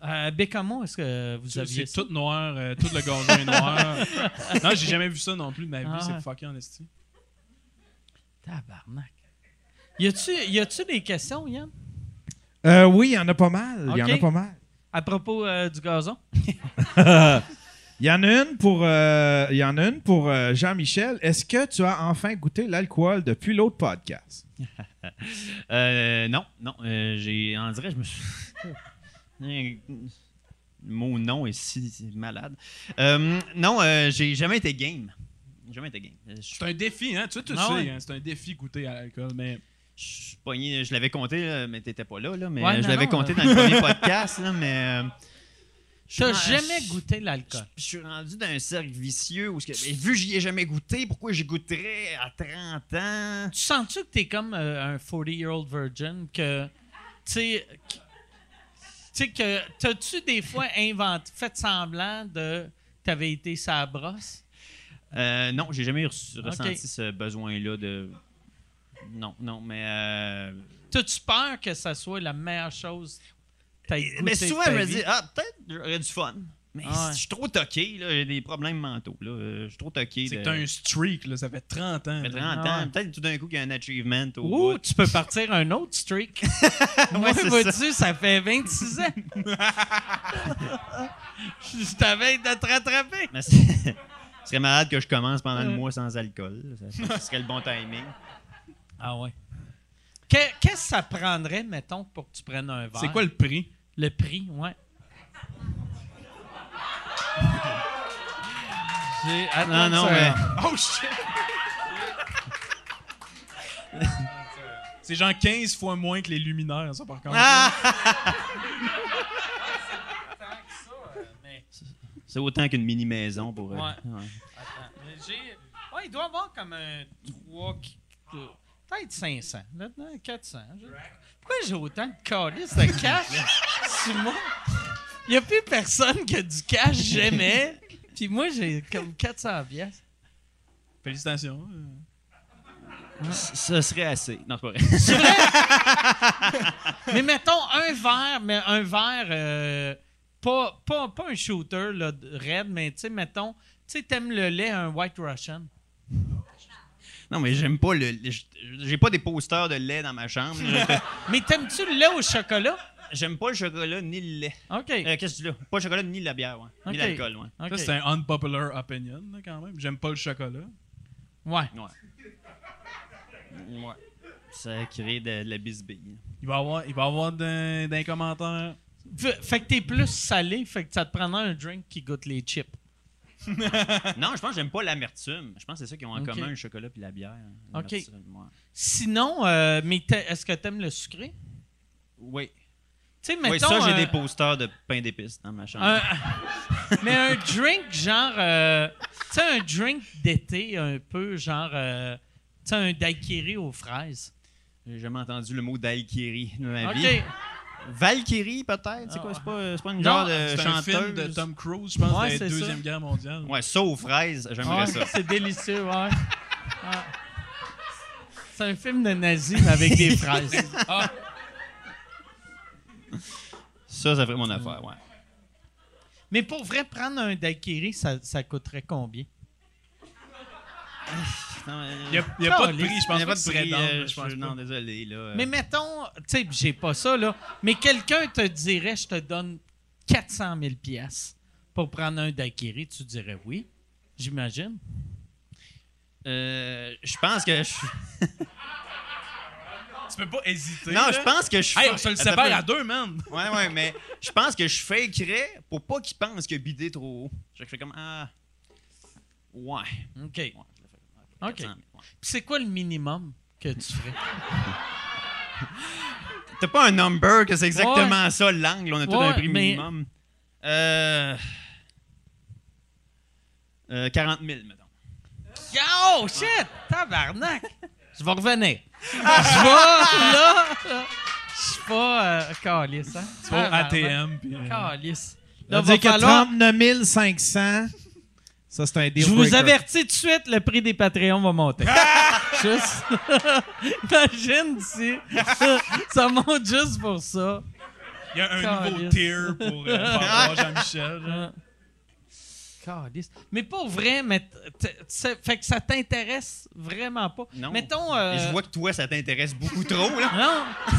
[SPEAKER 1] À Bécamo, est-ce que vous aviez
[SPEAKER 6] C'est
[SPEAKER 1] ça?
[SPEAKER 6] tout noir, euh, tout le gazon est noir. non, j'ai jamais vu ça non plus de ma vie,
[SPEAKER 1] Ah ouais.
[SPEAKER 6] c'est fucking honesty.
[SPEAKER 1] Tabarnak. Y a-tu, y a-tu des questions, Yann,
[SPEAKER 3] Euh, oui, il y en a pas mal. Il y en a
[SPEAKER 1] Ok.
[SPEAKER 3] pas mal.
[SPEAKER 1] à propos euh, du gazon?
[SPEAKER 3] Il y en a une pour, euh, il y en a une pour euh, Jean-Michel. Est-ce que tu as enfin goûté l'alcool depuis l'autre podcast?
[SPEAKER 4] Euh, non, non. euh, j'ai, on dirait, je me suis. Le mot non est si malade. Euh, non, euh, j'ai jamais été game. J'ai Jamais été game. Euh, Je suis-
[SPEAKER 6] C'est un défi, hein? Tu sais, tu
[SPEAKER 1] Ah
[SPEAKER 6] sais,
[SPEAKER 1] ouais.
[SPEAKER 6] hein, c'est un défi goûter à l'alcool, mais
[SPEAKER 4] je suis pogné, je l'avais compté, là, mais t'étais pas là, là, mais
[SPEAKER 1] Ouais,
[SPEAKER 4] je
[SPEAKER 1] non,
[SPEAKER 4] l'avais
[SPEAKER 1] non,
[SPEAKER 4] compté
[SPEAKER 1] euh.
[SPEAKER 4] dans le premier podcast, là, mais. euh,
[SPEAKER 1] Tu
[SPEAKER 4] Non,
[SPEAKER 1] jamais
[SPEAKER 4] je-
[SPEAKER 1] goûté
[SPEAKER 4] Je,
[SPEAKER 1] l'alcool.
[SPEAKER 4] je suis rendu dans un cercle vicieux où, ce que, mais vu que j'y ai jamais goûté, pourquoi j'y goûterais à 30 ans?
[SPEAKER 1] Tu sens-tu que t'es comme euh, un 40-year-old virgin que. Tu sais. que- Tu sais que. T'as-tu des fois inventé, fait semblant de. T'avais été sa brosse?
[SPEAKER 4] Euh, non, j'ai jamais reçu-
[SPEAKER 1] Ok.
[SPEAKER 4] ressenti ce besoin-là de. Non, non, mais. euh,
[SPEAKER 1] T'as-tu peur que ça soit la meilleure chose que t'aies goûté
[SPEAKER 4] Mais
[SPEAKER 1] de
[SPEAKER 4] souvent,
[SPEAKER 1] ta
[SPEAKER 4] je me
[SPEAKER 1] vie?
[SPEAKER 4] dis, ah, peut-être j'aurais du fun. Mais
[SPEAKER 1] Ah ouais.
[SPEAKER 4] je suis trop toqué, là, j'ai des problèmes mentaux. Là. euh, Je suis trop toqué.
[SPEAKER 6] c'est
[SPEAKER 4] de-
[SPEAKER 6] que t'as un streak, là, ça fait 30 ans.
[SPEAKER 4] de 30
[SPEAKER 6] là.
[SPEAKER 1] Ah ouais.
[SPEAKER 4] ans. Peut-être tout d'un coup qu'il y a un achievement au
[SPEAKER 1] Ouh,
[SPEAKER 4] bout.
[SPEAKER 1] tu peux partir un autre streak. Moi,
[SPEAKER 4] Ouais, c'est
[SPEAKER 1] vois-tu, ça. fait 26 ans. Je t'avais de te rattraper.
[SPEAKER 4] Mais c'est- Ce serait malade que je commence pendant le mois sans alcool. là. Ça, ça serait le bon timing.
[SPEAKER 1] Ah ouais. Que- Qu'est-ce que ça prendrait, mettons, pour que tu prennes un verre?
[SPEAKER 6] C'est quoi le prix?
[SPEAKER 1] le prix? Ouais. J'ai- attends
[SPEAKER 4] Non,
[SPEAKER 1] une
[SPEAKER 4] non, mais.
[SPEAKER 1] seconde.
[SPEAKER 6] Oh shit! c'est genre 15 fois moins que les luminaires, ça, par contre.
[SPEAKER 4] C'est autant qu'une mini maison pour. euh,
[SPEAKER 1] Ouais.
[SPEAKER 4] ouais.
[SPEAKER 1] Attends, mais j'ai- Ouais, il doit avoir comme un 3, peut-être 500, maintenant 400. Je- Pourquoi j'ai autant de calices de cash sur moi? Il n'y a plus personne qui a du cash jamais. Puis moi, j'ai comme 400 pièces.
[SPEAKER 6] Félicitations.
[SPEAKER 4] Ce ce serait assez. Non, c'est pas vrai.
[SPEAKER 1] Mais mettons un verre, mais un verre, euh, pas, pas, pas un shooter là, de- raide, mais tu sais, mettons, tu sais, t'aimes le lait, un White Russian.
[SPEAKER 4] Non, mais j'aime pas le. le- J'ai pas des posters de lait dans ma chambre.
[SPEAKER 1] Mais t'aimes-tu le lait au chocolat?
[SPEAKER 4] J'aime pas le chocolat ni le lait.
[SPEAKER 1] OK.
[SPEAKER 4] Euh, Qu'est-ce que tu dis là? Pas le chocolat ni la bière, ouais.
[SPEAKER 1] Ok.
[SPEAKER 4] Ni l'alcool, ouais.
[SPEAKER 1] OK.
[SPEAKER 6] Ça, c'est un unpopular opinion, là, quand même. J'aime pas le chocolat.
[SPEAKER 1] Ouais.
[SPEAKER 4] Ouais. Ça crée de, de la bisbille.
[SPEAKER 6] Il va y avoir, il va y avoir d'un, d'un commentaire.
[SPEAKER 1] F- Fait que t'es plus salé, fait que ça te prendra un drink qui goûte les chips.
[SPEAKER 4] non, je pense que j'aime pas l'amertume. Je pense que c'est ça qu'ils ont en
[SPEAKER 1] Ok.
[SPEAKER 4] commun, le chocolat puis la bière.
[SPEAKER 1] Ok.
[SPEAKER 4] L'amertume, ouais.
[SPEAKER 1] Sinon, euh, mais t'a- est-ce que t'aimes le sucré?
[SPEAKER 4] Oui.
[SPEAKER 1] Tu sais, mettons.
[SPEAKER 4] Oui, ça,
[SPEAKER 1] un-
[SPEAKER 4] j'ai
[SPEAKER 6] euh,
[SPEAKER 4] des posters de pain d'épices dans ma chambre.
[SPEAKER 1] un- mais un drink genre. euh, tu sais, un drink d'été un peu genre. euh, tu sais, un daiquiri aux fraises.
[SPEAKER 4] J'ai jamais entendu le mot d'Alkiri de ma
[SPEAKER 1] OK.
[SPEAKER 4] vie. Valkyrie, peut-être? C'est quoi? C'est pas, c'est pas une
[SPEAKER 1] Non,
[SPEAKER 4] genre
[SPEAKER 6] C'est
[SPEAKER 4] de
[SPEAKER 6] un
[SPEAKER 4] chanteuse?
[SPEAKER 6] film Euh, de Tom Cruise, je pense,
[SPEAKER 1] Ouais,
[SPEAKER 6] de la
[SPEAKER 1] c'est ça.
[SPEAKER 6] Deuxième Guerre mondiale.
[SPEAKER 4] Ouais, ça aux fraises, j'aimerais
[SPEAKER 1] Ouais,
[SPEAKER 4] ça.
[SPEAKER 1] c'est délicieux, ouais. Ouais. C'est un film de nazis, mais avec des fraises. Ah.
[SPEAKER 4] Ça, ça ferait mon affaire, ouais.
[SPEAKER 1] Mais pour vrai, prendre un daiquiri, ça, ça coûterait combien?
[SPEAKER 4] Non, euh,
[SPEAKER 6] Il n'y a, il y a pas de
[SPEAKER 1] Caliste.
[SPEAKER 6] prix, je
[SPEAKER 4] il
[SPEAKER 6] pense
[SPEAKER 4] y a
[SPEAKER 6] pas de prix.
[SPEAKER 4] euh,
[SPEAKER 6] je
[SPEAKER 4] je-
[SPEAKER 6] pense
[SPEAKER 4] Non, désolé, là. euh,
[SPEAKER 1] Mais mettons, tu sais, pis j'ai pas ça, là, mais quelqu'un te dirait, je te donne 400 000 pièces pour prendre un daiquiri, tu dirais oui, j'imagine.
[SPEAKER 4] euh, je pense que je...
[SPEAKER 6] Tu peux pas hésiter.
[SPEAKER 4] Non,
[SPEAKER 6] là.
[SPEAKER 4] je pense que je...
[SPEAKER 6] Hey, on se le
[SPEAKER 4] Attends,
[SPEAKER 6] sépare à deux, man.
[SPEAKER 4] Ouais, ouais, mais je pense que je fakerais pour pas qu'il pense que bidé trop haut. Je fais comme Ah. Ouais.
[SPEAKER 1] OK.
[SPEAKER 4] ouais je le fais.
[SPEAKER 1] OK.
[SPEAKER 4] 400 000, ouais.
[SPEAKER 1] Pis c'est quoi le minimum que tu ferais?
[SPEAKER 4] T'as pas un number que c'est exactement ça l'angle, on a tout
[SPEAKER 1] Ouais,
[SPEAKER 4] un prix
[SPEAKER 1] mais-
[SPEAKER 4] minimum. Euh. Euh, 40 000, mettons.
[SPEAKER 1] Oh shit! Tabarnak! Je vais revenir. Je vais là. Je suis pas euh, calice, hein? Tu
[SPEAKER 6] Pour ATM. puis, euh,
[SPEAKER 1] Calice. Là,
[SPEAKER 3] On
[SPEAKER 1] va
[SPEAKER 3] dit que
[SPEAKER 1] falloir...
[SPEAKER 3] 39 500, ça, c'est un deal
[SPEAKER 1] Je vous
[SPEAKER 3] breaker.
[SPEAKER 1] avertis tout de suite, le prix des Patreons va monter.
[SPEAKER 4] Ah!
[SPEAKER 1] juste. Imagine si ça monte juste pour ça.
[SPEAKER 6] Il y a un nouveau
[SPEAKER 1] Calice.
[SPEAKER 6] tier pour euh, faire voir Jean-Michel. genre.
[SPEAKER 1] Calice. Mais pas vrai, mais t- t- ça- fait que ça t'intéresse vraiment pas.
[SPEAKER 4] Non.
[SPEAKER 1] Mettons.
[SPEAKER 4] Et je
[SPEAKER 1] euh,
[SPEAKER 4] vois que toi, ça t'intéresse beaucoup trop, là.
[SPEAKER 1] Non!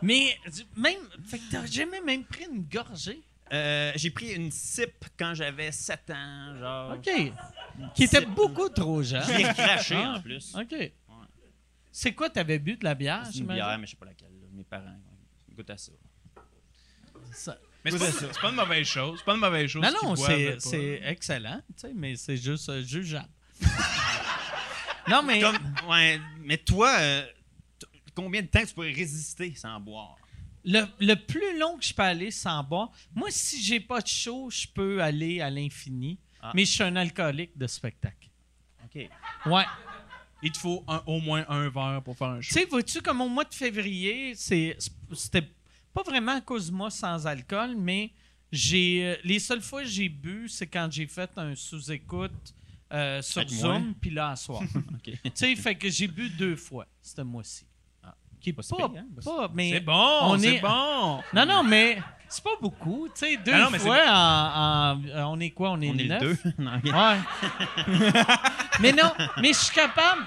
[SPEAKER 1] Mais du- même. Fait que t'as jamais même pris une gorgée.
[SPEAKER 4] Euh, j'ai pris une sip quand j'avais 7 ans, genre.
[SPEAKER 1] OK. Qui était
[SPEAKER 4] Ah. C'est-
[SPEAKER 1] beaucoup trop
[SPEAKER 4] Je
[SPEAKER 1] jeune.
[SPEAKER 4] l'ai craché en plus.
[SPEAKER 1] OK. C'est quoi, t'avais bu de la bière?
[SPEAKER 4] C'est une
[SPEAKER 1] j'imagine?
[SPEAKER 4] bière, mais je sais pas laquelle. là. Mes parents ils goûtent à ça.
[SPEAKER 1] Ça-
[SPEAKER 6] Mais c'est pas, c'est pas une mauvaise chose. C'est pas une mauvaise chose.
[SPEAKER 1] Non,
[SPEAKER 6] qu'ils
[SPEAKER 1] non,
[SPEAKER 6] boivent,
[SPEAKER 1] c'est
[SPEAKER 6] pas.
[SPEAKER 1] c'est excellent, tu sais, mais c'est juste euh, jugeable. non, mais.
[SPEAKER 4] Comme- ouais, mais toi, euh, t- combien de temps tu pourrais résister sans boire?
[SPEAKER 1] Le, le plus long que je peux aller sans boire, moi, si j'ai pas de chaud, je peux aller à l'infini.
[SPEAKER 4] Ah.
[SPEAKER 1] Mais je suis un alcoolique de spectacle.
[SPEAKER 4] OK.
[SPEAKER 1] Ouais.
[SPEAKER 6] Il te faut un- au moins un verre pour faire un
[SPEAKER 1] Tu
[SPEAKER 6] show.
[SPEAKER 1] sais, vois-tu, comme au mois de février, c'est- c'était pas vraiment à cause de moi sans alcool, mais j'ai euh, les seules fois que j'ai bu, c'est quand j'ai fait un sous-écoute euh, sur
[SPEAKER 4] Avec moi.
[SPEAKER 1] Zoom, puis là, à soir. Tu sais, fait que j'ai bu deux fois ce mois-ci. Ah, Qui est pas,
[SPEAKER 4] si pire, hein? Pas si
[SPEAKER 1] pas- mais
[SPEAKER 6] C'est
[SPEAKER 1] on
[SPEAKER 6] bon, c'est
[SPEAKER 1] est-
[SPEAKER 6] bon.
[SPEAKER 1] Non, non, mais c'est pas beaucoup. Tu sais, deux
[SPEAKER 6] Ah non, mais
[SPEAKER 1] fois en, en- euh, On est quoi? On est
[SPEAKER 4] On est le
[SPEAKER 1] neuf?
[SPEAKER 4] 2. Non, ok.
[SPEAKER 1] Ouais. mais non, mais je suis capable.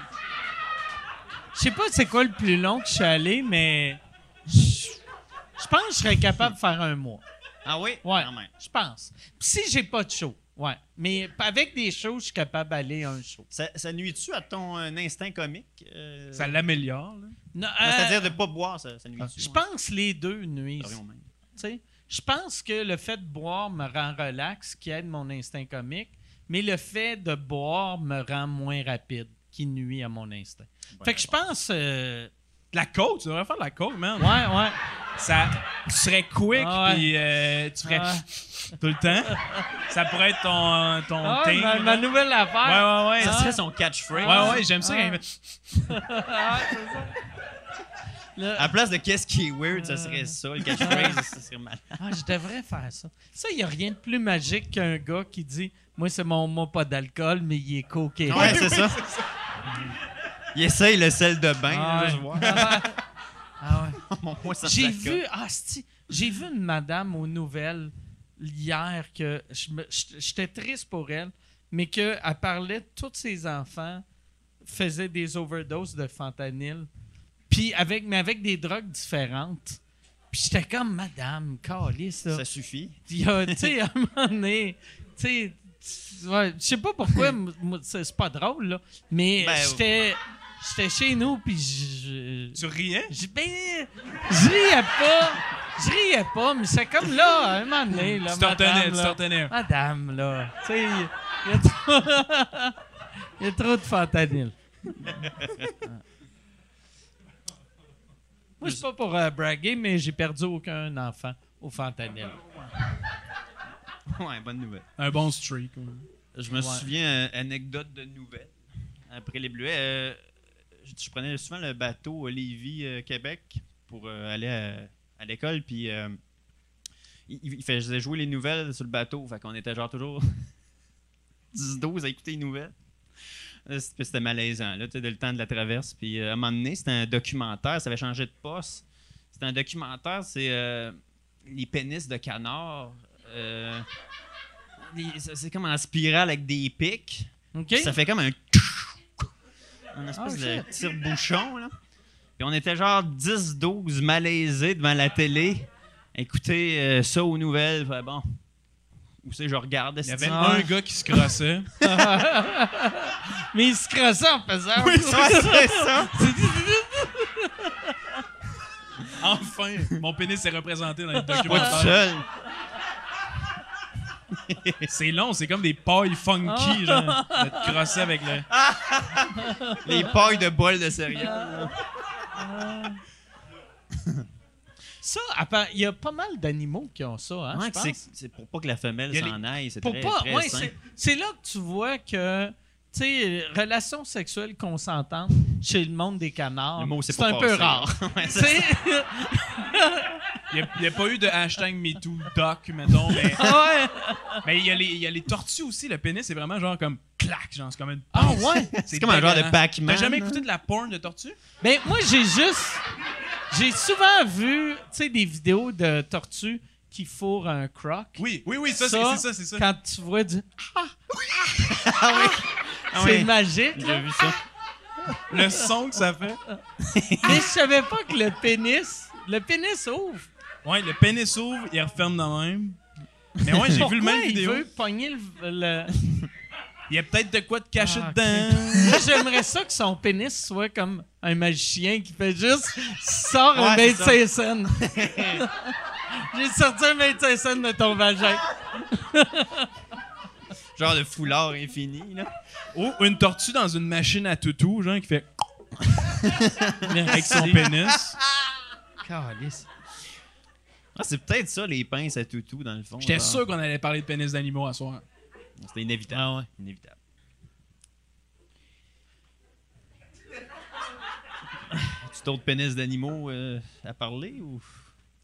[SPEAKER 1] Je sais pas c'est quoi le plus long que je suis allé, mais je je pense que je serais capable de faire un mois.
[SPEAKER 4] Ah oui?
[SPEAKER 1] Ouais,
[SPEAKER 4] Quand même.
[SPEAKER 1] je pense. Puis si j'ai pas de show, ouais. Mais avec des shows, je suis capable d'aller à un show.
[SPEAKER 4] Ça, ça nuit-tu à ton euh, instinct comique? euh,
[SPEAKER 6] Ça l'améliore. là.
[SPEAKER 1] Non,
[SPEAKER 4] non,
[SPEAKER 1] euh,
[SPEAKER 4] C'est-à-dire de ne pas boire, ça, ça nuit-tu?
[SPEAKER 1] Ah, je
[SPEAKER 4] ouais?
[SPEAKER 1] pense les deux
[SPEAKER 4] Ah oui,
[SPEAKER 1] nuisent.
[SPEAKER 4] on m'aime.
[SPEAKER 1] tu sais. Je pense que le fait de boire me rend relax, qui aide mon instinct comique, mais le fait de boire me rend moins rapide, qui nuit à mon instinct.
[SPEAKER 4] Ben,
[SPEAKER 1] fait que je pense. euh,
[SPEAKER 6] De la coke, tu devrais faire de la coke, man.
[SPEAKER 1] ouais, ouais.
[SPEAKER 6] Ça, tu serais quick,
[SPEAKER 1] Ah ouais.
[SPEAKER 6] puis euh, tu ferais
[SPEAKER 1] Ah.
[SPEAKER 6] tout le temps. Ça pourrait être ton, ton
[SPEAKER 1] Ah,
[SPEAKER 6] thing.
[SPEAKER 1] ma, ma
[SPEAKER 6] là.
[SPEAKER 1] nouvelle affaire.
[SPEAKER 6] Ouais, ouais, ouais.
[SPEAKER 4] Ça
[SPEAKER 6] Ça
[SPEAKER 4] serait son catchphrase.
[SPEAKER 6] serait- Ouais, ouais, j'aime ça.
[SPEAKER 1] Ah.
[SPEAKER 6] quand il fait-
[SPEAKER 1] Ah, c'est ça. Le-
[SPEAKER 4] À place de qu'est-ce qui est weird, ça serait ça. Le catchphrase, ça serait mal.
[SPEAKER 1] ah, je devrais faire ça. Ça, il n'y a rien de plus magique qu'un gars qui dit Moi, c'est mon mot, pas d'alcool, mais il est coqué.
[SPEAKER 4] Ouais, c'est ça. Il essaye le sel de
[SPEAKER 1] Ah
[SPEAKER 4] bain, là,
[SPEAKER 1] ouais.
[SPEAKER 4] juste voir.
[SPEAKER 1] Ah ouais.
[SPEAKER 4] Moi, ça
[SPEAKER 1] J'ai
[SPEAKER 4] me
[SPEAKER 1] vu, ah, c'ti, j'ai vu une madame aux nouvelles hier que je me- j't- j'étais triste pour elle, mais qu'elle parlait de tous ses enfants faisaient des overdoses de fentanyl, puis avec, mais avec des drogues différentes. Puis j'étais comme, madame, calée, ça.
[SPEAKER 4] Ça suffit.
[SPEAKER 1] Il y a, tu sais, à un moment donné, tu sais, tu- ouais, je sais pas pourquoi, m- moi, c'est c'est pas drôle, là, mais
[SPEAKER 4] Ben,
[SPEAKER 1] j'étais j'étais chez nous, puis je- je-
[SPEAKER 6] Tu riais?
[SPEAKER 1] j'ai- ben, je riais pas. Je riais pas, mais c'est comme là, à un moment donné, là,
[SPEAKER 6] Tu t'en tenais,
[SPEAKER 1] madame,
[SPEAKER 6] tu
[SPEAKER 1] là,
[SPEAKER 6] t'en tenais.
[SPEAKER 1] madame, là, tu sais, il y a trop- il y a trop de fentanyl. Moi, je suis pas pour euh, braguer, mais j'ai perdu aucun enfant au fentanyl.
[SPEAKER 4] Ouais, bonne nouvelle.
[SPEAKER 6] Un bon streak. ouais.
[SPEAKER 4] Je me souviens, euh, anecdote de nouvelle, après les Bleuets. euh, je, je prenais souvent le bateau Lévis-Québec pour euh, aller à, à l'école, puis euh, il, il- il faisait jouer les nouvelles sur le bateau, fait qu'on était genre toujours 10-12 à écouter les nouvelles. Euh, C'était c'était malaisant, là, tu sais, dès le temps de la traverse. Puis euh, à un moment donné, c'était un documentaire, ça avait changé de poste. C'était un documentaire, c'est euh, les pénis de canard. euh, les- c'est c'est comme en spirale avec des pics.
[SPEAKER 1] OK?
[SPEAKER 4] Puis Ça fait comme un. Un espèce
[SPEAKER 1] Oh,
[SPEAKER 4] de
[SPEAKER 1] shit.
[SPEAKER 4] tire-bouchon, là. Puis on était genre 10-12 malaisés devant la télé. Écoutez euh, ça aux nouvelles. Fait bon. Où c'est, que je regardais
[SPEAKER 6] Il y avait
[SPEAKER 4] c'est-
[SPEAKER 1] Ah.
[SPEAKER 6] un gars qui se crossait.
[SPEAKER 1] Mais il se crossait en faisant.
[SPEAKER 4] Oui, ça, c'est ça.
[SPEAKER 6] Enfin, mon pénis est représenté dans les
[SPEAKER 4] Pas tout
[SPEAKER 6] documentaires.
[SPEAKER 4] seul.
[SPEAKER 6] C'est long, c'est comme des pailles
[SPEAKER 1] Ah.
[SPEAKER 6] funky, genre. De te crosser avec le.
[SPEAKER 4] Les pailles de bol de céréales. là.
[SPEAKER 1] Ça, à part- il y a pas mal d'animaux qui ont ça, hein,
[SPEAKER 4] Ouais,
[SPEAKER 1] je
[SPEAKER 4] que c'est-
[SPEAKER 1] pense.
[SPEAKER 4] c'est pour pas que la femelle
[SPEAKER 1] Il y a
[SPEAKER 4] s'en aille. C'est
[SPEAKER 1] Pour
[SPEAKER 4] très,
[SPEAKER 1] pas-
[SPEAKER 4] très
[SPEAKER 1] ouais,
[SPEAKER 4] sain.
[SPEAKER 1] c'est- c'est là que tu vois que, tu sais, relations sexuelles consentantes chez le monde des canards,
[SPEAKER 4] Le mot, c'est
[SPEAKER 1] c'est
[SPEAKER 4] pas
[SPEAKER 1] un peu
[SPEAKER 4] passé.
[SPEAKER 1] rare.
[SPEAKER 4] Ouais, ça-
[SPEAKER 1] C'est-
[SPEAKER 6] Il n'y a, pas eu de hashtag MeToo doc, mettons, mais
[SPEAKER 1] Ah
[SPEAKER 6] mais il y, a les- il y a les tortues aussi. Le pénis, c'est vraiment genre comme clac, genre, c'est comme une.
[SPEAKER 1] Ah ouais?
[SPEAKER 4] C'est comme un genre de
[SPEAKER 6] dégueulasse.
[SPEAKER 4] Pac-Man.
[SPEAKER 6] T'as jamais écouté de la porn de tortue?
[SPEAKER 1] Ben, moi, j'ai juste. J'ai souvent vu, tu sais, des vidéos de tortues qui fourrent un croc.
[SPEAKER 6] Oui, oui, oui, ça, c'est
[SPEAKER 1] Ça,
[SPEAKER 6] c'est ça, c'est ça.
[SPEAKER 1] Quand tu vois du. Ah!
[SPEAKER 4] Ah
[SPEAKER 1] C'est
[SPEAKER 4] ouais,
[SPEAKER 1] magique.
[SPEAKER 4] J'ai vu ça.
[SPEAKER 6] Le son que ça fait.
[SPEAKER 1] Mais je savais pas que le pénis. Le pénis ouvre.
[SPEAKER 6] Ouais, le pénis s'ouvre, il referme de même. Mais ouais, j'ai vu le
[SPEAKER 1] Pourquoi
[SPEAKER 6] même
[SPEAKER 1] il
[SPEAKER 6] vidéo.
[SPEAKER 1] veut pogner le. le-
[SPEAKER 6] Il y a peut-être de quoi te cacher
[SPEAKER 1] Ah, ok.
[SPEAKER 6] dedans.
[SPEAKER 1] Moi, j'aimerais ça que son pénis soit comme un magicien qui fait juste. Sort un
[SPEAKER 4] Ouais, c'est
[SPEAKER 1] 25 cents. J'ai sorti un 25 cents de ton vagin.
[SPEAKER 4] Genre de foulard infini, là.
[SPEAKER 6] Ou une tortue dans une machine à toutou, genre, qui fait avec
[SPEAKER 1] Merci.
[SPEAKER 6] son pénis.
[SPEAKER 4] Ah, c'est peut-être ça, les pinces à toutou, dans le fond.
[SPEAKER 6] J'étais
[SPEAKER 4] genre.
[SPEAKER 6] sûr qu'on allait parler de pénis d'animaux à soir.
[SPEAKER 4] C'était inévitable.
[SPEAKER 1] Ah
[SPEAKER 4] Inévitable. As-tu d'autres pénis d'animaux euh, à parler ou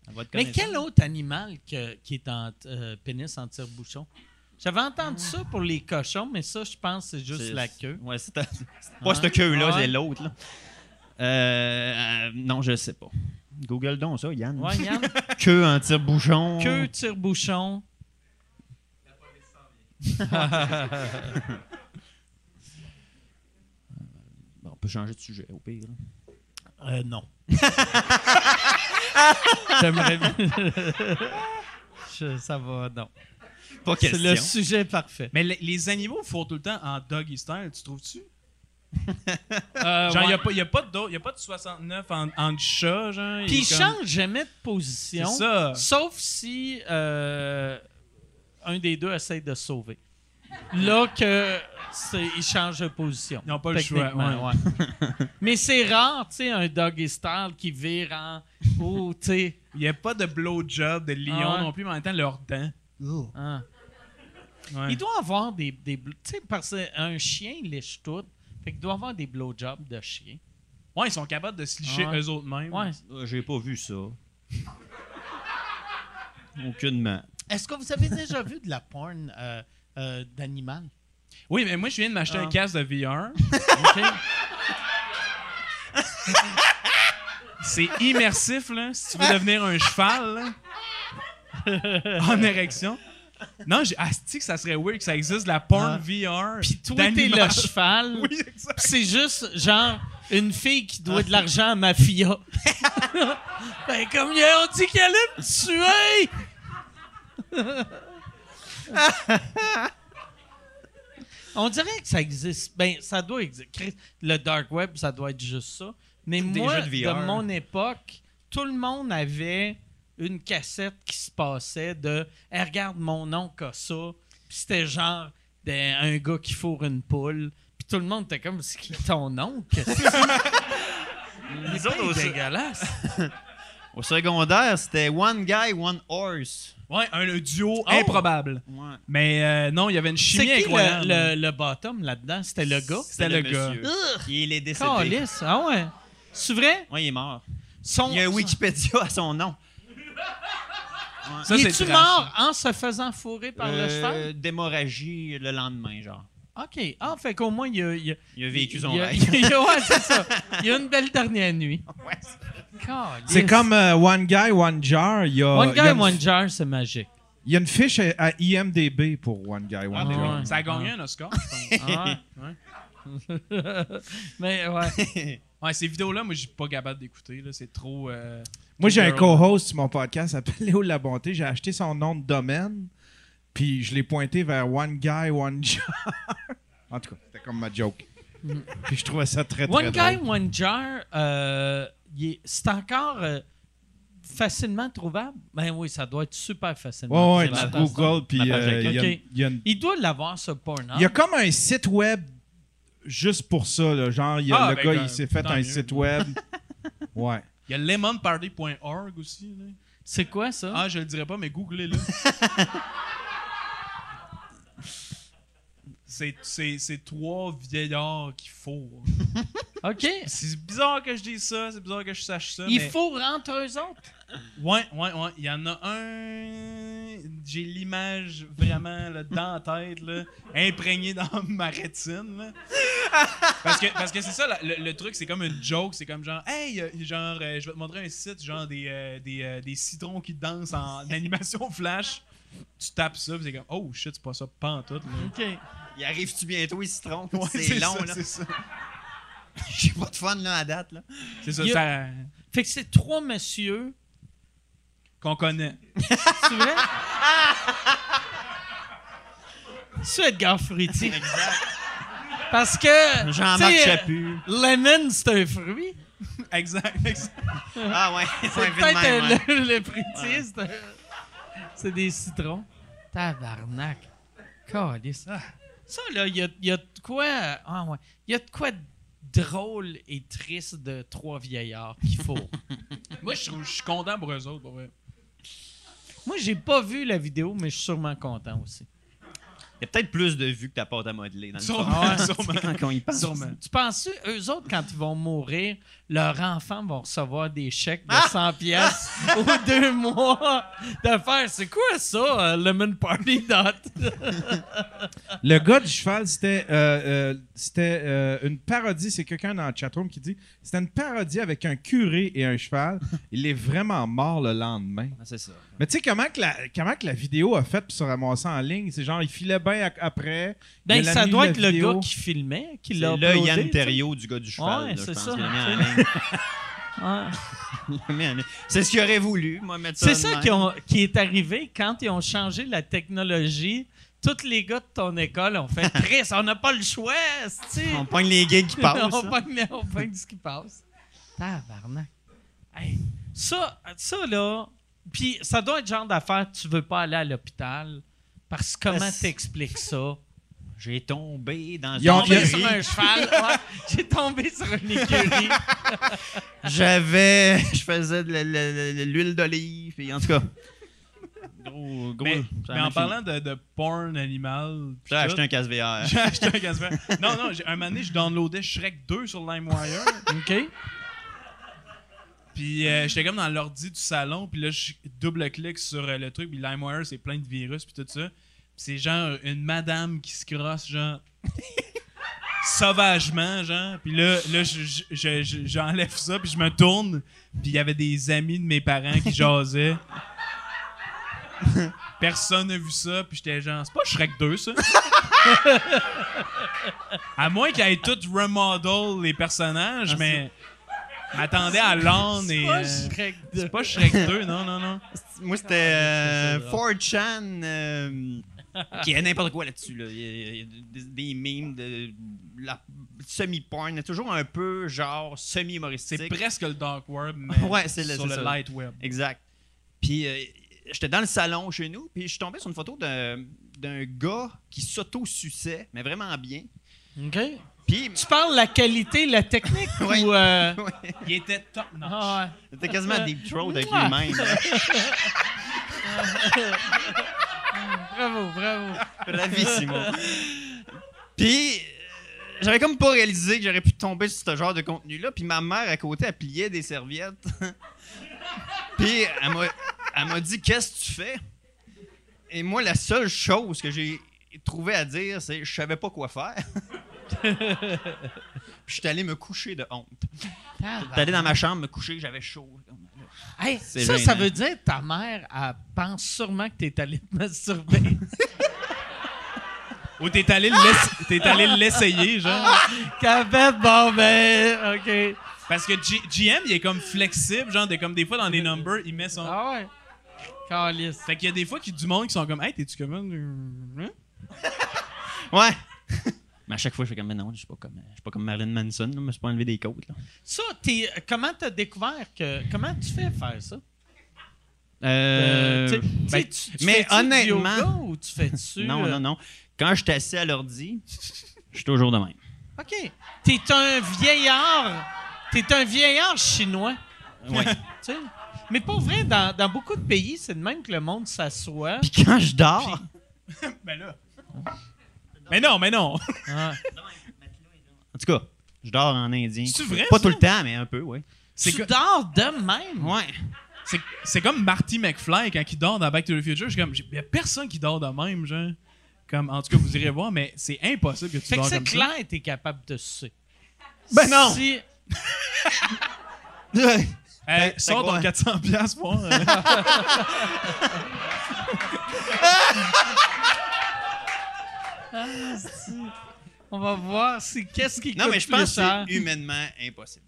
[SPEAKER 4] à votre
[SPEAKER 1] Mais
[SPEAKER 4] connaissance?
[SPEAKER 1] quel autre animal que- qui est en euh, pénis en tire-bouchon? J'avais entendu ça pour les cochons, mais ça, je pense que c'est juste
[SPEAKER 4] C'est-
[SPEAKER 1] la queue.
[SPEAKER 4] Ouais, c'est ta- c'est pas
[SPEAKER 1] Ouais.
[SPEAKER 4] cette queue-là,
[SPEAKER 1] Ouais.
[SPEAKER 4] c'est l'autre. là. Euh, euh, non, je sais pas. Google donc ça, Yann.
[SPEAKER 1] Ouais, Yann?
[SPEAKER 4] Queue en tire-bouchon.
[SPEAKER 1] queue, tire-bouchon.
[SPEAKER 4] Bon, on peut changer de sujet, au pire. là.
[SPEAKER 1] Euh, non. J'aimerais mieux. Je- ça va, non.
[SPEAKER 4] Pas
[SPEAKER 1] C'est
[SPEAKER 4] question.
[SPEAKER 1] le sujet parfait.
[SPEAKER 6] Mais le- les animaux font tout le temps en doggy style, tu trouves-tu?
[SPEAKER 1] Euh,
[SPEAKER 6] Genre,
[SPEAKER 1] ouais.
[SPEAKER 6] il n'y a, pas- y a pas de do- y a pas de 69 en, en chat, genre. il
[SPEAKER 1] Puis il
[SPEAKER 6] est comme-
[SPEAKER 1] change jamais de
[SPEAKER 6] C'est
[SPEAKER 1] position,
[SPEAKER 6] ça.
[SPEAKER 1] sauf si euh, un des deux essaie de se sauver. Là que c'est- il change de position.
[SPEAKER 6] Ils n'ont pas le choix.
[SPEAKER 1] Techniquement,
[SPEAKER 6] ouais.
[SPEAKER 1] ouais. Mais c'est rare, tu sais, un doggy style qui vire en. Ou, tu sais.
[SPEAKER 6] Il n'y a pas de blowjob, de lion
[SPEAKER 1] Ah ouais.
[SPEAKER 6] non plus, mais en même temps, leurs dents.
[SPEAKER 1] hein.
[SPEAKER 6] Ouais.
[SPEAKER 1] Il doit avoir des. des bl- tu sais, parce qu'un chien, il lèche tout. Fait qu'il doit avoir des blowjobs de chien.
[SPEAKER 6] Ouais, ils sont capables de se licher
[SPEAKER 1] Ouais.
[SPEAKER 6] eux autres mêmes.
[SPEAKER 1] Ah. Ouais.
[SPEAKER 4] Euh, J'ai pas vu ça. Aucunement.
[SPEAKER 1] Est-ce que vous avez déjà vu de la porn euh, euh, d'animal?
[SPEAKER 6] Oui, mais moi, je viens de m'acheter
[SPEAKER 1] Ah.
[SPEAKER 6] un casque de VR.
[SPEAKER 1] OK?
[SPEAKER 6] C'est immersif, là. Si tu veux devenir un cheval, là, en érection. Non, j'ai asti que ça serait weird que ça existe de la porn
[SPEAKER 1] Ah.
[SPEAKER 6] VR.
[SPEAKER 1] Puis toi, t'es le
[SPEAKER 6] d'animal.
[SPEAKER 1] cheval.
[SPEAKER 6] Oui, exact.
[SPEAKER 1] Puis c'est juste, genre, une fille qui doit de l'argent à ma fille. ben, comme ils ont dit qu'elle allait me tuer! On dirait que ça existe. Ben, ça doit exister. Le dark web, ça doit être juste ça. Mais
[SPEAKER 4] Des
[SPEAKER 1] moi,
[SPEAKER 4] jeux
[SPEAKER 1] de,
[SPEAKER 4] de VR.
[SPEAKER 1] mon époque, tout le monde avait une cassette qui se passait de Eh, regarde mon oncle a ça. Puis c'était genre des- un gars qui fourre une poule. Puis tout le monde était comme C'est qui ton oncle Qu'est-ce que c'est?
[SPEAKER 4] autres
[SPEAKER 1] C'est
[SPEAKER 4] aussi.
[SPEAKER 1] dégueulasse.
[SPEAKER 4] Au secondaire, c'était One Guy, One Horse.
[SPEAKER 6] Ouais, un le duo improbable.
[SPEAKER 4] Ouais.
[SPEAKER 6] Mais euh, non, il y avait une
[SPEAKER 1] Oh. C'est
[SPEAKER 6] chimie
[SPEAKER 1] qui
[SPEAKER 6] incroyable.
[SPEAKER 1] le, le, le bottom là-dedans C'était le gars.
[SPEAKER 6] C'était le gars.
[SPEAKER 4] monsieur. Il est décédé.
[SPEAKER 1] Calisse. Ah ouais. C'est vrai
[SPEAKER 4] Ouais, il est mort.
[SPEAKER 1] Son...
[SPEAKER 4] Il y a un Wikipédia à son nom.
[SPEAKER 6] Ça,
[SPEAKER 1] Il
[SPEAKER 6] c'est
[SPEAKER 1] est-tu
[SPEAKER 6] trash.
[SPEAKER 1] mort en se faisant fourrer par le
[SPEAKER 4] Euh,
[SPEAKER 1] cheval?
[SPEAKER 4] D'hémorragie le lendemain, genre.
[SPEAKER 1] OK. Ah, fait qu'au moins, il y a, il y a-
[SPEAKER 4] Il a vécu son
[SPEAKER 1] il y a-
[SPEAKER 4] rêve.
[SPEAKER 1] il y a- ouais, c'est ça. Il y a une belle dernière nuit. Calisse.
[SPEAKER 3] C'est comme euh, One Guy, One Jar. Il y a,
[SPEAKER 4] euh,
[SPEAKER 1] One
[SPEAKER 3] il y a
[SPEAKER 1] Guy,
[SPEAKER 3] une-
[SPEAKER 1] One Jar, c'est magique.
[SPEAKER 3] Il y a une fiche à, à IMDB pour One Guy, One
[SPEAKER 6] Ah,
[SPEAKER 1] ouais.
[SPEAKER 3] Jar.
[SPEAKER 6] d'accord. Ça a gagné un Oscar, je pense.
[SPEAKER 1] Ah ouais. Mais ouais.
[SPEAKER 6] Ouais, ces vidéos-là, moi, je suis pas capable d'écouter. là. C'est trop. euh,
[SPEAKER 3] Moi, j'ai un
[SPEAKER 6] Girl.
[SPEAKER 3] co-host sur mon podcast, il s'appelle Léo Labonté. J'ai acheté son nom de domaine, puis je l'ai pointé vers One Guy, One Jar. en tout cas, c'était comme ma joke. puis je trouvais ça très, très
[SPEAKER 1] One Guy,
[SPEAKER 3] drôle.
[SPEAKER 1] One Jar, euh, il est- c'est encore euh, facilement trouvable. Ben oui, ça doit être super facilement
[SPEAKER 3] Ouais, ouais, tu
[SPEAKER 1] trouvable.
[SPEAKER 3] Google, puis
[SPEAKER 4] Ma page
[SPEAKER 3] euh, il y a-
[SPEAKER 1] d'accueil.
[SPEAKER 3] il y a une
[SPEAKER 1] Il doit l'avoir, ce porno.
[SPEAKER 3] Il y a comme un site web juste pour ça, là. genre il y a-
[SPEAKER 6] Ah,
[SPEAKER 3] le
[SPEAKER 6] ben,
[SPEAKER 3] gars
[SPEAKER 6] ben,
[SPEAKER 3] il s'est fait
[SPEAKER 6] tant
[SPEAKER 3] un
[SPEAKER 6] mieux.
[SPEAKER 3] site web. ouais.
[SPEAKER 6] Il Il y a lemonparty.org aussi. là.
[SPEAKER 1] C'est quoi ça?
[SPEAKER 6] Ah, je le dirais pas, mais googlez-le. C'est- C'est c'est trois vieillards qu'il faut. hein.
[SPEAKER 3] Ah,
[SPEAKER 1] OK.
[SPEAKER 6] C'est bizarre que je dise ça, c'est bizarre que je sache ça.
[SPEAKER 1] Il
[SPEAKER 6] mais-
[SPEAKER 1] faut rentrer eux autres.
[SPEAKER 6] Ouais, ouais, ouais. Il y en a un. J'ai l'image vraiment là, dans la tête, là, imprégnée dans ma rétine. là. Parce que parce que c'est ça, la- le, le truc, c'est comme une joke. C'est comme genre, hey, euh, genre, euh, je vais te montrer un site, genre des, euh, des, euh, des citrons qui dansent en animation flash. Tu tapes ça, puis c'est comme, oh shit, c'est pas ça, pantoute. là.
[SPEAKER 1] OK.
[SPEAKER 4] Il arrive-tu bientôt, il citron?
[SPEAKER 6] Ouais,
[SPEAKER 4] c'est long,
[SPEAKER 6] ça,
[SPEAKER 4] là.
[SPEAKER 6] C'est ça.
[SPEAKER 4] J'ai pas de fun, là, à date, là.
[SPEAKER 6] C'est ça,
[SPEAKER 1] Il y a-
[SPEAKER 6] ça-
[SPEAKER 1] Fait que c'est trois messieurs.
[SPEAKER 6] qu'on connaît.
[SPEAKER 1] C'est vrai? C'est Edgar Fruitier. Parce que.
[SPEAKER 4] Jean-Marc
[SPEAKER 1] tu sais,
[SPEAKER 4] Chaput.
[SPEAKER 1] Lemon, c'est un fruit.
[SPEAKER 6] Exact, exact.
[SPEAKER 4] Ah ouais,
[SPEAKER 1] C'est
[SPEAKER 4] c'est un
[SPEAKER 1] peut-être
[SPEAKER 4] même, hein. ouais.
[SPEAKER 1] un- le, le fruitier, c'est un- c'est des citrons. Tabarnak. Calice. Ah. Ça, là, il y a, il y a de quoi... Ah ouais. Il y a de quoi de drôle et triste de trois vieillards qu'il faut.
[SPEAKER 6] Moi, je, trouve- je suis content pour eux autres, pour vrai.
[SPEAKER 1] Moi, j'ai pas vu la vidéo, mais je suis sûrement content aussi.
[SPEAKER 4] Il y a peut-être plus de vues que ta porte à modeler dans le fond.
[SPEAKER 6] Sûrement, sûrement.
[SPEAKER 4] Quand on y pense.
[SPEAKER 6] Sûrement.
[SPEAKER 1] Tu penses eux autres, quand ils vont mourir, leurs enfants vont recevoir des chèques
[SPEAKER 4] Ah!
[SPEAKER 1] de 100 pièces ou deux mois de faire... C'est quoi ça, euh, Lemon Party Dot?
[SPEAKER 3] Le gars du cheval, c'était euh, euh, c'était, euh, une parodie. C'est quelqu'un dans le chatroom qui dit c'était une parodie avec un curé et un cheval. Il est vraiment mort le lendemain.
[SPEAKER 4] Ah, C'est ça.
[SPEAKER 3] Mais tu sais, comment, que la- comment que la vidéo a fait pour se ramasser en ligne C'est genre, il filait bien a- après.
[SPEAKER 1] Ben,
[SPEAKER 3] il a
[SPEAKER 1] ça
[SPEAKER 3] mis
[SPEAKER 1] doit
[SPEAKER 3] la
[SPEAKER 1] être le
[SPEAKER 3] vidéo.
[SPEAKER 1] gars qui filmait, qui
[SPEAKER 4] C'est
[SPEAKER 1] l'a
[SPEAKER 4] le
[SPEAKER 1] uploadé,
[SPEAKER 4] Yann
[SPEAKER 1] tu sais.
[SPEAKER 4] Terriot du gars du cheval,
[SPEAKER 1] Ouais,
[SPEAKER 4] là, je
[SPEAKER 1] c'est
[SPEAKER 4] pense,
[SPEAKER 1] ça.
[SPEAKER 4] qu'il a mis en ligne.
[SPEAKER 1] Ouais.
[SPEAKER 4] Il a mis en ligne. C'est ce qu'il aurait voulu, moi, mettre ça
[SPEAKER 1] C'est
[SPEAKER 4] de
[SPEAKER 1] ça
[SPEAKER 4] même.
[SPEAKER 1] qui, ont- qui est arrivé quand ils ont changé la technologie. Tous les gars de ton école ont fait Chris, on n'a pas le choix, tu
[SPEAKER 4] On pogne les gigs qui passent.
[SPEAKER 1] on
[SPEAKER 4] là.
[SPEAKER 1] pogne- on pogne ce qui passe. Tabarnak. Hey, ça, ça, là, puis ça doit être le genre d'affaire tu veux pas aller à l'hôpital parce que comment
[SPEAKER 4] Parce-
[SPEAKER 1] t'expliques ça?
[SPEAKER 4] J'ai tombé dans
[SPEAKER 3] Ils ont-
[SPEAKER 4] une
[SPEAKER 3] ils-
[SPEAKER 1] Tombé
[SPEAKER 4] écurie.
[SPEAKER 1] sur un cheval, ouais. j'ai tombé sur une écurie.
[SPEAKER 4] J'avais... Je faisais de la- la- la- la- l'huile d'olive, puis en tout cas... Gros, gros...
[SPEAKER 6] Mais,
[SPEAKER 4] ça
[SPEAKER 6] mais
[SPEAKER 4] m'a
[SPEAKER 6] en
[SPEAKER 4] fini.
[SPEAKER 6] parlant de, de porn animal, pis
[SPEAKER 4] J'ai
[SPEAKER 6] tout,
[SPEAKER 4] acheté un casse VR.
[SPEAKER 6] j'ai acheté un casse Non, non, j'ai- un moment donné, je downloadais Shrek 2 sur LimeWire,
[SPEAKER 1] OK?
[SPEAKER 6] puis euh, j'étais comme dans l'ordi du salon, puis là, je double-clique sur euh, le truc, puis LimeWire, c'est plein de virus, puis tout ça. Puis c'est genre une madame qui se crosse, genre... sauvagement, genre. Puis là, là je- je- je- je- j'enlève ça, puis je me tourne, puis il y avait des amis de mes parents qui jasaient. Personne n'a vu ça, puis j'étais genre, c'est pas Shrek 2, ça? à moins qu'ils aient tout remodel les personnages, mais je m'attendais à l'âne et. euh, C'est
[SPEAKER 1] Shrek
[SPEAKER 6] pas Shrek 2, non, non, non.
[SPEAKER 4] Moi, c'était euh, 4chan euh, qui est n'importe quoi là-dessus. Là. Il y a- il y a des, des memes de la semi-porn, toujours un peu genre
[SPEAKER 6] C'est
[SPEAKER 4] semi-humoristique.
[SPEAKER 6] presque le Dark Web, mais
[SPEAKER 4] Ouais, c'est le-
[SPEAKER 6] sur
[SPEAKER 4] c'est
[SPEAKER 6] le
[SPEAKER 4] ça.
[SPEAKER 6] Light Web.
[SPEAKER 4] Exact. Puis euh, j'étais dans le salon chez nous, puis je suis tombé sur une photo d'un d'un gars qui s'auto-suçait, mais vraiment bien.
[SPEAKER 1] OK?
[SPEAKER 4] Puis
[SPEAKER 1] Tu parles la qualité, la technique
[SPEAKER 4] Oui.
[SPEAKER 1] ou. euh,
[SPEAKER 6] Il était top. Non.
[SPEAKER 1] ah ouais.
[SPEAKER 4] c'était quasiment deep throat avec
[SPEAKER 1] Ouais.
[SPEAKER 4] lui-même. là.
[SPEAKER 1] Bravo, bravo.
[SPEAKER 4] Bravissimo. Puis, euh, j'avais comme pas réalisé que j'aurais pu tomber sur ce genre de contenu-là. Puis ma mère à côté, elle pliait des serviettes. Puis elle m'a, elle m'a dit Qu'est-ce que tu fais Et moi, la seule chose que j'ai trouvé à dire, c'est Je savais pas quoi faire. Puis j'étais allé me coucher de honte. J'étais allé dans ma chambre me coucher, j'avais chaud.
[SPEAKER 1] Hey, ça,
[SPEAKER 4] C'est
[SPEAKER 1] ça
[SPEAKER 4] gênant.
[SPEAKER 1] veut dire que ta mère, elle pense sûrement que t'es allé te masturber.
[SPEAKER 6] Ou Oh, t'es allé l'ess- t'es allé l'essayer, genre.
[SPEAKER 1] Qu'elle fait, bon, ben, OK.
[SPEAKER 6] Parce que G- GM, il est comme flexible, genre, de, comme des fois dans les numbers, il met son.
[SPEAKER 1] Ah ouais. Calice.
[SPEAKER 6] Fait qu'il y a des fois qu'il y a du monde qui sont comme, hey, t'es-tu comment? euh, hein?
[SPEAKER 4] Ouais. Mais à chaque fois, je fais comme, mais non, je suis pas comme, je suis pas comme Marilyn Manson, là, je me suis pas enlevé des côtes. là.
[SPEAKER 1] Ça, t'es, comment t'as découvert que. Comment tu fais faire ça?
[SPEAKER 4] Euh,
[SPEAKER 1] Euh, tu sais- tu sais,
[SPEAKER 4] ben,
[SPEAKER 1] tu- tu
[SPEAKER 4] mais
[SPEAKER 1] fais-tu du
[SPEAKER 4] honnêtement-
[SPEAKER 1] yoga ou tu fais-tu.
[SPEAKER 4] Non,
[SPEAKER 1] euh,
[SPEAKER 4] non, non. Quand je suis assis à l'ordi, je suis toujours de même.
[SPEAKER 1] OK. T'es un vieillard. T'es un vieillard chinois.
[SPEAKER 4] Ouais.
[SPEAKER 1] Tu sais? Mais pour vrai, dans, dans beaucoup de pays, c'est de même que le monde s'assoit.
[SPEAKER 4] Puis quand je dors,
[SPEAKER 6] Mais là. Mais non, mais non.
[SPEAKER 1] Ah.
[SPEAKER 4] en tout cas, je dors en indien.
[SPEAKER 6] C'est vrai,
[SPEAKER 4] Pas
[SPEAKER 6] ça?
[SPEAKER 4] tout le temps, mais un peu, oui.
[SPEAKER 6] C'est
[SPEAKER 1] tu
[SPEAKER 6] que-
[SPEAKER 1] dors de même.
[SPEAKER 4] Ouais.
[SPEAKER 6] C'est- C'est comme Marty McFly quand il dort dans Back to the Future. Je suis comme, il y a personne qui dort de même, genre. Comme, en tout cas, vous irez voir, mais c'est impossible que tu
[SPEAKER 1] Fait que
[SPEAKER 6] dors
[SPEAKER 1] c'est
[SPEAKER 6] comme ça.
[SPEAKER 1] clair que t'es capable de sucer.
[SPEAKER 4] Ben non.
[SPEAKER 1] Si-
[SPEAKER 6] Hey,
[SPEAKER 4] Fait-
[SPEAKER 6] sors
[SPEAKER 4] fait quoi?
[SPEAKER 6] ton 400 pièces moi. euh.
[SPEAKER 1] on va voir si qu'est-ce qui
[SPEAKER 4] Non,
[SPEAKER 1] coûte
[SPEAKER 4] mais je
[SPEAKER 1] plus
[SPEAKER 4] pense
[SPEAKER 1] cher.
[SPEAKER 4] que c'est humainement impossible.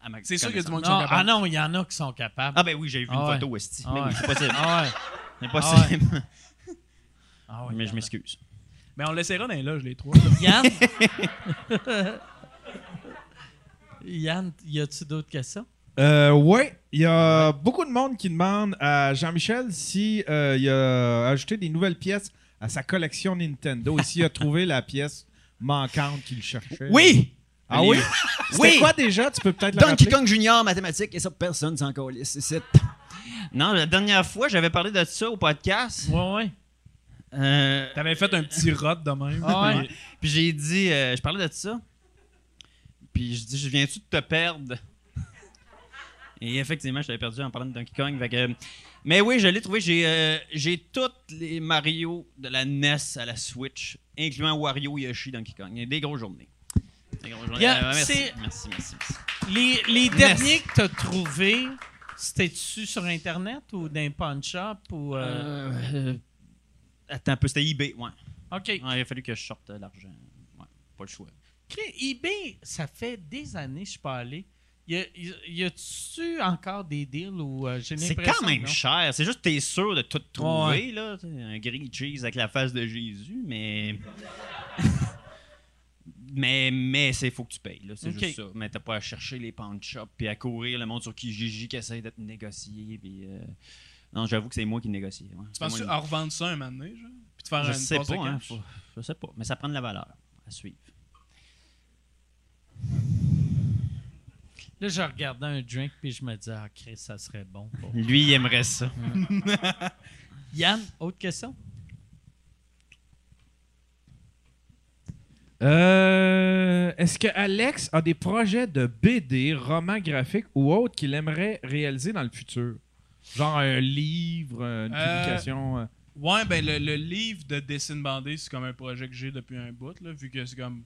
[SPEAKER 4] À ma
[SPEAKER 6] C'est sûr qu'il y a du
[SPEAKER 4] connaissance.
[SPEAKER 6] monde qui
[SPEAKER 1] Non,
[SPEAKER 6] sont
[SPEAKER 1] ah
[SPEAKER 6] capables.
[SPEAKER 1] non, il y en a qui sont capables.
[SPEAKER 4] Ah ben oui, j'ai vu
[SPEAKER 1] Ah
[SPEAKER 4] une
[SPEAKER 1] ouais.
[SPEAKER 4] photo, esti.
[SPEAKER 1] Ah
[SPEAKER 4] Mais oui,
[SPEAKER 1] ouais.
[SPEAKER 4] c'est possible.
[SPEAKER 1] Ah ouais.
[SPEAKER 4] Impossible.
[SPEAKER 1] Ah ouais,
[SPEAKER 4] Mais je
[SPEAKER 1] Yann.
[SPEAKER 4] m'excuse.
[SPEAKER 6] Mais on laissera dans les loges, les trois.
[SPEAKER 1] Yann. Yann, y a-tu d'autres questions?
[SPEAKER 3] Euh, ouais, il y a beaucoup de monde qui demande à Jean-Michel si euh, il a ajouté des nouvelles pièces à sa collection Nintendo et s'il a trouvé la pièce manquante qu'il cherchait.
[SPEAKER 4] Oui!
[SPEAKER 3] Ah oui? C'était
[SPEAKER 4] Oui!
[SPEAKER 3] quoi déjà? Tu peux peut-être la
[SPEAKER 4] Donkey
[SPEAKER 3] rappeler?
[SPEAKER 4] Kong Junior, mathématiques, et ça, personne s'en calisse. C'est c'est- Non, la dernière fois, j'avais parlé de ça au podcast.
[SPEAKER 1] Ouais, ouais.
[SPEAKER 4] Euh,
[SPEAKER 6] T'avais fait un petit rot de même.
[SPEAKER 1] Ah ouais.
[SPEAKER 6] Puis-
[SPEAKER 4] Puis j'ai dit, euh, je parlais de ça. Puis je dis, je viens-tu de te perdre? Et effectivement, je t'avais perdu en parlant de Donkey Kong. fait que- Mais oui, je l'ai trouvé. J'ai euh, j'ai toutes les Mario de la NES à la Switch, incluant Wario, Yoshi, Donkey Kong. Il y a des grosses journées. Des grosses journées.
[SPEAKER 1] Bien,
[SPEAKER 4] Euh, merci,
[SPEAKER 1] c'est-
[SPEAKER 4] merci, merci, merci.
[SPEAKER 1] Les, les
[SPEAKER 4] Yes.
[SPEAKER 1] derniers que t'as trouvés, c'était-tu sur Internet ou dans un pawn-shop? Ou, euh,
[SPEAKER 4] Euh, euh, Attends un peu, c'était eBay, ouais.
[SPEAKER 1] OK.
[SPEAKER 4] Ouais, Il a fallu que je sorte euh, l'argent. Ouais, pas le choix.
[SPEAKER 1] Cré- eBay, ça fait des années que je suis pas allé. Y a- y- Y a-tu encore des deals où euh, j'ai
[SPEAKER 4] C'est
[SPEAKER 1] l'impression
[SPEAKER 4] quand même
[SPEAKER 1] que non?
[SPEAKER 4] cher. C'est juste que t'es sûr de tout trouver, là. T'sais, Un gris cheese avec la face de Jésus, mais. mais mais c'est faut que tu payes, là. C'est
[SPEAKER 1] Ok.
[SPEAKER 4] juste ça. Mais t'as pas à chercher les pawn shops puis à courir le monde sur qui Gigi qui essaye de te négocier. Puis, euh, Non, j'avoue que c'est moi qui négocie. ouais.
[SPEAKER 6] Tu
[SPEAKER 4] C'est moi
[SPEAKER 6] penses-tu
[SPEAKER 4] qui-
[SPEAKER 6] à revendre ça un moment donné, genre? Puis te faire
[SPEAKER 4] Je
[SPEAKER 6] une
[SPEAKER 4] sais
[SPEAKER 6] passe
[SPEAKER 4] pas,
[SPEAKER 6] de
[SPEAKER 4] hein,
[SPEAKER 6] cash?
[SPEAKER 4] faut- Je sais pas. Mais ça prend de la valeur à suivre.
[SPEAKER 1] Là, je regardais un drink puis je me disais, ah, Chris, ça serait bon. pour-
[SPEAKER 4] Lui, il aimerait ça.
[SPEAKER 1] Yann, autre question?
[SPEAKER 3] Euh, Est-ce que Alex a des projets de BD, romans graphiques ou autres qu'il aimerait réaliser dans le futur? Genre un livre, une
[SPEAKER 6] Euh,
[SPEAKER 3] publication. euh.
[SPEAKER 6] Ouais, ben le, le livre de dessin bandé, c'est comme un projet que j'ai depuis un bout, là, vu que c'est comme.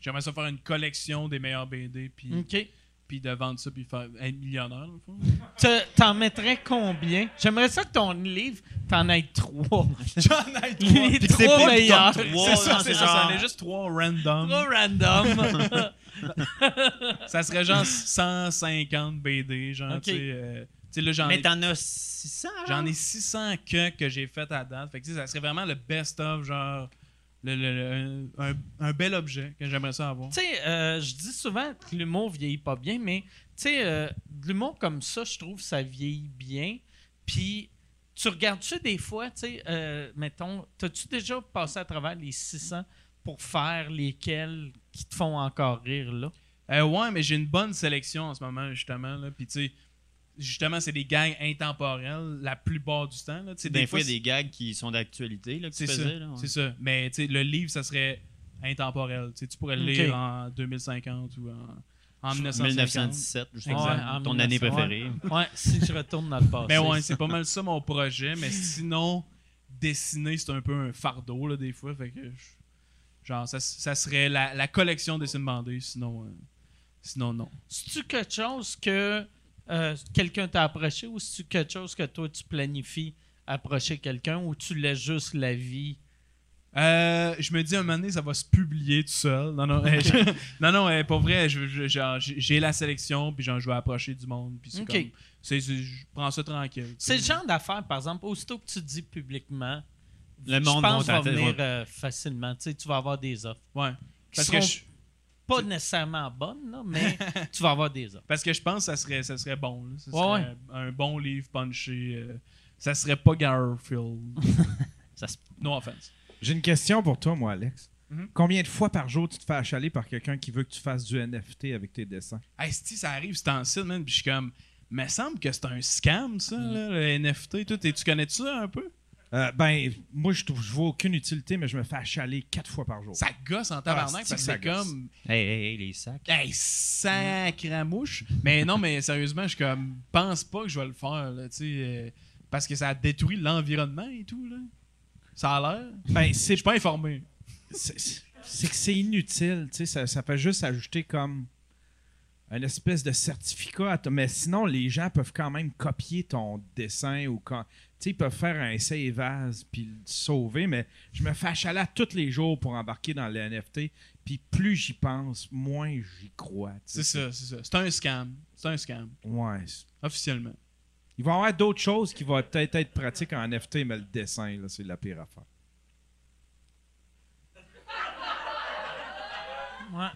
[SPEAKER 6] J'aimerais ça faire une collection des meilleurs BD, puis,
[SPEAKER 4] Mm.
[SPEAKER 1] OK.
[SPEAKER 6] puis de vendre ça, puis faire être millionnaire, dans le fond.
[SPEAKER 1] Te- T'en mettrais combien? J'aimerais ça que ton livre, t'en aies trois.
[SPEAKER 6] J'en ai trois.
[SPEAKER 1] Les
[SPEAKER 4] que c'est pas
[SPEAKER 1] trois
[SPEAKER 4] du
[SPEAKER 1] meilleurs.
[SPEAKER 4] top trois.
[SPEAKER 6] C'est ça, c'est ça.
[SPEAKER 4] genre-
[SPEAKER 6] Ça en est juste trois random.
[SPEAKER 1] Trois random.
[SPEAKER 6] Ça serait genre 150 BD, genre,
[SPEAKER 1] Ok.
[SPEAKER 6] tu sais. euh, tu sais, là, j'en
[SPEAKER 4] Mais
[SPEAKER 6] ai,
[SPEAKER 4] t'en as 600, là?
[SPEAKER 6] j'en ai 600 que, que j'ai fait à date. Fait que, tu sais, ça serait vraiment le best-of, genre, le- le- le- un, un bel objet que j'aimerais ça avoir.
[SPEAKER 1] Tu sais, euh, je dis souvent que l'humour vieillit pas bien, mais tu sais, euh, de l'humour comme ça, je trouve ça vieillit bien. Puis, tu regardes-tu des fois, tu sais, euh, mettons, t'as-tu déjà passé à travers les 600 pour faire lesquels qui te font encore rire, là?
[SPEAKER 6] Euh, ouais, mais j'ai une bonne sélection en ce moment, justement. Là. Puis, tu sais, justement, c'est des gangs intemporels la plupart du temps. Là. Tu sais,
[SPEAKER 4] Des fois,
[SPEAKER 6] fois,
[SPEAKER 4] il y a des gags qui sont d'actualité, là, que tu
[SPEAKER 6] C'est ça.
[SPEAKER 4] faisais, là, ouais.
[SPEAKER 6] C'est ça. Mais tu sais, le livre, ça serait intemporel. Tu sais, tu pourrais le
[SPEAKER 1] Ok.
[SPEAKER 6] lire en 2050 ou en, en 1950.
[SPEAKER 4] 1917, juste
[SPEAKER 1] Ouais,
[SPEAKER 4] exact.
[SPEAKER 1] en
[SPEAKER 4] ton année
[SPEAKER 1] 1900,
[SPEAKER 4] préférée.
[SPEAKER 1] Ouais, si je retourne dans le passé.
[SPEAKER 6] Mais Ben ouais, c'est pas mal ça mon projet. Mais sinon, dessiner, c'est un peu un fardeau, là, des fois. Fait que, je- genre, ça, ça serait la, la collection dessins bandés. Sinon, euh, sinon non.
[SPEAKER 1] C'est-tu quelque chose que euh, quelqu'un t'a approché ou c'est-tu quelque chose que toi, tu planifies approcher quelqu'un ou tu laisses juste la vie?
[SPEAKER 6] Euh, je me dis un moment donné, ça va se publier tout seul. Non, non, euh, je- non, non euh, pour vrai, je- je- genre, j'ai j'ai la sélection, puis genre, je vais approcher du monde, puis c'est
[SPEAKER 1] Ok.
[SPEAKER 6] comme- c'est- c'est- je prends ça tranquille. tu
[SPEAKER 1] C'est le
[SPEAKER 6] sais.
[SPEAKER 1] genre d'affaires, par exemple, aussitôt que tu dis publiquement,
[SPEAKER 4] Le
[SPEAKER 1] je
[SPEAKER 4] monde
[SPEAKER 1] pense
[SPEAKER 4] va
[SPEAKER 1] va
[SPEAKER 4] t'attendre.
[SPEAKER 1] venir euh, facilement. Tu sais, tu vas avoir des offres.
[SPEAKER 6] Ouais.
[SPEAKER 1] Qui
[SPEAKER 6] Parce
[SPEAKER 1] seront
[SPEAKER 6] que, je,
[SPEAKER 1] pas nécessairement bonnes, là, mais tu vas avoir des offres.
[SPEAKER 6] parce que je pense que ça serait, ça serait bon. là. Ça
[SPEAKER 1] Ouais,
[SPEAKER 6] serait
[SPEAKER 1] ouais.
[SPEAKER 6] Un, un bon livre punché. euh, ça serait pas Garfield.
[SPEAKER 4] Ça se-
[SPEAKER 6] No offense.
[SPEAKER 3] J'ai une question pour toi, moi, Alex.
[SPEAKER 6] Mhm.
[SPEAKER 3] Combien de fois par jour tu te fais achaler par quelqu'un qui veut que tu fasses du NFT avec tes dessins?
[SPEAKER 6] Hey, si ça arrive, c'est en site, man, puis je suis comme. Mais semble que c'est un scam, ça,
[SPEAKER 1] Mm.
[SPEAKER 6] là, le NFT. Toi, t'es- tu connais ça un peu?
[SPEAKER 3] Euh, ben, moi, je trouve, je vois aucune utilité, mais je me fais achaler quatre fois par jour.
[SPEAKER 1] Oh.
[SPEAKER 6] Ça gosse en tabarnak,
[SPEAKER 3] Ah,
[SPEAKER 6] parce que
[SPEAKER 3] c'est
[SPEAKER 6] c'est
[SPEAKER 3] que ça gosse.
[SPEAKER 6] comme.
[SPEAKER 4] Hey, hey, hey, les sacs.
[SPEAKER 6] Hey, sacramouche! mais non, mais sérieusement, je suis comme pense pas que je vais le faire, là, tu sais, euh, parce que ça détruit l'environnement et tout, là. Ça a l'air.
[SPEAKER 3] Ben,
[SPEAKER 6] Je
[SPEAKER 3] c'est
[SPEAKER 6] suis pas informé.
[SPEAKER 3] c'est- c'est c'est que c'est inutile, tu sais, ça, ça fait juste ajouter comme un espèce de certificat. à ton- mais sinon, les gens peuvent quand même copier ton dessin ou quand, tu sais, ils peuvent faire un essai vase puis le sauver. Mais je me fais achaler à tous les jours pour embarquer dans le NFT. Puis plus j'y pense, moins j'y crois. tu sais.
[SPEAKER 6] C'est ça, c'est ça. C'est un scam. C'est un scam.
[SPEAKER 3] Ouais. c'est-
[SPEAKER 6] Officiellement.
[SPEAKER 3] Il va y avoir d'autres choses qui vont peut-être être pratiques en NFT, mais le dessin, là, c'est la pire affaire.
[SPEAKER 1] Ouais.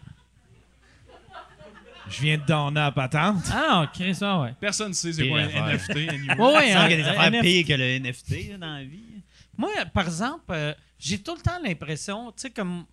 [SPEAKER 3] Je viens de donner à patente.
[SPEAKER 1] Ah, on crée ça, ouais.
[SPEAKER 6] Personne ne sait c'est
[SPEAKER 4] Pire
[SPEAKER 6] quoi un
[SPEAKER 4] affaire.
[SPEAKER 6] NFT. anyway.
[SPEAKER 1] Ouais, ouais,
[SPEAKER 4] Il
[SPEAKER 1] hein,
[SPEAKER 4] y a des
[SPEAKER 1] un
[SPEAKER 4] affaires
[SPEAKER 1] NFT.
[SPEAKER 4] pires que le NFT là, dans la vie.
[SPEAKER 1] Moi, par exemple, euh, j'ai tout le temps l'impression, tu sais, comme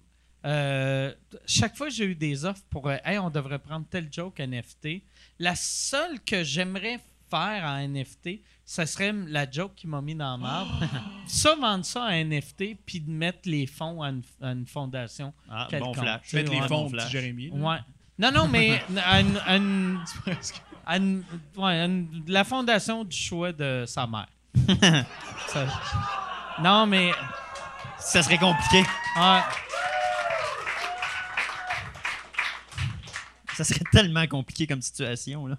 [SPEAKER 1] euh, chaque fois que j'ai eu des offres pour euh, Hey, on devrait prendre tel joke NFT, la seule que j'aimerais faire en NFT, ça serait m- la joke qui m'a mis dans la marbre. ça, vendre ça en NFT, puis de mettre les fonds à une, à une fondation.
[SPEAKER 4] Ah, bon
[SPEAKER 1] Quelconque.
[SPEAKER 4] flash.
[SPEAKER 6] Mettre les
[SPEAKER 4] Ouais,
[SPEAKER 6] fonds,
[SPEAKER 4] bon
[SPEAKER 6] petit
[SPEAKER 4] flash.
[SPEAKER 6] Jérémy. là.
[SPEAKER 1] Ouais. Non, non, mais à une- à une- à une- ouais, à une- la fondation du choix de sa mère. Ça- non, mais. ah,
[SPEAKER 4] Ça serait compliqué.
[SPEAKER 1] ouais.
[SPEAKER 4] Ça serait tellement compliqué comme situation. Là.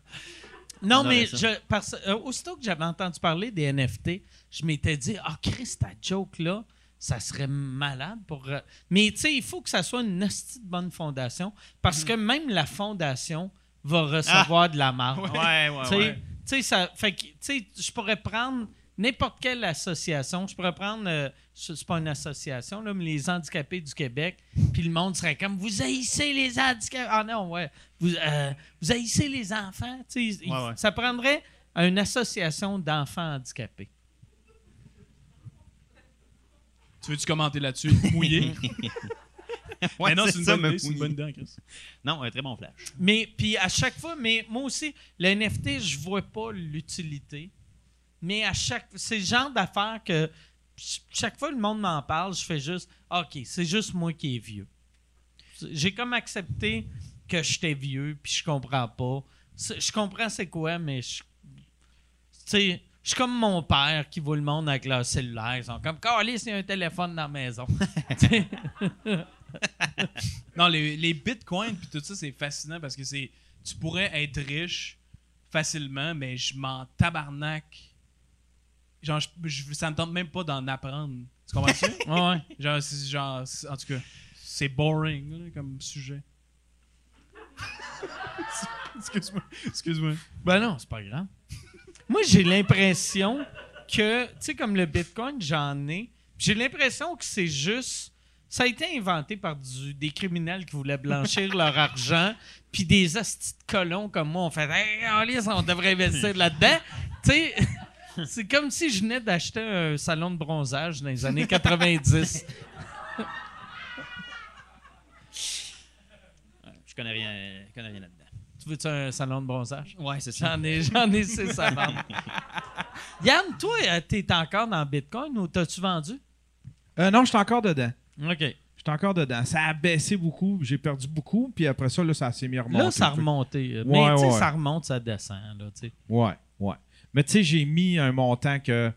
[SPEAKER 1] Non,
[SPEAKER 4] Non,
[SPEAKER 1] mais
[SPEAKER 4] mais ça.
[SPEAKER 1] je, parce, euh, aussitôt que j'avais entendu parler des NFT, je m'étais dit, ah, Chris, ta joke-là, ça serait malade pour. euh, Mais tu sais, il faut que ça soit une hostie de bonne fondation,
[SPEAKER 4] Mm.
[SPEAKER 1] parce que même la fondation va recevoir de la marque.
[SPEAKER 4] Ah! Ouais, ouais,
[SPEAKER 1] Tu sais, tu sais, ça fait que, tu sais, je pourrais prendre n'importe quelle association. Je pourrais prendre, euh, c'est c'est pas une association, là, mais les handicapés du Québec. Puis le monde serait comme, vous haïssez les handicapés. Ah non, ouais. Vous, euh, vous haïssez les enfants. Tu sais, il-
[SPEAKER 4] Ouais, ouais.
[SPEAKER 1] Ça prendrait une association d'enfants handicapés.
[SPEAKER 6] Tu veux-tu commenter là-dessus? Mouillé?
[SPEAKER 4] Ouais,
[SPEAKER 6] mais non, c'est une,
[SPEAKER 4] ça,
[SPEAKER 6] bonne
[SPEAKER 4] me
[SPEAKER 6] idée, c'est une
[SPEAKER 4] fouiller.
[SPEAKER 6] bonne idée, Chris.
[SPEAKER 4] Non, un très bon flash.
[SPEAKER 1] Mais puis à chaque fois, mais moi aussi, le NFT, je vois pas l'utilité. Mais à chaque c'est le genre d'affaires que ch- chaque fois le monde m'en parle, je fais juste OK, c'est juste moi qui est vieux. J'ai comme accepté que j'étais vieux puis je comprends pas. C'est- Je comprends c'est quoi mais je tu sais, je suis comme mon père qui voit le monde avec leur cellulaire. Ils sont comme, Carlis, il y a un téléphone dans la maison. Tu sais,
[SPEAKER 6] Non, les, les bitcoins puis tout ça, c'est fascinant parce que c'est tu pourrais être riche facilement, mais je m'en tabarnak. Genre, je, je- ça me tente même pas d'en apprendre. Tu comprends-tu?
[SPEAKER 1] ouais, ouais.
[SPEAKER 6] genre, c'est- genre, c'est- en tout cas, c'est boring là, comme sujet. excuse-moi, excuse-moi.
[SPEAKER 1] Ben non, c'est pas grave. Moi, j'ai l'impression que, tu sais, comme le Bitcoin, j'en ai. J'ai l'impression que c'est juste. Ça a été inventé par du- des criminels qui voulaient blanchir leur argent, puis des hosties de colons comme moi ont fait Hey, Alice, on devrait investir là-dedans. Tu sais, c'est comme si je venais d'acheter un salon de bronzage dans les années 90.
[SPEAKER 4] Je connais rien, je connais rien là-dedans.
[SPEAKER 1] tu veux-tu un salon de bronzage?
[SPEAKER 4] Ouais, c'est ça.
[SPEAKER 1] J'en ai, j'en ai six à vendre. Yann, toi, euh, t'es encore dans Bitcoin ou t'as-tu vendu?
[SPEAKER 3] Euh, non, je suis encore dedans.
[SPEAKER 1] OK.
[SPEAKER 3] Je suis encore dedans. Ça a baissé beaucoup, j'ai perdu beaucoup, puis après ça, là, ça s'est mis à remonter.
[SPEAKER 1] Là, ça
[SPEAKER 3] un
[SPEAKER 1] a
[SPEAKER 3] peu.
[SPEAKER 1] remonté. euh, mais
[SPEAKER 3] Ouais,
[SPEAKER 1] tu sais,
[SPEAKER 3] ouais.
[SPEAKER 1] ça remonte, ça descend. Là, tu sais.
[SPEAKER 3] Ouais, ouais. Mais tu sais, j'ai mis un montant que.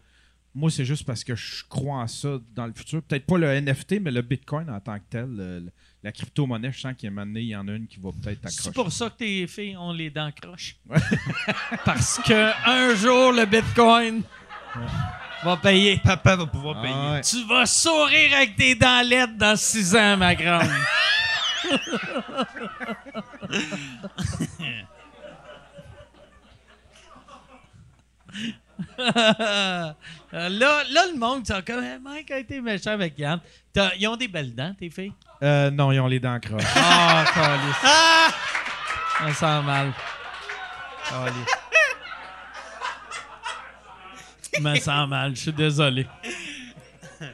[SPEAKER 3] Moi, c'est juste parce que je crois en ça dans le futur. Peut-être pas le NFT, mais le Bitcoin en tant que tel. le- le- la crypto-monnaie, je sens qu'il y a un moment donné, il y en a une qui va peut-être accrocher.
[SPEAKER 1] C'est pour ça que tes filles ont les dents croches. Parce que un jour, le Bitcoin va payer.
[SPEAKER 4] Papa va pouvoir
[SPEAKER 3] Ah,
[SPEAKER 4] payer.
[SPEAKER 3] ouais.
[SPEAKER 1] Tu vas sourire avec tes dents laides dans six ans, ma grande. là, là, le monde, ils sont comme Hey, Mike a été méchant avec Yann. T'as- Ils ont des belles dents, tes filles.
[SPEAKER 3] Euh, non, ils ont les dents croches.
[SPEAKER 1] Ah, calice. On sent mal. Calice. Je me sens mal, je suis désolé.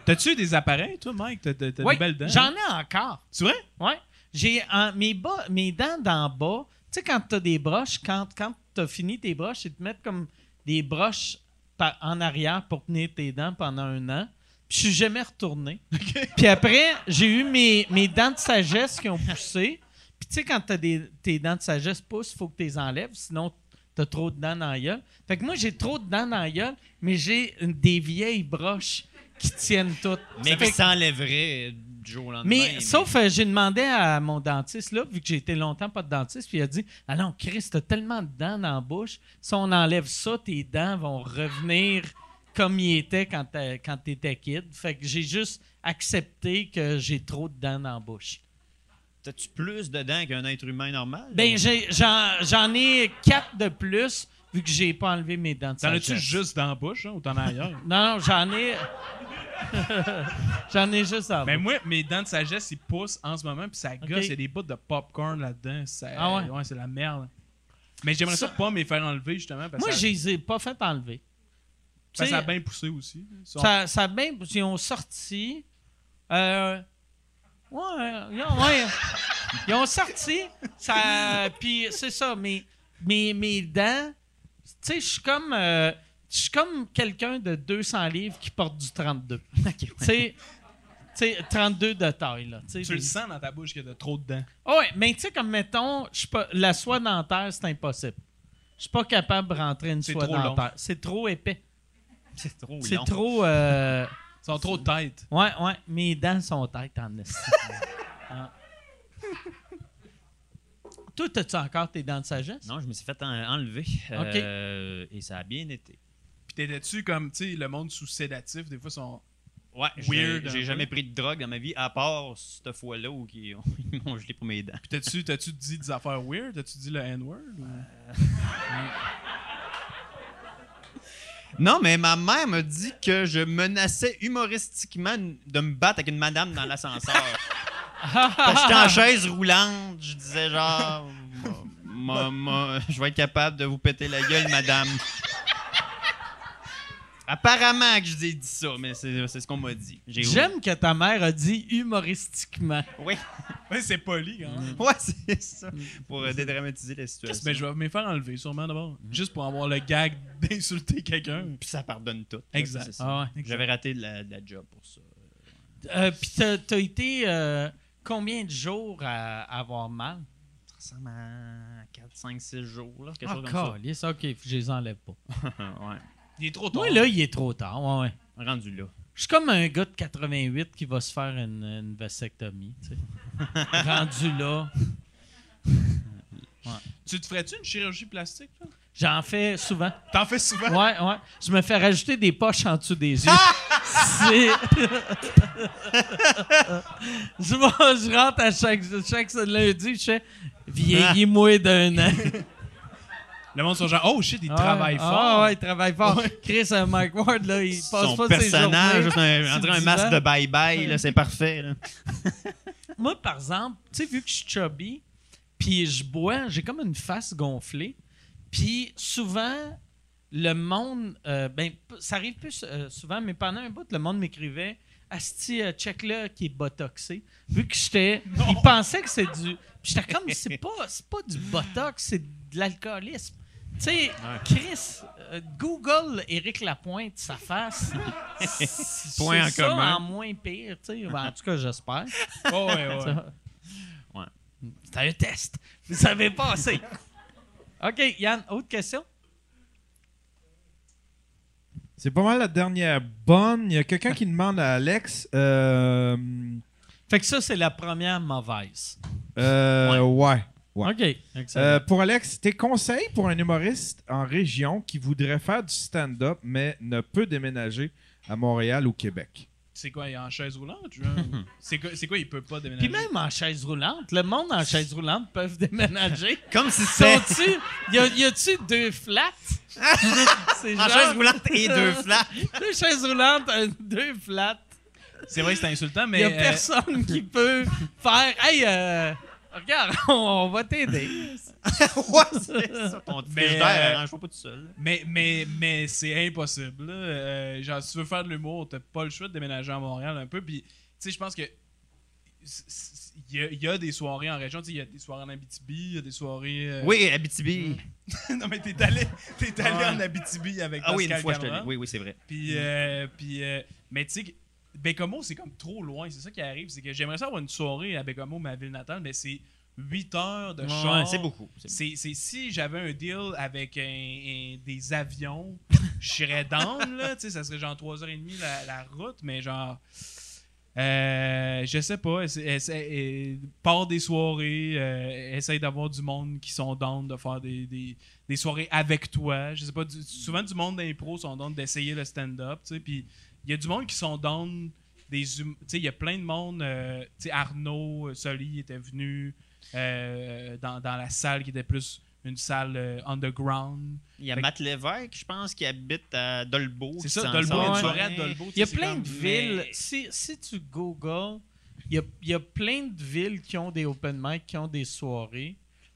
[SPEAKER 6] T'as-tu des appareils, toi, Mike? T'as, t'as- t'as
[SPEAKER 1] Oui,
[SPEAKER 6] des belles dents?
[SPEAKER 1] J'en
[SPEAKER 6] hein?
[SPEAKER 1] ai encore.
[SPEAKER 6] Tu vois?
[SPEAKER 1] Ouais. J'ai euh, mes, bas- mes dents d'en bas. Tu sais, quand t'as des broches, quand, quand tu as fini tes broches, ils te mettent comme des broches par- en arrière pour tenir tes dents pendant un an. Puis je suis jamais retourné. Puis après, j'ai eu mes, mes dents de sagesse qui ont poussé. Puis tu sais, quand t'as des- tes dents de sagesse poussent, il faut que tu les enlèves, sinon t'as trop de dents dans la gueule. Fait que moi, j'ai trop de dents dans la gueule, mais j'ai une- des vieilles broches qui tiennent toutes.
[SPEAKER 4] Mais
[SPEAKER 1] Fait
[SPEAKER 4] qui
[SPEAKER 1] que-
[SPEAKER 4] s'enlèverait du jour au lendemain.
[SPEAKER 1] mais sauf, euh, j'ai demandé à mon dentiste, là, vu que j'ai été longtemps pas de dentiste, puis il a dit Ah non, Chris, t'as tellement de dents dans la bouche, si on enlève ça, tes dents vont revenir comme ils étaient quand t'a- quand t'étais kid. Fait que j'ai juste accepté que j'ai trop de dents dans la bouche.
[SPEAKER 4] T'as-tu plus de dents qu'un être humain normal?
[SPEAKER 1] Ben, j'ai- j'en j'en ai quatre de plus, vu que j'ai pas enlevé mes dents de
[SPEAKER 6] T'en as-tu
[SPEAKER 1] sagesse.
[SPEAKER 6] juste dans la bouche hein, ou t'en as ailleurs?
[SPEAKER 1] Non, non, j'en ai. j'en ai juste avant.
[SPEAKER 6] Mais moi, mes dents de sagesse, ils poussent en ce moment, puis ça gosse. Il y a des bouts de popcorn là-dedans. ça-
[SPEAKER 1] Ah ouais?
[SPEAKER 6] c'est la merde. Mais j'aimerais ça, pas me les faire enlever, justement, parce
[SPEAKER 1] moi,
[SPEAKER 6] que
[SPEAKER 1] je
[SPEAKER 6] ça,
[SPEAKER 1] les ai pas fait enlever.
[SPEAKER 6] parce que
[SPEAKER 1] Tu
[SPEAKER 6] ça a
[SPEAKER 1] sais-
[SPEAKER 6] bien poussé aussi. Ça-
[SPEAKER 1] Ça, ça a bien. Ils ont sorti. Euh, ouais, ils ont, ouais. Ils ont sorti. Ça, puis c'est ça, mes, mes, mes dents. Tu sais, je suis comme. euh, je suis comme quelqu'un de 200 livres qui porte du 32. Tu sais, tu sais, 32 de taille, là. sais,
[SPEAKER 6] Tu le
[SPEAKER 1] mais-
[SPEAKER 6] sens dans ta bouche qu'il y a de trop de dents.
[SPEAKER 1] Ah ouais, mais tu sais, comme mettons, je suis pas- la soie dentaire, c'est impossible. Je suis pas capable de rentrer une
[SPEAKER 6] C'est
[SPEAKER 1] soie
[SPEAKER 6] trop long.
[SPEAKER 1] dentaire. C'est trop épais.
[SPEAKER 4] c'est trop
[SPEAKER 1] C'est
[SPEAKER 4] long.
[SPEAKER 1] trop. euh,
[SPEAKER 6] Ils sont trop de tête.
[SPEAKER 1] Ouais, ouais, mes dents sont têtes en esti. Ah. Toi, t'as-tu encore tes dents de sagesse?
[SPEAKER 4] Non, je me suis fait en- enlever. euh, et ça a bien été.
[SPEAKER 6] Puis t'étais-tu comme, tu sais, le monde sous sédatif, des fois, sont.
[SPEAKER 4] Ouais,
[SPEAKER 6] Weird,
[SPEAKER 4] j'ai
[SPEAKER 6] un peu.
[SPEAKER 4] j'ai jamais pris de drogue dans ma vie, à part cette fois-là où ils ont- ils m'ont gelé pour mes dents.
[SPEAKER 6] Puis t'as-tu, t'as-tu dit des affaires weird? T'as-tu dit le N-word? ou-
[SPEAKER 4] Non, mais ma mère m'a dit que je menaçais humoristiquement de me battre avec une madame dans l'ascenseur. Parce que J'étais en chaise roulante, je disais genre, Moi, moi, je vais être capable de vous péter la gueule, madame. Apparemment que je dis dit ça, mais c'est c'est ce qu'on m'a dit. J'ai-
[SPEAKER 1] J'aime que ta mère a dit humoristiquement.
[SPEAKER 4] Oui,
[SPEAKER 6] Ouais, c'est poli, hein. Mm. quand
[SPEAKER 4] ouais,
[SPEAKER 6] même.
[SPEAKER 4] c'est ça. Pour euh, dédramatiser la situation.
[SPEAKER 6] Mais ben, je vais me les faire enlever, sûrement, d'abord. Juste pour avoir le gag d'insulter quelqu'un.
[SPEAKER 4] Puis ça pardonne tout.
[SPEAKER 6] Exact.
[SPEAKER 4] C'est ça.
[SPEAKER 1] Ah ouais.
[SPEAKER 4] J'avais raté la, la job pour ça.
[SPEAKER 1] Euh, Puis t'as, t'as été euh, combien de jours à avoir mal?
[SPEAKER 4] Ça ressemble à 4, 5, 6 jours, là, quelque chose comme ça.
[SPEAKER 1] Encore, ça. OK, je les enlève pas.
[SPEAKER 4] ouais.
[SPEAKER 6] Il est trop tard.
[SPEAKER 1] Moi, là, il est trop tard. Ouais, ouais.
[SPEAKER 4] Rendu là.
[SPEAKER 1] Je suis comme un gars de 88 qui va se faire une, une vasectomie. tu sais. Rendu là,
[SPEAKER 6] Tu te ferais-tu une chirurgie plastique, là?
[SPEAKER 1] j'en fais souvent.
[SPEAKER 6] T'en fais souvent.
[SPEAKER 1] Ouais, ouais. Je me fais rajouter des poches en dessous des yeux. C'est. je, vais- je rentre à chaque, chaque lundi, je fais vieillis-moi d'un an.
[SPEAKER 6] Le monde sont genre, oh shit, il
[SPEAKER 1] Ah,
[SPEAKER 6] travaille
[SPEAKER 1] ah,
[SPEAKER 6] fort.
[SPEAKER 1] ouais, il travaille fort. Chris euh, Mike Ward, là, il passe
[SPEAKER 4] Son
[SPEAKER 1] pas
[SPEAKER 4] personnage,
[SPEAKER 1] ses
[SPEAKER 4] juste
[SPEAKER 1] journées.
[SPEAKER 4] un, on dirait un
[SPEAKER 1] sur
[SPEAKER 4] masque
[SPEAKER 1] le
[SPEAKER 4] de bye-bye, là, c'est parfait. là.
[SPEAKER 1] Moi, par exemple, tu sais, vu que je suis chubby, puis je bois, j'ai comme une face gonflée. Puis souvent, le monde, euh, ben, p- ça arrive plus euh, souvent, mais pendant un bout, le monde m'écrivait Asti, euh, check-le qui est botoxé. Vu que j'étais. Ils pensaient que c'est du. Puis j'étais comme, c'est pas, c'est pas du botox, c'est de l'alcoolisme. Tu sais, Chris, euh, Google Éric Lapointe, sa face. C'est
[SPEAKER 6] Point en
[SPEAKER 1] ça
[SPEAKER 6] commun.
[SPEAKER 1] en moins pire, tu sais. Ben, en tout cas, j'espère.
[SPEAKER 6] Oh, ouais, ouais.
[SPEAKER 1] Ça.
[SPEAKER 4] Ouais.
[SPEAKER 1] C'était un test. Vous savez pas assez. OK, Yann, autre question?
[SPEAKER 3] C'est pas mal la dernière bonne. Il y a quelqu'un qui demande à Alex. Euh,
[SPEAKER 1] Fait que ça, c'est la première mauvaise.
[SPEAKER 3] euh, ouais. Ouais.
[SPEAKER 1] OK. excellent.
[SPEAKER 3] Euh, pour Alex, tes conseils pour un humoriste en région qui voudrait faire du stand-up mais ne peut déménager à Montréal ou Québec.
[SPEAKER 6] C'est quoi, il est en chaise roulante? genre? c'est, quoi, c'est quoi, il peut pas déménager?
[SPEAKER 1] Puis même en chaise roulante, le monde en chaise roulante peuvent déménager.
[SPEAKER 4] Comme si c'était
[SPEAKER 1] Sont-tu... Y, a- y a-tu deux flats? c'est
[SPEAKER 4] en
[SPEAKER 1] genre...
[SPEAKER 4] chaise roulante et deux flats.
[SPEAKER 1] Deux chaises roulantes, un- deux flats.
[SPEAKER 6] C'est vrai que c'est insultant,
[SPEAKER 1] Il
[SPEAKER 6] mais.
[SPEAKER 1] y a
[SPEAKER 6] euh,
[SPEAKER 1] personne qui peut faire... Hey, euh, regarde, on, on va t'aider.
[SPEAKER 4] ouais, c'est ça. Ton petit
[SPEAKER 6] Mais,
[SPEAKER 4] frigidaire,
[SPEAKER 6] euh,
[SPEAKER 4] arrange-toi pas tout seul.
[SPEAKER 6] Mais, mais, mais c'est impossible. là. Euh, genre, si tu veux faire de l'humour, t'as pas le choix de déménager à Montréal un peu. Puis, tu sais, je pense que c- c- il y, a- il y a des soirées en région. Tu sais, Il y a des soirées en Abitibi, il y a des soirées. euh,
[SPEAKER 4] Oui, Abitibi.
[SPEAKER 6] non, mais t'es allé, t'es allé
[SPEAKER 4] Ouais.
[SPEAKER 6] en Abitibi avec
[SPEAKER 4] Ah oui, une
[SPEAKER 6] Pascal
[SPEAKER 4] fois, je te
[SPEAKER 6] Cameron.
[SPEAKER 4] l'ai. Oui, oui, c'est vrai.
[SPEAKER 6] Puis, euh, puis euh, mais tu sais, Bécomo, c'est comme trop loin. C'est ça qui arrive. C'est que j'aimerais ça avoir une soirée à Bécomo, ma ville natale, mais c'est 8 heures de char.
[SPEAKER 4] Ouais, c'est beaucoup. c'est
[SPEAKER 6] C'est c'est si j'avais un deal avec un- un- des avions, je serais down, là. Tu sais, ça serait genre 3h30 la, la route, mais genre. euh, je sais pas. essa- essa- euh, part des soirées, euh, essaye d'avoir du monde qui sont down de faire des, des- des soirées avec toi. Je sais pas. du- souvent, du monde d'impro sont down d'essayer le stand-up, tu sais. Puis il y a du monde qui sont down. Des hum- tu sais, il y a plein de monde. euh, tu sais, Arnaud, euh, Soli était venu euh, dans, dans la salle qui était plus une salle euh, underground.
[SPEAKER 4] Il y a
[SPEAKER 6] Fait que-
[SPEAKER 4] Matt Lévesque, je pense, qui habite à Dolbeau.
[SPEAKER 6] C'est
[SPEAKER 4] qui
[SPEAKER 6] ça,
[SPEAKER 4] s'en
[SPEAKER 6] Dolbeau,
[SPEAKER 4] sort.
[SPEAKER 6] une
[SPEAKER 1] ouais.
[SPEAKER 6] soirée à Dolbeau. tu
[SPEAKER 1] Il y a
[SPEAKER 6] sais, c'est
[SPEAKER 1] plein
[SPEAKER 6] comme-
[SPEAKER 1] de villes.
[SPEAKER 6] Mais-
[SPEAKER 1] Si, si tu googles, il y a, il y a plein de villes qui ont des open mic, qui ont des soirées.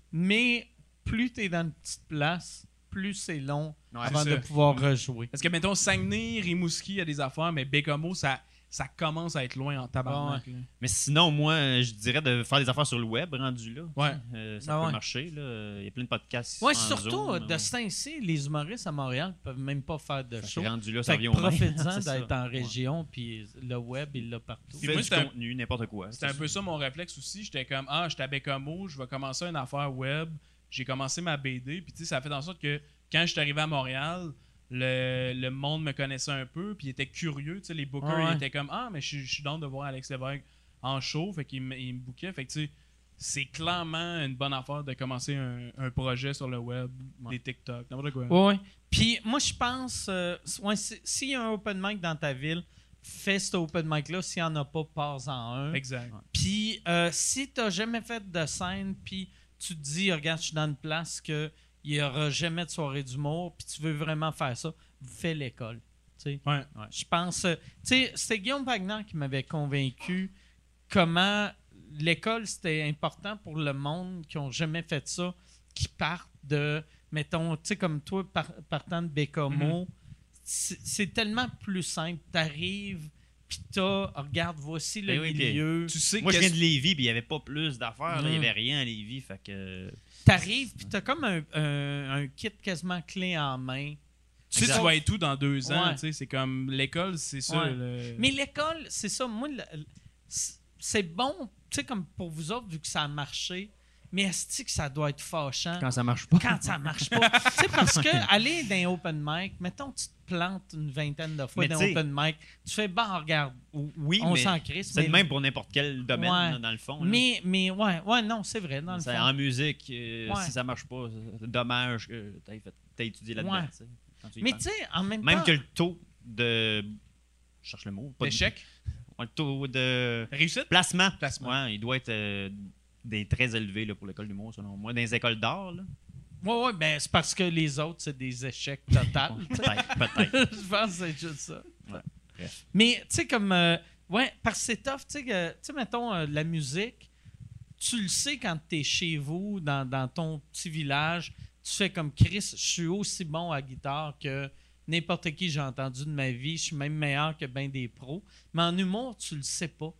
[SPEAKER 1] Mais plus tu es dans une petite place, plus Ah, c'est long
[SPEAKER 4] Ouais,
[SPEAKER 1] avant
[SPEAKER 6] c'est
[SPEAKER 1] de
[SPEAKER 6] ça.
[SPEAKER 1] pouvoir rejouer.
[SPEAKER 6] Parce que, mettons, Saguenay, Rimouski, il y a des affaires, mais Bécamo, ça, ça commence à être loin en tabarnak. là.
[SPEAKER 4] Mais sinon, moi, euh, je dirais de faire des affaires sur le web, rendu là.
[SPEAKER 6] Ouais.
[SPEAKER 4] Euh, ça
[SPEAKER 1] Ah
[SPEAKER 4] peut
[SPEAKER 1] ouais.
[SPEAKER 4] marcher. là. Il y a plein de podcasts.
[SPEAKER 1] Ouais,
[SPEAKER 4] en
[SPEAKER 1] surtout euh,
[SPEAKER 4] Zoom, hein.
[SPEAKER 1] de
[SPEAKER 4] ouais.
[SPEAKER 1] ce temps-ci, les humoristes à Montréal peuvent même pas faire de show.
[SPEAKER 4] Rendu là, ça
[SPEAKER 1] Fait
[SPEAKER 4] vient
[SPEAKER 1] que
[SPEAKER 4] au même.
[SPEAKER 1] profites-en
[SPEAKER 4] C'est ça.
[SPEAKER 1] d'être en région, puis le web, il l'a partout.
[SPEAKER 6] Puis
[SPEAKER 4] Fais
[SPEAKER 6] moi,
[SPEAKER 4] du
[SPEAKER 6] c'est un-
[SPEAKER 4] contenu, n'importe quoi.
[SPEAKER 6] C'était un peu ça mon réflexe aussi. J'étais comme, ah, j'étais à Bécamo, je vais commencer une affaire web. J'ai commencé ma BD. Puis, tu sais, ça a fait en sorte que quand je suis arrivé à Montréal, le, le monde me connaissait un peu. Puis, il était curieux. Tu sais, les bookers,
[SPEAKER 1] Ouais, ouais.
[SPEAKER 6] ils étaient comme, ah, mais je suis- je suis dans de voir Alex Lévesque en show. Fait qu'ils me ils me bookaient. Fait que, tu sais, c'est clairement une bonne affaire de commencer un, un projet sur le web, des TikTok, n'importe quoi.
[SPEAKER 1] Oui, Puis moi, je pense, euh, ouais, si- s'il y a un open mic dans ta ville, fais cet open mic-là. S'il n'y en a pas, pars-en un.
[SPEAKER 6] Exact.
[SPEAKER 1] Puis euh, si tu n'as jamais fait de scène, puis tu te dis, regarde, je suis dans une place que il n'y aura jamais de soirée d'humour, puis tu veux vraiment faire ça, fais l'école. tu sais.
[SPEAKER 6] Ouais.
[SPEAKER 1] Je pense. euh, Tu sais, c'était Guillaume Wagner qui m'avait convaincu comment l'école, c'était important pour le monde qui n'ont jamais fait ça, qui partent de, mettons, tu sais, comme toi, par- partant de
[SPEAKER 4] Mm-hmm.
[SPEAKER 1] Bécomo, c'est c'est tellement plus simple. Tu arrives, puis t'as, regarde, voici le
[SPEAKER 4] Ben oui, puis-
[SPEAKER 1] milieu.
[SPEAKER 6] Tu sais
[SPEAKER 4] Moi, je
[SPEAKER 6] qu'est-ce-
[SPEAKER 4] viens de Lévis, puis il n'y avait pas plus d'affaires. là. Il n'y
[SPEAKER 1] Mm.
[SPEAKER 4] avait rien à Lévis. Fait que...
[SPEAKER 1] T'arrives, puis t'as comme un, un- un kit quasiment clé en main.
[SPEAKER 6] Tu sais,
[SPEAKER 1] Exact.
[SPEAKER 6] tu vas être tout dans deux ans.
[SPEAKER 1] Ouais.
[SPEAKER 6] tu sais, C'est comme l'école, c'est ça.
[SPEAKER 1] Ouais.
[SPEAKER 6] le-
[SPEAKER 1] Mais l'école, c'est ça. Moi, le- le- c'est- c'est bon, tu sais, comme pour vous autres, vu que ça a marché. Mais est-ce que ça doit être fâchant quand,
[SPEAKER 4] ça marche pas.
[SPEAKER 1] ça marche pas? tu sais, parce que aller dans un open mic, mettons, tu te plantes une vingtaine de fois
[SPEAKER 4] Mais
[SPEAKER 1] dans un
[SPEAKER 4] t'sais-
[SPEAKER 1] open mic, tu fais, bah, regarde,
[SPEAKER 4] Oui,
[SPEAKER 1] on
[SPEAKER 4] mais
[SPEAKER 1] s'en crisse.
[SPEAKER 4] c'est
[SPEAKER 1] Mais,
[SPEAKER 4] le même pour n'importe quel domaine,
[SPEAKER 1] Ouais.
[SPEAKER 4] là, dans le fond. là.
[SPEAKER 1] mais, mais ouais, ouais, non, c'est vrai, dans le
[SPEAKER 4] Ça-
[SPEAKER 1] fond.
[SPEAKER 4] en musique, euh,
[SPEAKER 1] Ouais.
[SPEAKER 4] si ça marche pas, c'est dommage que tu aies étudié là-dedans.
[SPEAKER 1] Ouais.
[SPEAKER 4] tu sais, quand tu y
[SPEAKER 1] Mais
[SPEAKER 4] penses.
[SPEAKER 1] tu sais, en même,
[SPEAKER 4] Même
[SPEAKER 1] temps,
[SPEAKER 4] que le taux de. Je cherche le mot. pas de-
[SPEAKER 6] L'échec,
[SPEAKER 4] Ouais, Le taux de.
[SPEAKER 6] réussite.
[SPEAKER 4] Placement.
[SPEAKER 6] Placement.
[SPEAKER 4] Ouais, il doit être euh, des très élevés là, pour l'école d'humour, selon moi. Dans les écoles d'art, là.
[SPEAKER 1] ouais, ouais, ben, c'est parce que les autres, c'est des échecs totaux.
[SPEAKER 4] Bon, peut-être, peut-être.
[SPEAKER 1] je pense que c'est juste ça.
[SPEAKER 4] Ouais.
[SPEAKER 1] Mais, tu sais, comme. euh, ouais, parce que c'est tough, tu sais, que- tu sais, mettons, euh, la musique, tu le sais quand tu es chez vous, dans, dans ton petit village, tu fais comme Chris, je suis aussi bon à guitare que n'importe qui que j'ai entendu de ma vie, je suis même meilleur que ben des pros. Mais en humour, tu le sais pas.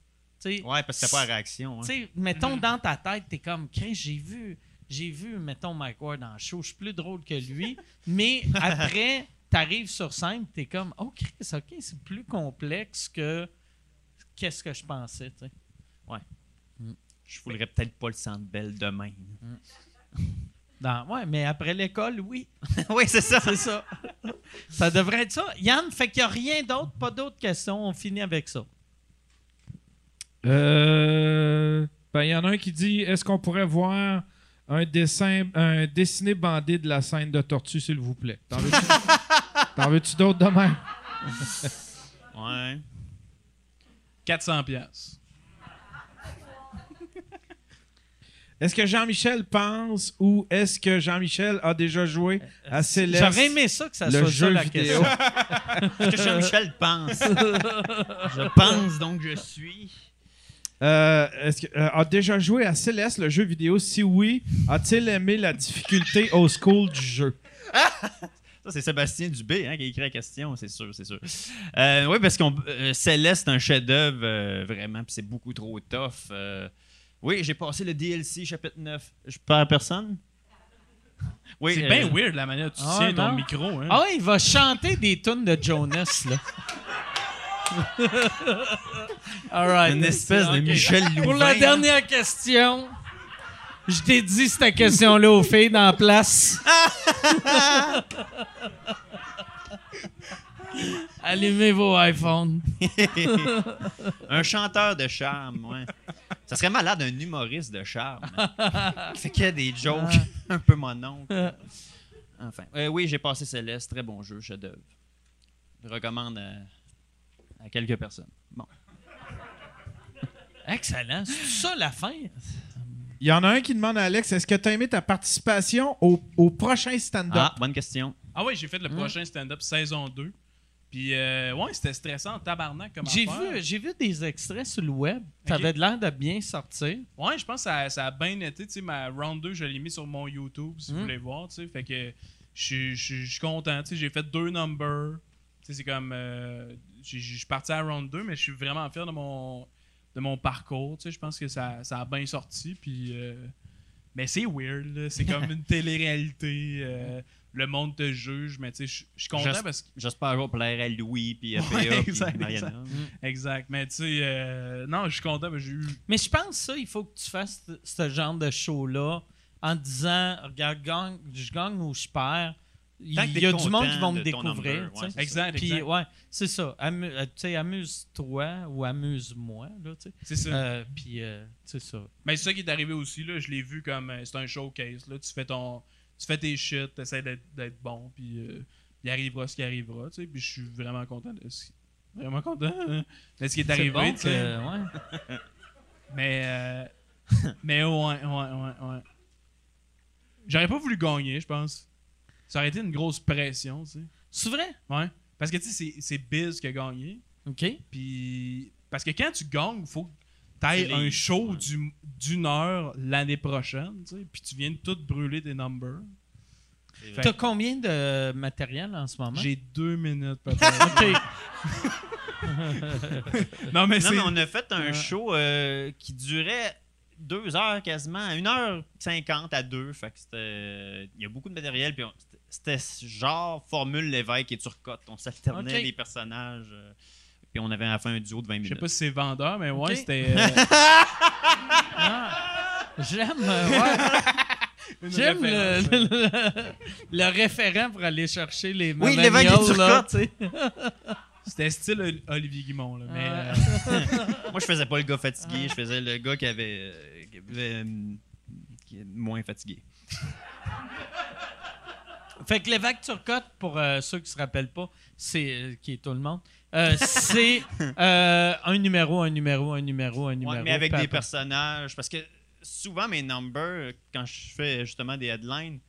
[SPEAKER 1] Tu sais,
[SPEAKER 4] Ouais, parce que t'as pas la réaction. hein.
[SPEAKER 1] tu sais, mettons dans ta tête, t'es comme, Chris, j'ai vu, j'ai vu, mettons Mike Ward en show, je suis plus drôle que lui. Mais après, t'arrives sur scène, t'es comme, oh Chris, ok, c'est plus complexe que qu'est-ce que je pensais, tu sais.
[SPEAKER 4] Je voudrais peut-être pas le centre belle demain.
[SPEAKER 1] Mm. Dans- ouais, mais après l'école, oui,
[SPEAKER 4] oui, c'est ça.
[SPEAKER 1] c'est ça. ça devrait être ça. Yann, fait qu'il n'y a rien d'autre, pas d'autres questions, on finit avec ça.
[SPEAKER 3] Euh, ben, il y en a un qui dit est-ce qu'on pourrait voir un dessin, un dessiné bandé de la scène de tortue, s'il vous plaît T'en veux-tu T'en veux-tu d'autres demain
[SPEAKER 4] Ouais.
[SPEAKER 6] 400 pièces.
[SPEAKER 3] Est-ce que Jean-Michel pense ou est-ce que Jean-Michel a déjà joué à Céleste
[SPEAKER 1] J'aurais aimé ça que ça
[SPEAKER 3] le
[SPEAKER 1] soit
[SPEAKER 3] jeu
[SPEAKER 1] ça la
[SPEAKER 3] vidéo.
[SPEAKER 1] question.
[SPEAKER 4] Ce que Jean-Michel pense. je pense, donc je suis.
[SPEAKER 3] Euh, est-ce que, euh, a déjà joué à Céleste le jeu vidéo Si oui, a-t-il aimé la difficulté au school du jeu
[SPEAKER 4] Ça, c'est Sébastien Dubé hein, qui a écrit la question, c'est sûr, c'est sûr. Euh, oui, parce qu'on euh, Céleste, un chef-d'œuvre, euh, vraiment, puis c'est beaucoup trop tough. Euh, oui, j'ai passé le DLC chapitre 9. Je parle à personne? Oui,
[SPEAKER 6] C'est
[SPEAKER 4] euh,
[SPEAKER 6] bien weird la manière dont tu
[SPEAKER 1] ah,
[SPEAKER 6] tiens ton
[SPEAKER 1] non.
[SPEAKER 6] micro. Hein.
[SPEAKER 1] Ah ouais, il va chanter des tunes de Jonas, là. All right.
[SPEAKER 4] Une espèce de
[SPEAKER 1] hein. Ok.
[SPEAKER 4] Michel Louvain.
[SPEAKER 1] Pour la dernière question, je dédie cette question-là aux filles dans la place. Allumez vos iPhones.
[SPEAKER 4] Un chanteur de charme, ouais. Ça serait malade, un humoriste de charme. Qui fait qu'il y a des jokes,
[SPEAKER 1] Ah.
[SPEAKER 4] un peu mon oncle. Enfin. Euh, oui, j'ai passé Céleste, très bon jeu, chef-d'œuvre. Je le recommande à, à quelques personnes. Bon.
[SPEAKER 1] Excellent. C'est ça la fin?
[SPEAKER 3] Il y en a un qui demande à Alex est-ce que tu as aimé ta participation au, au prochain stand-up
[SPEAKER 4] Ah, bonne question.
[SPEAKER 6] Ah ouais, j'ai fait le
[SPEAKER 1] Hein?
[SPEAKER 6] prochain stand-up saison 2. Puis euh, ouais, c'était stressant, tabarnak comme
[SPEAKER 1] J'ai
[SPEAKER 6] affaire.
[SPEAKER 1] vu, j'ai vu des extraits sur le web. T'avais l'air de bien sortir.
[SPEAKER 6] Ouais, je pense que ça, ça a bien été. Tu sais, ma round 2, je l'ai mis sur mon YouTube, si vous voulez voir. Tu sais, fait que je suis- je suis je suis content. Tu sais, j'ai fait deux numbers. Tu sais, c'est comme. euh, j'ai- j'ai- je suis parti à round 2, mais je suis vraiment fier de mon, de mon parcours. Tu sais, je pense que ça, ça a bien sorti. Puis. euh, mais c'est weird, là. C'est comme une télé-réalité. euh, le monde te juge, mais tu sais, je je suis content
[SPEAKER 4] J'es-
[SPEAKER 6] parce que.
[SPEAKER 4] J'espère qu'on plaire à Louis, puis à
[SPEAKER 6] Ouais,
[SPEAKER 4] P.A., puis
[SPEAKER 6] exact,
[SPEAKER 4] Mariana.
[SPEAKER 6] Exact. Mais tu sais, euh, non, je suis content, mais j'ai eu.
[SPEAKER 1] Mais je pense ça, il faut que tu fasses ce- ce genre de show-là en te disant Regarde, gagne- je gagne ou je perds. Il
[SPEAKER 4] Tant que t'es
[SPEAKER 1] y a du
[SPEAKER 4] content
[SPEAKER 1] monde qui vont me
[SPEAKER 4] de ton
[SPEAKER 1] découvrir.
[SPEAKER 4] number, ouais,
[SPEAKER 1] tu sais.
[SPEAKER 4] c'est
[SPEAKER 6] ça. Exact,
[SPEAKER 1] Puis,
[SPEAKER 6] exact.
[SPEAKER 1] ouais, c'est ça. Amu- euh, tu sais, Amuse-toi ou amuse-moi. là, tu sais.
[SPEAKER 6] C'est ça.
[SPEAKER 1] Euh, Puis, euh, c'est ça.
[SPEAKER 6] Mais c'est ça qui est arrivé aussi, là, je l'ai vu comme euh, c'est un showcase. Là, tu fais ton. Tu fais tes shit, t'essaies d'être, d'être bon, puis euh, il arrivera ce qui arrivera, tu sais. Puis je suis vraiment content de ce qui- Vraiment content hein, de ce qui est
[SPEAKER 1] C'est
[SPEAKER 6] arrivé,
[SPEAKER 1] bon
[SPEAKER 6] tu sais.
[SPEAKER 1] que- euh, ouais.
[SPEAKER 6] Mais. euh, mais ouais, ouais, ouais, ouais. J'aurais pas voulu gagner, je pense. Ça aurait été une grosse pression, tu sais.
[SPEAKER 1] C'est vrai?
[SPEAKER 6] Ouais. Parce que, tu sais, c'est, c'est Biz qui a gagné.
[SPEAKER 1] OK.
[SPEAKER 6] Puis. Parce que quand tu gagnes, faut que t'ailles
[SPEAKER 4] Tu
[SPEAKER 6] un
[SPEAKER 4] lis,
[SPEAKER 6] show
[SPEAKER 4] ouais.
[SPEAKER 6] du- d'une heure l'année prochaine, tu sais, puis tu viens de tout brûler des numbers. Fait-
[SPEAKER 1] T'as combien de matériel en ce moment?
[SPEAKER 6] J'ai deux minutes, peut-être. non, mais
[SPEAKER 4] Non,
[SPEAKER 6] c'est.
[SPEAKER 4] mais on a fait un show euh, qui durait deux heures quasiment, une heure cinquante à deux. Fait que c'était. Il y a beaucoup de matériel. Puis on- c'était c'était genre Formule Lévesque et Turcotte. On s'alternait
[SPEAKER 1] Ok.
[SPEAKER 4] les personnages. euh, puis on avait à la fin un duo de 20
[SPEAKER 6] Je
[SPEAKER 4] minutes.
[SPEAKER 6] sais pas si c'est vendeur, mais ouais,
[SPEAKER 1] Ok.
[SPEAKER 6] c'était. euh,
[SPEAKER 1] J'aime, euh, ouais,
[SPEAKER 6] une
[SPEAKER 1] j'aime le,
[SPEAKER 6] référence.
[SPEAKER 1] le- le référent pour aller chercher les
[SPEAKER 4] Oui,
[SPEAKER 1] les
[SPEAKER 4] l'évêque et Turcotte.
[SPEAKER 6] C'était style Ol- Olivier Guimond, là. Mais,
[SPEAKER 1] Ah.
[SPEAKER 6] euh,
[SPEAKER 4] Moi, je faisais pas le gars fatigué. Je faisais le gars qui avait. euh, qui avait, euh, qui est moins fatigué.
[SPEAKER 1] Fait que l'évêque Turcotte, pour euh, ceux qui se rappellent pas, c'est euh, qui est tout le monde, euh, c'est euh, un numéro, un numéro, un numéro, un numéro.
[SPEAKER 4] Ouais, mais avec
[SPEAKER 1] puis
[SPEAKER 4] des
[SPEAKER 1] après-
[SPEAKER 4] personnages. Parce que souvent, mes numbers, quand je fais justement des headlines,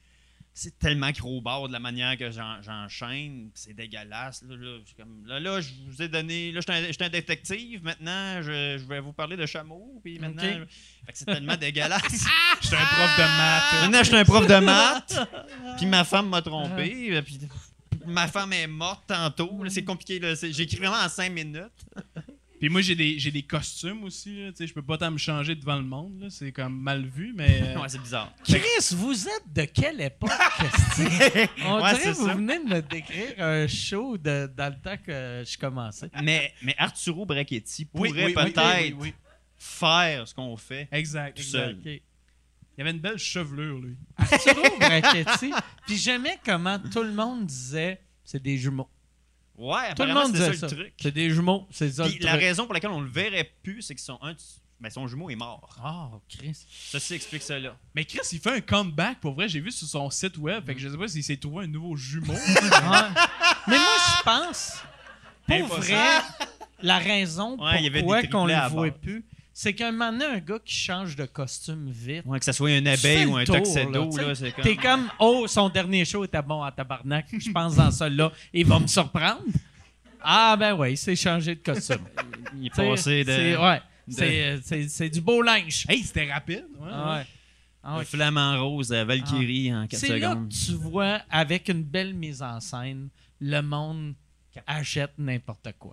[SPEAKER 4] c'est tellement crowbar de la manière que j'en- j'enchaîne. C'est dégueulasse. Là, là, c'est comme- là, là, je vous ai donné. Là, je suis un- je suis un, détective. Maintenant, je, je vais vous parler de chameau. Puis maintenant,
[SPEAKER 1] Ok.
[SPEAKER 4] je- fait que c'est tellement dégueulasse.
[SPEAKER 6] j'étais un prof de maths.
[SPEAKER 4] Maintenant, je suis un prof de maths. Puis ma femme m'a
[SPEAKER 6] euh,
[SPEAKER 4] trompé. ben, Puis ma femme est morte tantôt. là, C'est compliqué. là, c'est- J'écris vraiment en cinq minutes.
[SPEAKER 6] Puis moi, j'ai des, j'ai des costumes aussi, là. Tu sais, je peux pas tant me changer devant le monde, là. C'est comme mal vu, mais. euh,
[SPEAKER 4] Ouais, c'est bizarre.
[SPEAKER 1] Chris, vous êtes de quelle époque, Christy? On
[SPEAKER 4] Ouais,
[SPEAKER 1] dirait
[SPEAKER 4] c'est
[SPEAKER 1] que vous
[SPEAKER 4] ça.
[SPEAKER 1] venez de me décrire un show de- dans le temps que je commençais.
[SPEAKER 4] Mais, mais Arturo Brachetti pourrait peut-être
[SPEAKER 6] oui, oui, oui.
[SPEAKER 4] faire ce qu'on fait.
[SPEAKER 6] Exact,
[SPEAKER 4] Tout
[SPEAKER 6] exact.
[SPEAKER 4] seul.
[SPEAKER 1] Ok.
[SPEAKER 6] Il avait une belle chevelure, lui.
[SPEAKER 1] Arturo Brachetti. Puis j'aimais comment tout le monde disait c'est des jumeaux.
[SPEAKER 4] Ouais,
[SPEAKER 1] Tout le
[SPEAKER 4] apparemment,
[SPEAKER 1] monde
[SPEAKER 4] c'est ça
[SPEAKER 1] disait
[SPEAKER 4] le
[SPEAKER 1] ça.
[SPEAKER 4] truc.
[SPEAKER 1] C'est des jumeaux, c'est ça.
[SPEAKER 4] Puis
[SPEAKER 1] le
[SPEAKER 4] la
[SPEAKER 1] truc.
[SPEAKER 4] raison pour laquelle on le verrait plus, c'est que son, un, de- ben, son jumeau est mort.
[SPEAKER 1] Oh, Chris.
[SPEAKER 4] Ceci explique cela.
[SPEAKER 6] Mais Chris, il fait un comeback, pour vrai. J'ai vu sur son site web.
[SPEAKER 4] Mm.
[SPEAKER 6] Fait que je sais pas s'il s'est trouvé un nouveau jumeau.
[SPEAKER 1] Ouais. Ah. Mais moi, je pense, pour
[SPEAKER 6] Impossible.
[SPEAKER 1] vrai, la raison
[SPEAKER 4] Ouais, il y avait des
[SPEAKER 1] pourquoi qu'on
[SPEAKER 4] triplés à
[SPEAKER 1] le
[SPEAKER 4] la
[SPEAKER 1] voit
[SPEAKER 4] base.
[SPEAKER 1] plus, c'est qu'un moment donné, un gars qui change de costume vite,
[SPEAKER 4] Ouais, que ça soit une
[SPEAKER 1] Tu fais
[SPEAKER 4] abeille
[SPEAKER 1] le
[SPEAKER 4] ou un
[SPEAKER 1] tour, là,
[SPEAKER 4] tuxedo,
[SPEAKER 1] tu sais.
[SPEAKER 4] là, c'est comme.
[SPEAKER 1] t'es comme, oh, son dernier show était bon à tabarnak, je pense dans celui-là, il va me surprendre. Ah, ben oui, il s'est changé de costume.
[SPEAKER 4] Il est
[SPEAKER 1] Tu sais,
[SPEAKER 4] passé de.
[SPEAKER 1] C'est, ouais,
[SPEAKER 4] de-
[SPEAKER 1] c'est, c'est- c'est du beau linge.
[SPEAKER 6] hey, c'était rapide. ouais.
[SPEAKER 1] Ah ouais. Ah ouais.
[SPEAKER 4] Le flamant rose à Valkyrie en 4
[SPEAKER 1] C'est là
[SPEAKER 4] secondes.
[SPEAKER 1] que tu vois, avec une belle mise en scène, le monde achète n'importe quoi.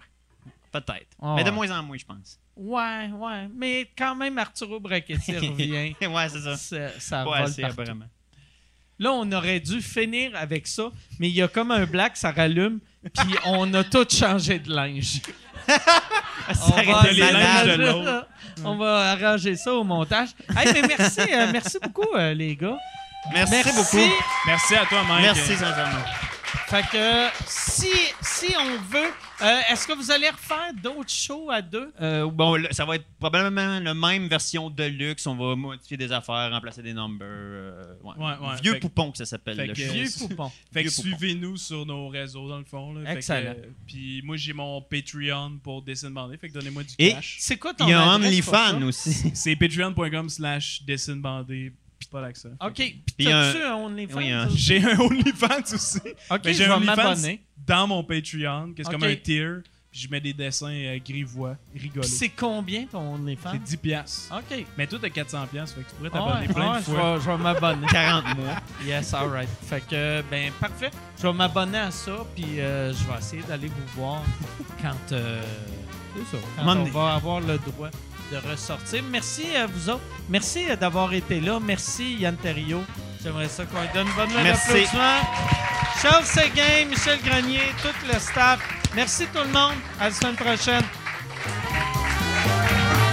[SPEAKER 4] Peut-être.
[SPEAKER 1] Ah
[SPEAKER 4] Mais de
[SPEAKER 1] ouais.
[SPEAKER 4] moins en moins, je pense.
[SPEAKER 1] Ouais, ouais. Mais quand même, Arturo Brachetti revient.
[SPEAKER 4] ouais, c'est ça.
[SPEAKER 1] Ça, ça
[SPEAKER 4] Pas
[SPEAKER 1] vole
[SPEAKER 4] assez,
[SPEAKER 1] partout.
[SPEAKER 4] apparemment.
[SPEAKER 1] Là, on aurait dû finir avec ça, mais il y a comme un black, ça rallume, puis on a tout changé de linge. on, va
[SPEAKER 4] arrêter les
[SPEAKER 1] arranger-
[SPEAKER 4] linges de l'autre.
[SPEAKER 1] on va arranger ça au montage. Hey, mais merci, euh, merci beaucoup, euh, les gars.
[SPEAKER 4] Merci,
[SPEAKER 1] Merci.
[SPEAKER 4] beaucoup.
[SPEAKER 6] Merci à toi, Mike.
[SPEAKER 4] Merci, sincèrement.
[SPEAKER 1] Fait que euh, si, si on veut, euh, est-ce que vous allez refaire d'autres shows à deux?
[SPEAKER 4] Euh, bon, le- ça va être probablement la même version de luxe. On va modifier des affaires, remplacer des numbers. euh, ouais.
[SPEAKER 6] Ouais, ouais.
[SPEAKER 4] Vieux
[SPEAKER 6] Fait que-
[SPEAKER 4] poupon que ça s'appelle.
[SPEAKER 6] fait
[SPEAKER 4] le
[SPEAKER 6] que-
[SPEAKER 4] show.
[SPEAKER 1] Vieux poupon.
[SPEAKER 6] Fait que
[SPEAKER 4] Vieux poupon.
[SPEAKER 6] suivez-nous sur nos réseaux, dans le fond. là. Fait que,
[SPEAKER 1] Excellent.
[SPEAKER 6] euh, Puis moi, j'ai mon Patreon pour Dessin Bandé. Fait que donnez-moi du
[SPEAKER 4] Et-
[SPEAKER 6] cash.
[SPEAKER 1] C'est quoi ton
[SPEAKER 4] Il y a un
[SPEAKER 1] adresse pour ça?
[SPEAKER 4] OnlyFans aussi.
[SPEAKER 6] C'est patreon.com slash Dessin Bandé. Puis pas là que ça.
[SPEAKER 1] OK. Puis
[SPEAKER 4] il y a
[SPEAKER 1] t'as-tu un OnlyFans?
[SPEAKER 4] Oui, hein. un-
[SPEAKER 1] aussi?
[SPEAKER 6] J'ai un OnlyFans aussi.
[SPEAKER 1] OK,
[SPEAKER 6] Mais
[SPEAKER 1] je
[SPEAKER 6] j'ai
[SPEAKER 1] vais
[SPEAKER 6] un OnlyFans
[SPEAKER 1] m'abonner.
[SPEAKER 6] dans mon Patreon, qui est comme
[SPEAKER 1] Ok.
[SPEAKER 6] un tier. Puis je mets des dessins euh, grivois, rigolés.
[SPEAKER 1] Puis
[SPEAKER 6] C'est
[SPEAKER 1] c'est combien ton OnlyFans?
[SPEAKER 6] 10 piastres.
[SPEAKER 1] OK.
[SPEAKER 6] Mais toi, t'as 400 piastres, fait que tu pourrais
[SPEAKER 1] Ah
[SPEAKER 6] t'abonner
[SPEAKER 1] ouais, ah
[SPEAKER 6] plein de
[SPEAKER 1] ouais, je
[SPEAKER 6] fois.
[SPEAKER 1] vais- Je vais m'abonner.
[SPEAKER 4] 40 mois.
[SPEAKER 1] Yes, alright. Fait que, ben, parfait. Je vais m'abonner à ça, puis euh, je vais essayer d'aller vous voir quand, euh, c'est ça, quand on
[SPEAKER 4] Monday.
[SPEAKER 1] va avoir le droit de ressortir. Merci à vous autres. Merci euh, d'avoir été là. Merci, Yann Terriot. J'aimerais ça qu'on lui donne une bonne main
[SPEAKER 4] Merci.
[SPEAKER 1] d'applaudissement. Charles Séguin, Michel Grenier, tout le staff. Merci tout le monde. À la semaine prochaine.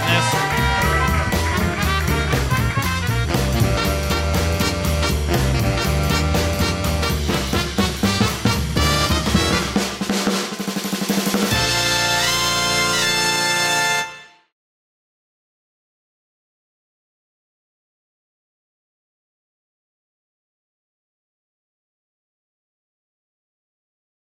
[SPEAKER 4] Merci.